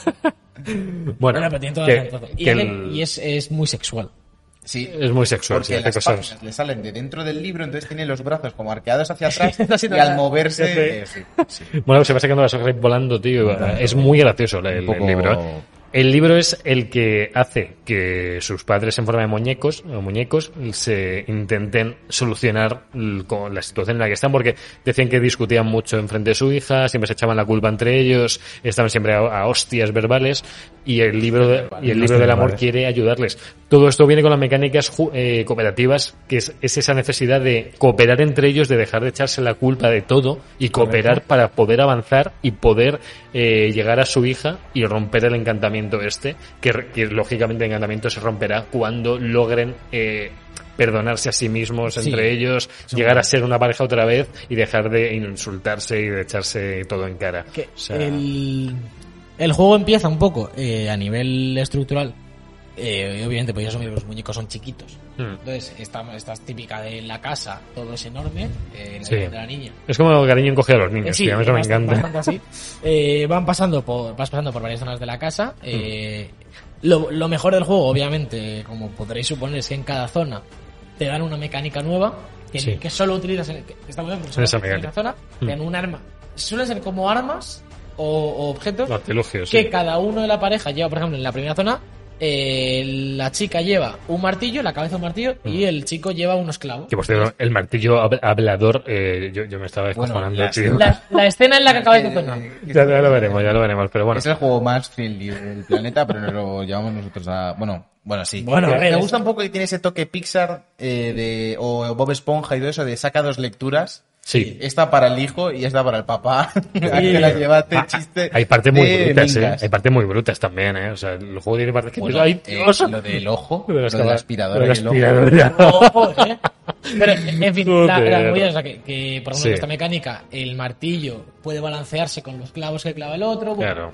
Speaker 2: Bueno,
Speaker 4: Bueno, pero tiene todo
Speaker 2: que-
Speaker 4: acentazo. Y,
Speaker 2: que
Speaker 4: es-
Speaker 2: el-
Speaker 4: y es, es muy sexual.
Speaker 3: Sí,
Speaker 2: Es muy sexual, sí,
Speaker 3: porque
Speaker 2: hace
Speaker 3: las
Speaker 2: cosas-
Speaker 3: páginas le salen de dentro del libro, entonces tiene los brazos como arqueados hacia atrás
Speaker 4: (laughs) Está
Speaker 3: y
Speaker 4: haciendo
Speaker 3: al
Speaker 4: la-
Speaker 3: moverse.
Speaker 2: Ya
Speaker 3: eh, sí, sí.
Speaker 4: (laughs)
Speaker 2: Bueno, se va sacando las hojas volando, tío. Es muy gracioso el, el
Speaker 3: poco-
Speaker 2: libro. ¿eh? El libro es el que hace que sus padres en forma de muñecos o muñecos se intenten solucionar l- con la situación en la que están, porque decían que discutían mucho enfrente de su hija, siempre se echaban la culpa entre ellos, estaban siempre a, a hostias verbales, y el libro, de- y el libro del amor quiere ayudarles. Todo esto viene con las mecánicas ju- eh, cooperativas, que es, es esa necesidad de cooperar entre ellos, de dejar de echarse la culpa de todo y cooperar para poder avanzar y poder eh, llegar a su hija y romper el encantamiento este, que, re- que lógicamente el encantamiento se romperá cuando logren eh, perdonarse a sí mismos
Speaker 4: Sí.
Speaker 2: entre ellos, llegar a ser una pareja otra vez y dejar de insultarse y de echarse todo en cara.
Speaker 4: Que
Speaker 2: O sea,
Speaker 4: el, el juego empieza un poco eh, a nivel estructural. Eh, obviamente podéis asumir que los muñecos son chiquitos.
Speaker 2: hmm.
Speaker 4: Entonces, esta, esta es típica de la casa, todo es enorme, eh, la
Speaker 2: Sí.
Speaker 4: habitación de la niña.
Speaker 2: Es como cariño encoge a los niños,
Speaker 4: Eh, Sí,
Speaker 2: tío, a mí eso me
Speaker 4: bastante-
Speaker 2: encanta.
Speaker 4: bastante así. Eh, van pasando por, vas pasando por varias zonas de la casa.
Speaker 2: Mm.
Speaker 4: eh, lo, lo mejor del juego, obviamente, como podréis suponer, es que en cada zona te dan una mecánica nueva que,
Speaker 2: Sí.
Speaker 4: que solo utilizas en, que está muy bien, porque
Speaker 2: En
Speaker 4: solo
Speaker 2: esa
Speaker 4: utilizas en
Speaker 2: mecánica. Mm.
Speaker 4: esa zona. Te dan un arma. Suelen ser como armas o, o objetos
Speaker 2: Los telugios,
Speaker 4: que
Speaker 2: sí.
Speaker 4: cada uno de la pareja lleva, por ejemplo, en la primera zona. eh, la chica lleva un martillo, la cabeza un martillo,
Speaker 2: Mm.
Speaker 4: y el chico lleva unos clavos.
Speaker 2: Que por cierto, el martillo hab- hablador, eh, yo, yo me estaba
Speaker 3: Bueno,
Speaker 2: descojonando,
Speaker 3: las-
Speaker 2: tío.
Speaker 4: La, la escena en la que acabáis de pues,
Speaker 3: Eh,
Speaker 4: tornar.
Speaker 2: (laughs) Ya, ya lo veremos, ya lo veremos, pero bueno.
Speaker 3: Es el juego más friendly del planeta, pero nos lo llevamos nosotros a. Bueno, bueno, sí.
Speaker 4: Bueno, a ver,
Speaker 3: me gusta un poco que tiene ese toque Pixar eh, de, o Bob Esponja y todo eso de saca dos lecturas.
Speaker 2: Sí.
Speaker 3: Esta para el hijo y esta para el papá. (laughs) Ahí te la llevaste, chiste.
Speaker 2: Ah, Hay partes muy
Speaker 3: de
Speaker 2: brutas, eh.
Speaker 3: mingas.
Speaker 2: Hay partes muy brutas también, eh. O sea, el juego tiene partes que
Speaker 3: Bueno,
Speaker 2: ¡ay,
Speaker 3: eh,
Speaker 2: Dios!
Speaker 3: lo del ojo,
Speaker 2: Lo
Speaker 3: lo
Speaker 2: de
Speaker 3: de la aspiradora.
Speaker 2: lo de la
Speaker 3: y el ojo.
Speaker 2: aspiradora.
Speaker 4: Ojo, ¿eh? Pero, en fin, la,
Speaker 2: Joder.
Speaker 4: la movida es la que, que, por ejemplo,
Speaker 2: Sí.
Speaker 4: en esta mecánica, el martillo puede balancearse con los clavos que clava el
Speaker 3: (laughs)
Speaker 4: otro.
Speaker 2: (laughs)
Speaker 4: bueno,
Speaker 2: Claro.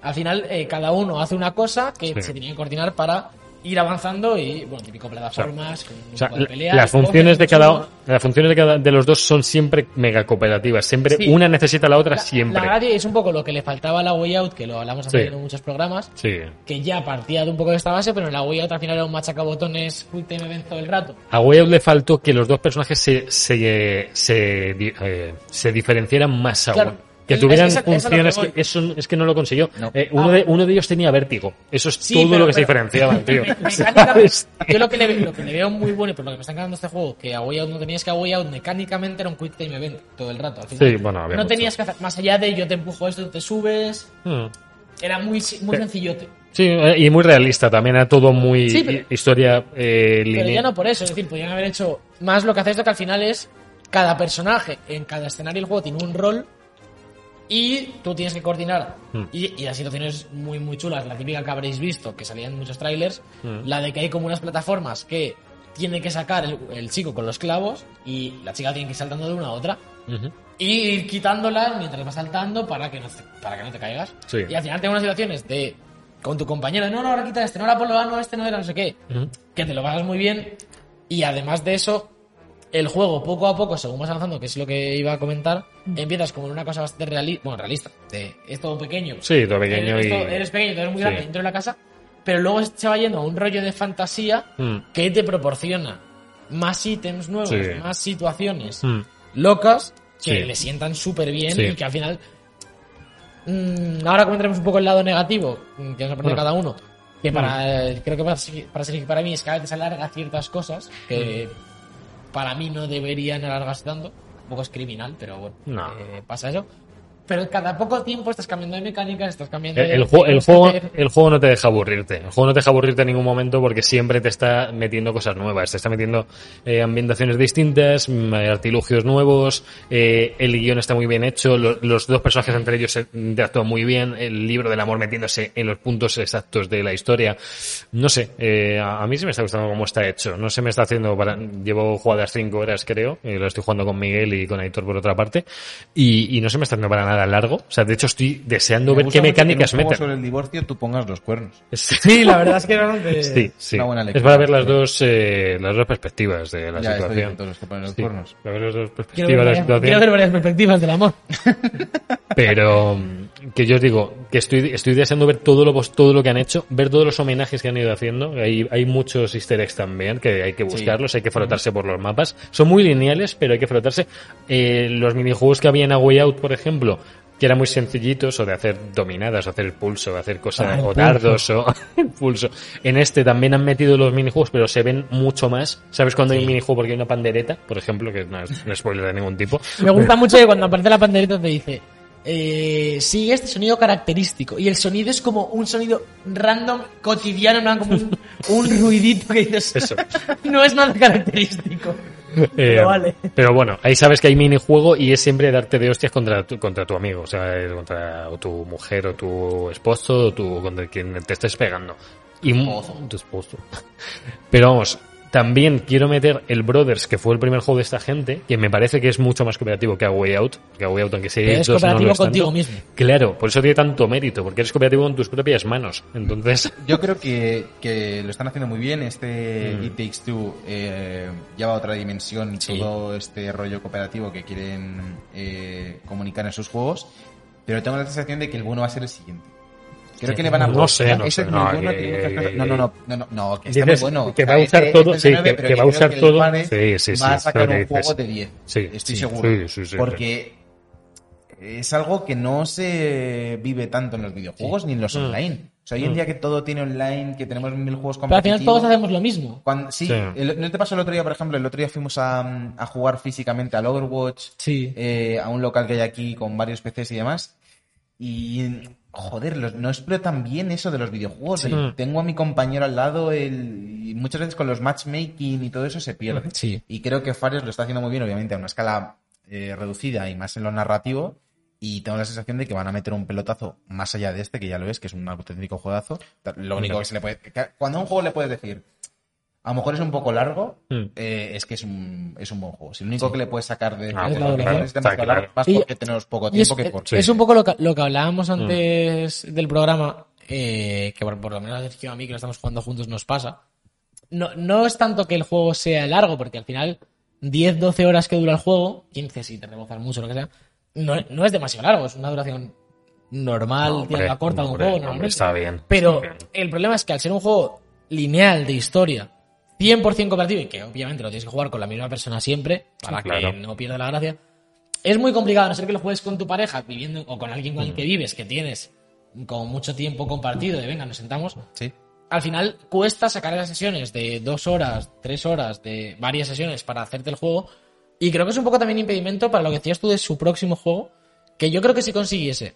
Speaker 4: Al final, eh, cada uno hace una cosa que
Speaker 2: Sí.
Speaker 4: se tiene que coordinar para ir avanzando y, bueno, típico plataformas, con un
Speaker 2: O sea,
Speaker 4: juego de
Speaker 2: la-
Speaker 4: pelea,
Speaker 2: las
Speaker 4: coges
Speaker 2: funciones de
Speaker 4: mucho,
Speaker 2: cada las funciones de cada de los dos son siempre mega cooperativas, siempre
Speaker 4: Sí.
Speaker 2: una necesita a la otra
Speaker 4: La-
Speaker 2: siempre.
Speaker 4: La gracia es un poco lo que le faltaba a la Way Out, que lo hablamos hace
Speaker 2: Sí.
Speaker 4: en muchos programas,
Speaker 2: Sí.
Speaker 4: que ya partía de un poco de esta base, pero en la Way Out al final era un machacabotones, uy, te me venzo el rato.
Speaker 2: A Way Out le faltó que los dos personajes se, se, eh, se, di- eh, se diferenciaran más aún.
Speaker 4: Claro.
Speaker 2: Que
Speaker 4: Es-
Speaker 2: tuvieran
Speaker 4: es- es a lo que
Speaker 2: funciones
Speaker 4: voy.
Speaker 2: que eso es que no lo consiguió.
Speaker 3: No.
Speaker 2: Eh, uno,
Speaker 4: Ah.
Speaker 2: de, uno de ellos tenía vértigo. Eso es
Speaker 4: Sí,
Speaker 2: todo
Speaker 4: pero-
Speaker 2: lo que se
Speaker 4: pero- (laughs)
Speaker 2: diferenciaban, (laughs) tío.
Speaker 4: me- me encanta-
Speaker 2: ¿Sabes?
Speaker 4: Yo lo que, le, lo que le veo muy bueno y por lo que me está encantando este juego, que a Way Out no tenías que a Way Out mecánicamente era un quick time event todo el rato. Al final.
Speaker 2: Sí, bueno, había
Speaker 4: no
Speaker 2: mucho.
Speaker 4: tenías que hacer más allá de yo te empujo esto, te subes.
Speaker 2: Mm.
Speaker 4: Era muy, si- muy
Speaker 2: Sí.
Speaker 4: sencillote.
Speaker 2: Sí, eh, y muy realista también, era todo muy
Speaker 4: Sí, pero-
Speaker 2: historia eh,
Speaker 4: Pero ya
Speaker 2: lineal.
Speaker 4: no por eso, es decir, podrían haber hecho más lo que hace esto que al final es cada personaje en cada escenario del juego tiene un rol y tú tienes que coordinar.
Speaker 2: Mm.
Speaker 4: Y, y las situaciones muy, muy chulas, la típica que habréis visto, que salían en muchos trailers, la de que hay como unas plataformas que tiene que sacar el, el chico con los clavos y la chica tiene que ir saltando de una a otra.
Speaker 2: Ujú.
Speaker 4: Y ir quitándolas mientras vas saltando para que no te, para que no te caigas.
Speaker 2: Sí.
Speaker 4: Y al final tengo unas situaciones de con tu compañero, no, no, ahora quita este, no, ahora ponlo, ah, no, este no era, no sé qué
Speaker 2: Ujú.
Speaker 4: que te lo pasas muy bien. Y además de eso, el juego poco a poco, según vas avanzando, que es lo que iba a comentar, empiezas como en una cosa bastante reali bueno, realista. De, es todo pequeño.
Speaker 2: Sí, todo pequeño
Speaker 4: eres,
Speaker 2: y...
Speaker 4: eres todo- eres pequeño, todo es muy
Speaker 2: Sí.
Speaker 4: grande dentro de la casa. Pero luego se va yendo a un rollo de fantasía
Speaker 2: Mm.
Speaker 4: que te proporciona más ítems nuevos,
Speaker 2: Sí.
Speaker 4: más situaciones
Speaker 2: Mm.
Speaker 4: locas que
Speaker 2: Sí.
Speaker 4: le sientan súper bien
Speaker 2: Sí.
Speaker 4: y que al final. Mm, ahora comentaremos un poco el lado negativo mm, que nos aprende
Speaker 2: Bueno.
Speaker 4: cada uno. Que para, eh, creo que para, Sergi- para Sergio y para mí
Speaker 2: Mm.
Speaker 4: es que a veces alarga ciertas cosas que para mí no deberían alargarse tanto. Tampoco es criminal, pero bueno,
Speaker 2: No.
Speaker 4: eh, pasa eso. Pero cada poco tiempo estás cambiando de mecánicas, estás cambiando
Speaker 2: El,
Speaker 4: de... (laughs)
Speaker 2: el juego, el,
Speaker 4: tienes
Speaker 2: juego,
Speaker 4: que hacer-
Speaker 2: el juego no te deja aburrirte. El juego no te deja aburrirte en ningún momento porque siempre te está metiendo cosas nuevas. Te está metiendo eh, ambientaciones distintas, mm, eh, artilugios nuevos. eh, el guión está muy bien hecho. lo- los dos personajes entre ellos se interactúan muy bien. El libro del amor metiéndose en los puntos exactos de la historia. No sé, eh, a, a mí sí me está gustando cómo está hecho. No se me está haciendo. para- llevo jugadas 5 horas, creo. eh, lo estoy jugando con Miguel y con Aitor por otra parte. Y, y no se me está haciendo para nada largo. O sea, de hecho, estoy deseando
Speaker 3: Me
Speaker 2: ver
Speaker 3: gusta
Speaker 2: qué
Speaker 3: mucho que en un
Speaker 2: mecánicas
Speaker 3: juego
Speaker 2: meten.
Speaker 3: (laughs) sobre el divorcio tú pongas los cuernos.
Speaker 4: Sí,
Speaker 2: (laughs)
Speaker 4: la verdad es que realmente...
Speaker 2: Sí, sí.
Speaker 3: una buena
Speaker 2: Es
Speaker 3: lectura.
Speaker 2: para ver las dos, eh, las dos perspectivas de la
Speaker 3: Ya, estoy
Speaker 2: situación.
Speaker 3: con todos los que ponen los
Speaker 2: Sí,
Speaker 3: cuernos.
Speaker 2: para ver las dos perspectivas de
Speaker 4: Quiero ver,
Speaker 2: la
Speaker 4: varias,
Speaker 2: situación.
Speaker 4: quiero ver varias perspectivas del amor.
Speaker 2: Pero mm, que yo os digo, que estoy, estoy deseando ver todo lo, todo lo que han hecho, ver todos los homenajes que han ido haciendo. Hay, hay muchos easter eggs también, que hay que buscarlos, hay que frotarse por los mapas. Son muy lineales, pero hay que frotarse. Eh, los minijuegos que había en A Way Out, por ejemplo, que eran muy sencillitos, o de hacer dominadas, o hacer pulso, o hacer cosas,
Speaker 4: Ah, el
Speaker 2: o
Speaker 4: pulso.
Speaker 2: dardos, o (laughs) el pulso. En este también han metido los minijuegos, pero se ven mucho más. ¿Sabes cuando hay un minijuego? Porque hay una pandereta, por ejemplo, que no es un spoiler de ningún tipo.
Speaker 4: Me gusta mucho que cuando aparece la pandereta te dice, eh, sigue este sonido característico. Y el sonido es como un sonido random, cotidiano, en plan, como un, (laughs) un ruidito que dices,
Speaker 2: Eso.
Speaker 4: (laughs) no es nada (laughs) característico.
Speaker 2: Eh,
Speaker 4: Pero vale. (laughs)
Speaker 2: pero bueno, ahí sabes que hay minijuego y es siempre darte de hostias contra tu, contra tu amigo, o sea, eh, contra o tu mujer o tu esposo o tu, contra quien te estés pegando. Y, mu- tu esposo. (laughs) Pero vamos, también quiero meter el Brothers, que fue el primer juego de esta gente, que me parece que es mucho más cooperativo que A Way Out, que A Way Out aunque sea
Speaker 4: Pero es
Speaker 2: dos, no lo
Speaker 4: cooperativo
Speaker 2: es tanto.
Speaker 4: contigo mismo.
Speaker 2: Claro, por eso tiene tanto mérito, porque eres cooperativo con tus propias manos. Entonces,
Speaker 4: (laughs)
Speaker 2: (laughs)
Speaker 3: Yo creo que, que lo están haciendo muy bien. Este It Takes Two eh, lleva a otra dimensión
Speaker 2: Mm. Sí.
Speaker 3: todo este rollo cooperativo que quieren eh, comunicar en sus juegos. Pero tengo la sensación de que el bueno va a ser el siguiente. Creo que le van a
Speaker 2: No
Speaker 3: aportar-
Speaker 2: sé, no
Speaker 3: Ese
Speaker 2: sé,
Speaker 3: muy
Speaker 2: no,
Speaker 3: bueno,
Speaker 2: que-
Speaker 3: tiene muchas cosas- no, no, no, no, no, no, que está muy
Speaker 2: Dices
Speaker 3: bueno.
Speaker 2: que va a
Speaker 3: O sea,
Speaker 2: usar
Speaker 3: este-
Speaker 2: todo,
Speaker 3: este es
Speaker 2: sí,
Speaker 3: de nueve,
Speaker 2: que-
Speaker 3: pero
Speaker 2: que
Speaker 3: yo
Speaker 2: va a
Speaker 3: creo
Speaker 2: usar
Speaker 3: que el
Speaker 2: todo.
Speaker 3: Juanes
Speaker 2: Sí, sí, sí,
Speaker 3: Va
Speaker 2: es
Speaker 3: a
Speaker 2: lo
Speaker 3: sacar
Speaker 2: que
Speaker 3: un
Speaker 2: dices.
Speaker 3: juego de 10.
Speaker 2: Sí,
Speaker 3: estoy
Speaker 2: sí,
Speaker 3: seguro.
Speaker 2: sí, sí, sí.
Speaker 3: porque es algo que no se vive tanto en los videojuegos ni en
Speaker 4: Mm.
Speaker 3: los online. O sea, hoy en día que todo tiene online, que tenemos mil juegos
Speaker 4: Pero al final
Speaker 3: competitivos.
Speaker 4: todos hacemos lo mismo.
Speaker 3: cuando- sí,
Speaker 2: Sí.
Speaker 3: el- ¿no te pasó el otro día, por ejemplo? El otro día fuimos a, mm, a jugar físicamente al Overwatch,
Speaker 4: Sí.
Speaker 3: eh, a un local que hay aquí con varios PCs y demás. Y, joder, los- no explotan bien eso de los videojuegos. El-
Speaker 4: Mm.
Speaker 3: tengo a mi compañero al lado el, y muchas veces con los matchmaking y todo eso se pierde.
Speaker 4: Sí.
Speaker 3: Y creo que Fares lo está haciendo muy bien, obviamente, a una escala eh, reducida y más en lo narrativo. Y tengo la sensación de que van a meter un pelotazo más allá de este, que ya lo es, que es un auténtico juegazo. Lo único que se le puede. que Cuando a un juego le puedes decir, a lo mejor es un poco largo,
Speaker 2: Mm.
Speaker 3: eh, es que es un, es un buen juego. Si lo único que le puedes sacar de.
Speaker 2: Ah,
Speaker 3: de-
Speaker 4: bueno,
Speaker 3: de-
Speaker 4: claro,
Speaker 3: es demasiado
Speaker 2: está claro.
Speaker 3: largo, más
Speaker 4: Y-
Speaker 3: porque tenemos poco
Speaker 4: Y es, eh,
Speaker 3: tiempo que por.
Speaker 2: sí.
Speaker 4: es un poco lo que, lo que
Speaker 2: Mm.
Speaker 4: hablábamos antes del programa, eh, que por, por lo menos a Sergio y a mí, que lo estamos jugando juntos, nos pasa. No, no es tanto que el juego sea largo, porque al final 10, 12 horas que dura el juego, 15 si te rebozas mucho, lo que sea, no, no es demasiado largo, es una duración normal,
Speaker 2: No, hombre,
Speaker 4: tirando a corta de un
Speaker 2: hombre,
Speaker 4: juego.
Speaker 2: hombre,
Speaker 4: normalmente.
Speaker 2: está bien,
Speaker 4: Pero
Speaker 2: está bien.
Speaker 4: el problema es que al ser un juego lineal de historia, 100% cooperativo, y que obviamente lo tienes que jugar con la misma persona siempre, para
Speaker 2: claro.
Speaker 4: que no pierda la gracia, es muy complicado, a no ser que lo juegues con tu pareja, viviendo o con alguien con el que
Speaker 3: Mm.
Speaker 4: vives, que tienes como mucho tiempo compartido, de venga, nos sentamos.
Speaker 3: Sí.
Speaker 4: Al final cuesta sacar esas sesiones de dos horas, tres horas, de varias sesiones para hacerte el juego. Y creo que es un poco también impedimento para lo que decías tú de su próximo juego, que yo creo que si consiguiese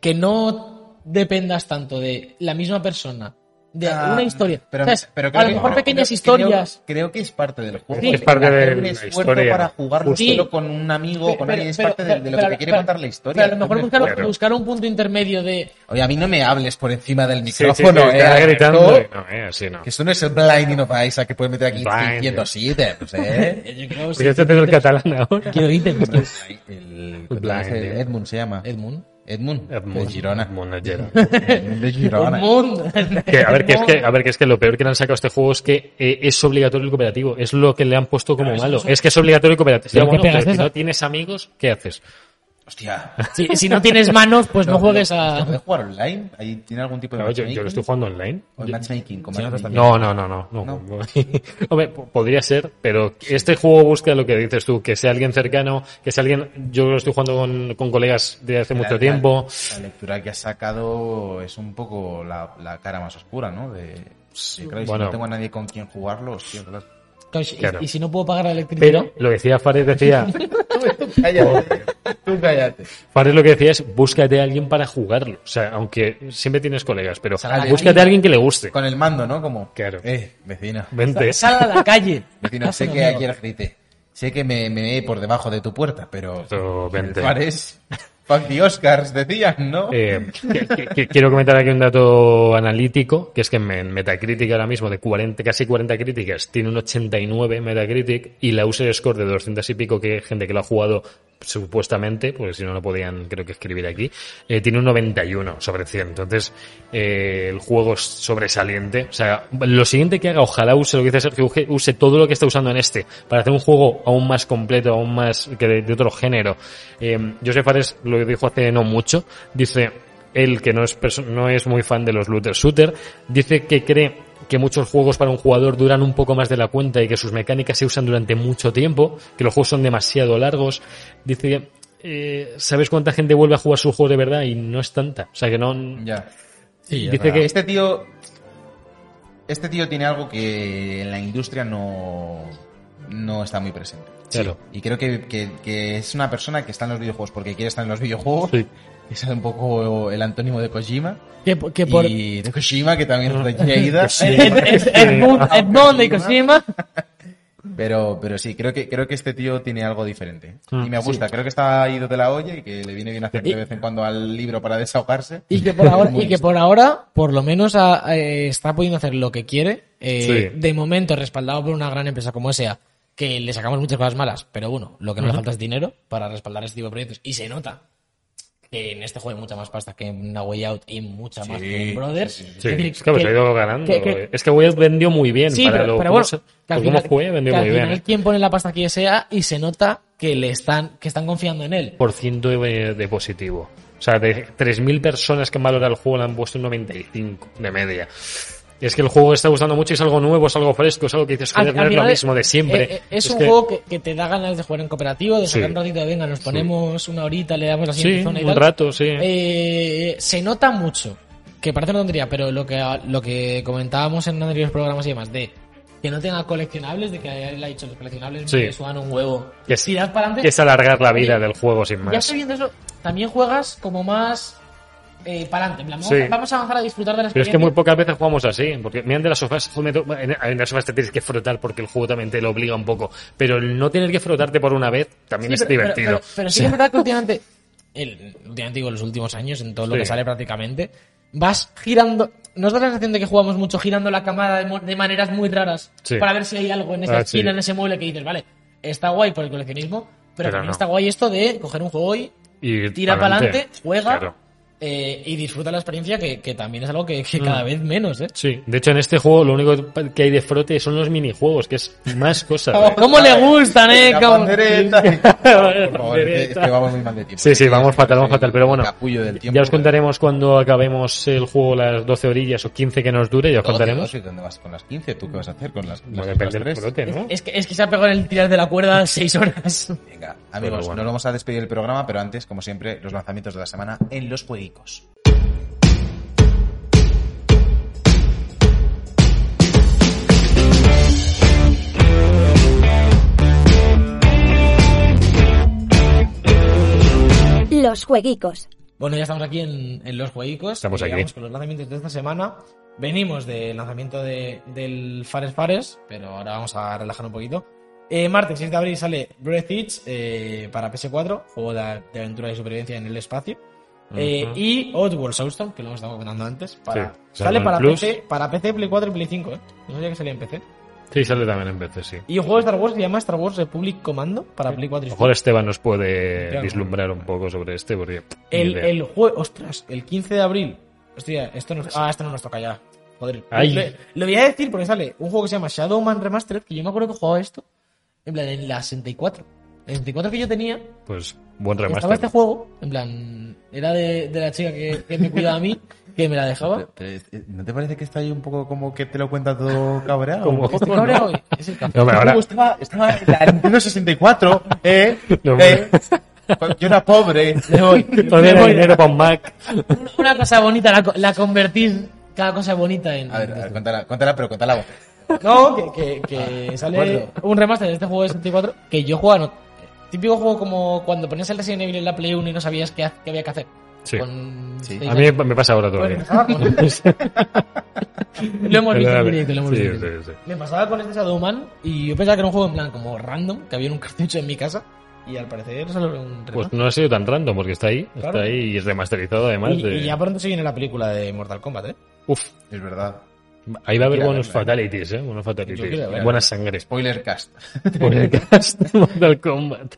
Speaker 4: que no dependas tanto de la misma persona, de
Speaker 3: Ah,
Speaker 4: una historia,
Speaker 3: Pero,
Speaker 4: ¿sabes?
Speaker 3: pero creo
Speaker 4: a lo
Speaker 3: que-
Speaker 4: mejor
Speaker 3: creo-
Speaker 4: pequeñas
Speaker 3: creo-
Speaker 4: historias.
Speaker 3: Creo, que es parte del juego.
Speaker 4: Sí.
Speaker 3: el
Speaker 4: Es
Speaker 2: parte
Speaker 3: hacer
Speaker 2: de
Speaker 3: un
Speaker 2: la
Speaker 3: esfuerzo
Speaker 2: historia.
Speaker 3: para jugarlo
Speaker 4: Justo.
Speaker 3: solo con un amigo, con
Speaker 4: Pero-
Speaker 3: alguien. Es
Speaker 4: pero-
Speaker 3: parte de,
Speaker 4: pero-
Speaker 3: de lo
Speaker 4: pero-
Speaker 3: que quiere
Speaker 4: pero-
Speaker 3: contar la historia.
Speaker 4: pero a lo mejor buscar,
Speaker 2: Claro.
Speaker 4: buscar un punto intermedio de eh,
Speaker 3: Oye, a mí no me hables por encima del
Speaker 2: Sí, sí, sí,
Speaker 3: micrófono, eh,
Speaker 2: está
Speaker 3: Alberto,
Speaker 2: gritando. y No, eh, así no.
Speaker 3: Que esto no es el Blinding of Isaac que puedes meter aquí
Speaker 2: Blinding.
Speaker 3: 507,
Speaker 2: (laughs)
Speaker 3: pues, eh.
Speaker 4: Eh, Yo creo
Speaker 2: Porque este es el catalán ahora.
Speaker 4: Quiero ítems.
Speaker 3: El,
Speaker 2: Blinding.
Speaker 3: el Edmund se llama.
Speaker 4: Edmund.
Speaker 3: Edmund.
Speaker 2: Edmund-
Speaker 3: De Girona.
Speaker 2: Edmund de Girona.
Speaker 3: Edmund de Girona.
Speaker 4: Edmund.
Speaker 2: (laughs) Que, a ver, que es que,
Speaker 4: Edmund.
Speaker 2: a ver, que es que lo peor que le han sacado a este juego es que eh, es obligatorio el cooperativo. Es lo que le han puesto como malo. Es que es obligatorio el cooperativo.
Speaker 4: ¿Pero qué
Speaker 2: Bueno,
Speaker 4: pegas
Speaker 2: pero si
Speaker 4: esa?
Speaker 2: no tienes amigos, ¿qué haces?
Speaker 3: Hostia.
Speaker 4: Si, si no tienes manos, pues no, juegues
Speaker 3: ¿Se
Speaker 4: a.
Speaker 3: puede jugar online? ¿Ahí ¿Tiene algún tipo de
Speaker 2: Claro, yo,
Speaker 3: matchmaking?
Speaker 2: yo lo estoy jugando online.
Speaker 3: ¿O matchmaking? con
Speaker 4: Sí, no,
Speaker 3: matchmaking?
Speaker 2: No, no, no, no. no. (laughs) Hombre, po- podría ser, pero este juego busca lo que dices tú, que sea alguien cercano, que sea alguien... Yo lo estoy jugando con, con colegas de hace
Speaker 3: La-
Speaker 2: mucho
Speaker 3: la-
Speaker 2: tiempo.
Speaker 3: La, lectura que has sacado es un poco la, la cara más oscura, ¿no? De, de, claro, y si
Speaker 2: Bueno. (laughs)
Speaker 3: no tengo a nadie con quien jugarlo, hostia, claro.
Speaker 4: Claro, y-
Speaker 2: Claro.
Speaker 4: Y, si no puedo pagar la electricidad.
Speaker 2: Pero lo decía Fares, (laughs) decía,
Speaker 3: Tú cállate. Tú cállate.
Speaker 2: Fares lo que decía es búscate a alguien para jugarlo. O sea, aunque siempre tienes colegas, pero
Speaker 3: Sal ahí.
Speaker 2: búscate a alguien que le guste.
Speaker 3: Con el mando, ¿no? Como.
Speaker 2: Claro.
Speaker 3: Eh, vecino.
Speaker 2: Vente.
Speaker 4: Sal a la calle.
Speaker 3: Vecino, sé
Speaker 4: Hazlo,
Speaker 3: que
Speaker 4: amigo.
Speaker 3: ayer grité. Sé que me meé por debajo de tu puerta, pero.
Speaker 2: Pero vente.
Speaker 3: (laughs) Fares. Fuck the Oscars, decían, ¿no?
Speaker 2: Eh, que- que- que quiero comentar aquí un dato analítico, que es que en- en Metacritic ahora mismo, de 40, casi 40 críticas, tiene un 89 Metacritic y la user score de 200 y pico que gente que lo ha jugado supuestamente, porque si no lo podían creo que escribir aquí, eh, tiene un 91 sobre 100. Entonces, eh, el juego es sobresaliente. O sea, lo siguiente que haga, ojalá use lo que dice Sergio, uje- use todo lo que está usando en este para hacer un juego aún más completo, aún más que de, de otro género. Eh, José Fares lo dijo hace no mucho, dice, él que no es, perso- no es muy fan de los looter shooter, dice que cree que muchos juegos para un jugador duran un poco más de la cuenta y que sus mecánicas se usan durante mucho tiempo, que los juegos son demasiado largos. Dice que, eh, ¿sabes cuánta gente vuelve a jugar su juego de verdad? Y no es tanta. O sea que no...
Speaker 3: Ya.
Speaker 4: Sí,
Speaker 2: Dice que
Speaker 3: Este tío. Este tío tiene algo que en la industria no. No está muy presente.
Speaker 2: Claro.
Speaker 3: Y creo que, que- que es una persona que está en los videojuegos porque quiere estar en los videojuegos.
Speaker 2: Sí.
Speaker 3: Es un poco el antónimo de Kojima.
Speaker 4: Que, po- que por.
Speaker 3: Y de Kojima, que también es de aquí
Speaker 4: (laughs)
Speaker 3: Aida. (laughs)
Speaker 4: Ed- Ed-
Speaker 2: (laughs)
Speaker 4: Edmund- Edmond de Kojima.
Speaker 3: Pero, pero sí, creo que, creo que este tío tiene algo diferente.
Speaker 4: Ah,
Speaker 2: Mm,
Speaker 3: Y me gusta, creo que está ido de la olla y que le viene bien hacer de vez en cuando al libro para desahogarse.
Speaker 4: Y que por ahora,
Speaker 3: Muy
Speaker 4: y que por, ahora por lo menos a- a- eh, está pudiendo hacer lo que quiere. eh,
Speaker 2: Sí.
Speaker 4: De momento, respaldado por una gran empresa como SEA, que le sacamos muchas cosas malas, pero bueno, lo que no le falta es dinero para respaldar este tipo de proyectos. Y se nota que en este juego hay mucha más pasta que en una Way Out y mucha más que en Brothers.
Speaker 2: Sí,
Speaker 4: Es decir,
Speaker 2: es que pues,
Speaker 4: que-
Speaker 2: ha ido ganando.
Speaker 4: que- que-
Speaker 2: es que Wild vendió muy bien.
Speaker 4: Sí,
Speaker 2: para
Speaker 4: pero,
Speaker 2: lo,
Speaker 4: pero
Speaker 2: cómo
Speaker 4: bueno,
Speaker 2: se-
Speaker 4: que al
Speaker 2: por cómo
Speaker 4: final-
Speaker 2: fue, vendió
Speaker 4: que al
Speaker 2: muy bien.
Speaker 4: final
Speaker 2: ¿eh?
Speaker 4: quien pone la pasta aquí es SEA y se nota que le están, que están confiando en él.
Speaker 2: Por ciento de, de positivo. O sea, de 3.000 personas que han valorado el juego le han puesto un 95 de media. Es que el juego está gustando mucho, es algo nuevo, es algo fresco, es algo que dices,
Speaker 4: Al-
Speaker 2: joder,
Speaker 4: al
Speaker 2: no es lo
Speaker 4: final
Speaker 2: mismo de siempre.
Speaker 4: eh, eh, es, un
Speaker 2: que-
Speaker 4: juego que, que te da ganas de jugar en cooperativo, de sacar
Speaker 2: Sí.
Speaker 4: un ratito de venga, nos ponemos una horita, le damos la siguiente
Speaker 2: Sí,
Speaker 4: zona y
Speaker 2: un
Speaker 4: tal.
Speaker 2: rato, sí.
Speaker 4: Eh, se nota mucho, que parece una tontería, pero lo que, lo que comentábamos en anteriores programas y demás, de que no tenga coleccionables, de que él ha dicho los coleccionables
Speaker 2: Sí.
Speaker 4: me sudan un huevo.
Speaker 2: Que es-
Speaker 4: Tirad para
Speaker 2: que
Speaker 4: adelante.
Speaker 2: es alargar la vida del juego sin
Speaker 4: Ya
Speaker 2: más.
Speaker 4: estoy viendo eso. También juegas como más eh, para adelante. en plan,
Speaker 2: Sí.
Speaker 4: Vamos, vamos a avanzar a disfrutar de la
Speaker 2: Pero es
Speaker 4: experiencia.
Speaker 2: que muy pocas veces jugamos así, porque miran de las sofás, joder, me to- en, en las sofás te tienes que frotar porque el juego también te lo obliga un poco, pero el no tener que frotarte por una vez también
Speaker 4: Sí,
Speaker 2: es
Speaker 4: pero- pero-
Speaker 2: divertido.
Speaker 4: Pero, pero sí que
Speaker 2: (laughs)
Speaker 4: es verdad que últimamente, el, últimamente digo, en los últimos años, en todo lo
Speaker 2: Sí.
Speaker 4: que sale prácticamente, vas girando. Nos da la sensación de que jugamos mucho girando la cámara de, mo- de maneras muy raras
Speaker 2: Sí.
Speaker 4: para ver si hay algo en esa
Speaker 2: Ah,
Speaker 4: esquina,
Speaker 2: sí.
Speaker 4: en ese mueble que dices, vale, está guay por el coleccionismo, pero,
Speaker 2: Pero
Speaker 4: también
Speaker 2: no.
Speaker 4: está guay esto de coger un juego y
Speaker 2: Y
Speaker 4: tira para adelante, juega
Speaker 2: Claro.
Speaker 4: eh, y disfruta la experiencia, que, que también es algo que,
Speaker 2: Mm.
Speaker 4: que cada vez menos, ¿eh?
Speaker 2: Sí, de hecho en este juego lo único que hay de frote son los minijuegos, que es más
Speaker 4: (laughs)
Speaker 2: cosas. ¿eh?
Speaker 4: ¿Cómo le gustan, eh?
Speaker 3: La
Speaker 4: cabrón?
Speaker 3: pandereta. Por favor, es que- es que
Speaker 2: Pandereta.
Speaker 3: vamos muy mal de tiempo.
Speaker 2: Sí, sí, vamos fatal, vamos
Speaker 3: Soy
Speaker 2: fatal, pero bueno.
Speaker 3: Capullo del tiempo.
Speaker 2: Ya os contaremos cuando acabemos el juego las 12 orillas o 15 que nos dure, ya os
Speaker 3: Doce,
Speaker 2: contaremos.
Speaker 3: doce, ¿Dónde vas con las 15? ¿Tú qué vas a hacer con las,
Speaker 2: Bueno,
Speaker 3: las
Speaker 2: depende
Speaker 3: otras
Speaker 2: del
Speaker 3: tres?
Speaker 2: frote, ¿no?
Speaker 4: Es que, es que se ha pegado en el tirar de
Speaker 2: (laughs)
Speaker 4: la cuerda seis horas.
Speaker 3: Venga, amigos,
Speaker 2: bueno.
Speaker 3: nos vamos a despedir el programa, pero antes, como siempre, los lanzamientos de la semana en los jueguicos.
Speaker 5: Los jueguicos.
Speaker 4: Bueno, ya estamos aquí en, en los jueguicos.
Speaker 2: Estamos
Speaker 4: Y
Speaker 2: aquí.
Speaker 4: vamos con los lanzamientos de esta semana. Venimos del lanzamiento de- del Fares Fares, pero ahora vamos a relajar un poquito. Eh, martes 6 de abril sale Breath Itch eh, para PS4, juego de, de aventura y supervivencia en el espacio. Eh,
Speaker 2: Ujú.
Speaker 4: Y Oddworld Soulstone, que lo hemos estado comentando antes.
Speaker 2: Sí,
Speaker 4: Para,
Speaker 2: sale
Speaker 4: sale
Speaker 2: en
Speaker 4: para
Speaker 2: Plus.
Speaker 4: PC, para PC, Play 4 y Play 5. ¿eh? No sabía que salía en PC.
Speaker 2: Sí, sale también en PC, sí.
Speaker 4: Y un juego de Star Wars que se llama Star Wars Republic Commando para Play 4
Speaker 2: A
Speaker 4: y
Speaker 2: lo mejor
Speaker 4: 5.
Speaker 2: Esteban nos puede
Speaker 4: Claro.
Speaker 2: vislumbrar un poco sobre este, porque... ni
Speaker 4: El,
Speaker 2: idea.
Speaker 4: el juego, ostras, el 15 de abril. Hostia, esto no, ah, esto no nos toca ya. Joder.
Speaker 2: Pues Ay.
Speaker 4: Lo, lo voy a decir porque sale un juego que se llama Shadowman Remastered, que yo me acuerdo que jugaba esto en plan en la 64. La 64 que yo tenía,
Speaker 2: Pues buen
Speaker 4: estaba
Speaker 2: remaster.
Speaker 4: este juego, en plan, era de, de la chica que, que me cuidaba a mí, que me la dejaba.
Speaker 3: ¿No te parece que está ahí un poco como que te lo cuenta todo
Speaker 2: (laughs)
Speaker 3: cabreado?
Speaker 2: Como-
Speaker 4: Este cabreo es
Speaker 2: (laughs)
Speaker 4: el café.
Speaker 2: No, pero ahora...
Speaker 3: Uh, estaba, estaba en la Nintendo 64, ¿eh?
Speaker 2: (laughs) No,
Speaker 3: ¿Eh? (laughs) Yo era pobre.
Speaker 4: Me voy.
Speaker 2: Todavía
Speaker 4: me
Speaker 2: no hay
Speaker 4: voy.
Speaker 2: dinero para un Mac.
Speaker 4: Una cosa bonita, la, co- la convertís cada cosa bonita en.
Speaker 3: A ver, a ver, cuéntala, cuéntala, pero cuéntala. vos.
Speaker 4: No, que, que,
Speaker 2: Ah,
Speaker 4: que sale un remaster de este juego de 64 que yo jugaba. no- típico juego como cuando ponías el Resident Evil en la Play 1 y no sabías qué, ha- qué había que hacer.
Speaker 2: Sí.
Speaker 4: Con
Speaker 3: Sí.
Speaker 4: seis
Speaker 2: A mí
Speaker 4: años.
Speaker 2: me pasa ahora
Speaker 4: Pues
Speaker 2: todavía.
Speaker 4: me pasaba con- (laughs) lo hemos visto en
Speaker 2: Perdóname.
Speaker 4: directo, lo hemos
Speaker 2: Sí,
Speaker 4: visto en directo.
Speaker 2: sí,
Speaker 4: Me pasaba con este Shadowman y yo pensaba que era un juego en plan como random, que había en un cartucho en mi casa y al parecer solo era un remaster.
Speaker 2: Pues no ha sido tan random porque está ahí,
Speaker 4: Claro.
Speaker 2: está ahí y remasterizado además.
Speaker 4: y,
Speaker 2: de-
Speaker 4: y ya pronto se viene la película de Mortal Kombat, ¿eh?
Speaker 2: Uf,
Speaker 3: Es verdad.
Speaker 2: ahí va a haber
Speaker 3: Mira,
Speaker 2: buenos
Speaker 3: mira.
Speaker 2: fatalities, ¿eh? Buenos
Speaker 4: Yo
Speaker 2: fatalities.
Speaker 4: quiero ver.
Speaker 2: Buenas sangres.
Speaker 3: Spoiler cast.
Speaker 2: (laughs) Por el cast Mortal Kombat.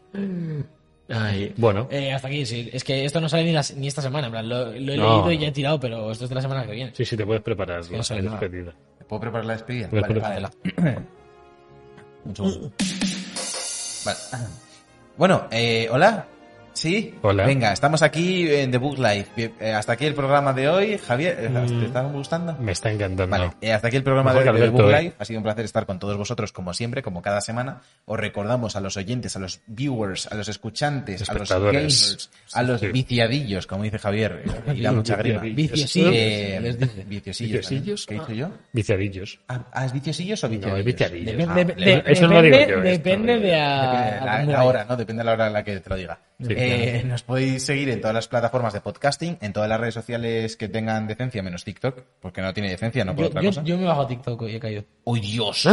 Speaker 2: Bueno,
Speaker 4: Eh, hasta aquí, sí. Es que esto no sale ni, la- ni esta semana, en plan, lo, lo he
Speaker 2: No.
Speaker 4: leído y ya he tirado, pero esto es de la semana que viene.
Speaker 2: sí, sí, te puedes preparar
Speaker 4: que no
Speaker 2: la
Speaker 4: sale nada.
Speaker 2: despedida.
Speaker 3: ¿Puedo preparar la despedida?
Speaker 2: Pues
Speaker 3: Vale,
Speaker 2: prepárala.
Speaker 3: vale. (clears throat) Un segundo. Vale. Bueno, eh, hola. ¿Sí?
Speaker 2: Hola.
Speaker 3: Venga, estamos aquí en The Book Live. Bien, eh, hasta aquí el programa de hoy. Javier, eh, ¿te está gustando?
Speaker 2: Me está encantando.
Speaker 3: Vale, eh, hasta aquí el programa
Speaker 2: Mm. Mejor
Speaker 3: de,
Speaker 2: que
Speaker 3: de
Speaker 2: Alberto,
Speaker 3: Book
Speaker 2: eh.
Speaker 3: Live. Ha sido un placer estar con todos vosotros, como siempre, como cada semana. Os recordamos a los oyentes, a los viewers, a los escuchantes, a los
Speaker 2: Espectadores.
Speaker 3: gamers, a los
Speaker 2: Sí.
Speaker 3: viciadillos, como dice Javier, eh,
Speaker 2: (laughs)
Speaker 3: y da mucha grima.
Speaker 2: Viciadillos.
Speaker 4: Viciosillos,
Speaker 3: Eh,
Speaker 4: les dice. ah.
Speaker 3: viciosillos,
Speaker 2: Viciosillos.
Speaker 3: ¿no? ¿Qué he dicho yo?
Speaker 2: Viciadillos.
Speaker 3: Ah, ah, ¿es viciadillos o viciadillos?
Speaker 2: No, es viciadillos.
Speaker 4: Depende,
Speaker 3: Ah,
Speaker 4: de-
Speaker 3: vale,
Speaker 4: de-
Speaker 2: eso no lo digo
Speaker 4: depende-
Speaker 2: yo, esto
Speaker 4: depende
Speaker 2: lo digo
Speaker 4: de
Speaker 2: yo.
Speaker 4: a-
Speaker 3: Depende de la,
Speaker 4: a cómo
Speaker 3: la
Speaker 4: vaya.
Speaker 3: hora, ¿no? Depende de la hora en la que te lo diga.
Speaker 2: Sí,
Speaker 3: Eh,
Speaker 2: claro.
Speaker 3: Nos podéis seguir en todas las plataformas de podcasting, en todas las redes sociales que tengan decencia, menos TikTok, porque no tiene decencia, no por
Speaker 4: Yo,
Speaker 3: otra
Speaker 4: yo-
Speaker 3: cosa.
Speaker 4: yo me bajo a TikTok y he caído.
Speaker 3: ¡Oh, Dios! ¡Oh,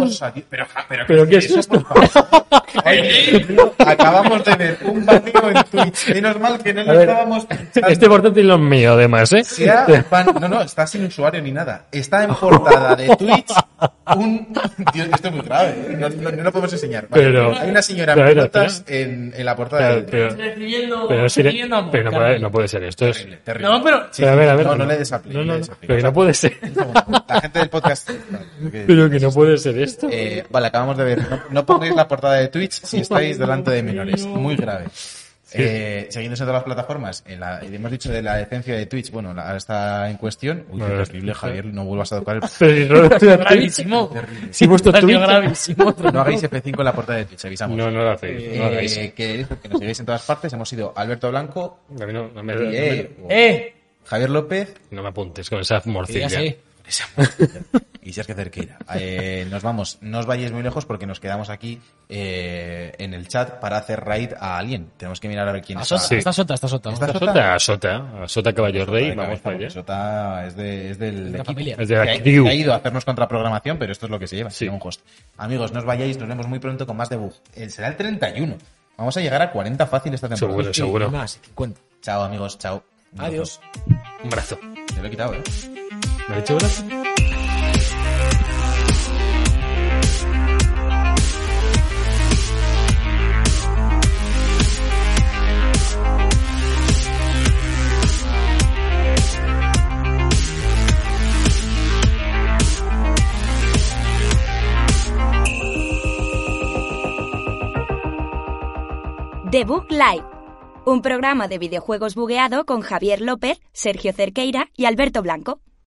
Speaker 3: Dios! adiós. Pero, ja, pero,
Speaker 2: ¿Pero qué es
Speaker 3: eso,
Speaker 2: esto?
Speaker 3: por
Speaker 2: (laughs)
Speaker 3: favor. Oye, tío, acabamos de ver un vacío en Twitch. Menos mal que no
Speaker 2: A
Speaker 3: lo
Speaker 2: ver,
Speaker 3: estábamos pensando.
Speaker 2: este portátil no es mío, además, ¿eh? (laughs)
Speaker 3: Se ha ban- No, no, está sin usuario ni nada. Está en portada de Twitch un... (laughs) Dios, esto es muy grave. ¿eh? No, no- no lo podemos enseñar. Vale.
Speaker 2: Pero-
Speaker 3: Hay una señora en
Speaker 2: pero, pero,
Speaker 3: pelotas en, en la portada
Speaker 2: Claro,
Speaker 3: de Twitch.
Speaker 2: pero, pero, si- pero no, puede, no puede ser esto. Es,
Speaker 3: Terrible, terrible.
Speaker 4: No, pero...
Speaker 3: Sí,
Speaker 2: Pero a ver, a ver.
Speaker 3: no, no le des a play,
Speaker 2: No,
Speaker 3: no
Speaker 2: no,
Speaker 3: le
Speaker 2: no.
Speaker 3: des a play.
Speaker 2: Pero que no puede ser.
Speaker 3: La gente del podcast... no, que-
Speaker 2: Pero que no puede ser esto.
Speaker 3: Eh, vale, acabamos de ver. No, no pongáis la portada de Twitch si estáis delante de menores. Muy grave. Eh, seguidnos en todas las plataformas. En la- hemos dicho de la decencia de Twitch. Bueno, la- ahora está en cuestión. Uy, qué
Speaker 2: Vale.
Speaker 3: terrible, Javier. No vuelvas a tocar el
Speaker 2: Pero si
Speaker 3: (laughs)
Speaker 2: no lo estoy haciendo-
Speaker 4: Gravísimo.
Speaker 2: Si he puesto
Speaker 4: Ha sido
Speaker 2: Twitch.
Speaker 4: gravísimo.
Speaker 3: No hagáis F5 en la portada de Twitch, avisamos.
Speaker 2: No, no lo hacéis. No lo
Speaker 3: Eh,
Speaker 2: hagáis.
Speaker 3: que, que nos sigáis en todas partes. Hemos sido Alberto Blanco,
Speaker 2: A mí no, no me,
Speaker 3: y,
Speaker 2: no me-
Speaker 3: eh,
Speaker 4: (laughs) ¡Eh!
Speaker 3: Javier López
Speaker 2: no me apuntes con esa
Speaker 4: Que ya
Speaker 2: morcilla.
Speaker 4: sé.
Speaker 3: y Sergio Cerqueira. Eh, nos vamos, no os vayáis muy lejos porque nos quedamos aquí eh, en el chat para hacer raid a alguien. Tenemos que mirar a ver quién
Speaker 4: A
Speaker 3: es.
Speaker 4: Sota,
Speaker 2: Ah, Sí.
Speaker 4: está Sota, está Sota.
Speaker 3: Está
Speaker 2: A
Speaker 4: Vamos.
Speaker 2: Sota, a Sota, a Sota Caballo Rey,
Speaker 3: de
Speaker 2: vamos
Speaker 3: cabeza,
Speaker 2: para allá.
Speaker 3: porque Sota es, de- es del
Speaker 4: La
Speaker 3: equipo.
Speaker 4: familia.
Speaker 2: Es de la
Speaker 3: Que ha-
Speaker 2: crew.
Speaker 3: que ha ido a hacernos contraprogramación, pero esto es lo que se lleva.
Speaker 2: Sí.
Speaker 3: tiene un host. Amigos, no os vayáis, nos vemos muy pronto con más debug. El será el 31. Vamos a llegar a 40 fácil esta temporada.
Speaker 2: Seguro, seguro.
Speaker 4: Y Más, 50.
Speaker 3: Chao, amigos, chao. Un abrazo.
Speaker 4: Adiós.
Speaker 2: Un brazo.
Speaker 3: Te lo he quitado, ¿eh?
Speaker 2: ¿Me ha dicho brazo?
Speaker 1: The Book Live, un programa de videojuegos bugueado con Javier López, Sergio Cerqueira y Alberto Blanco.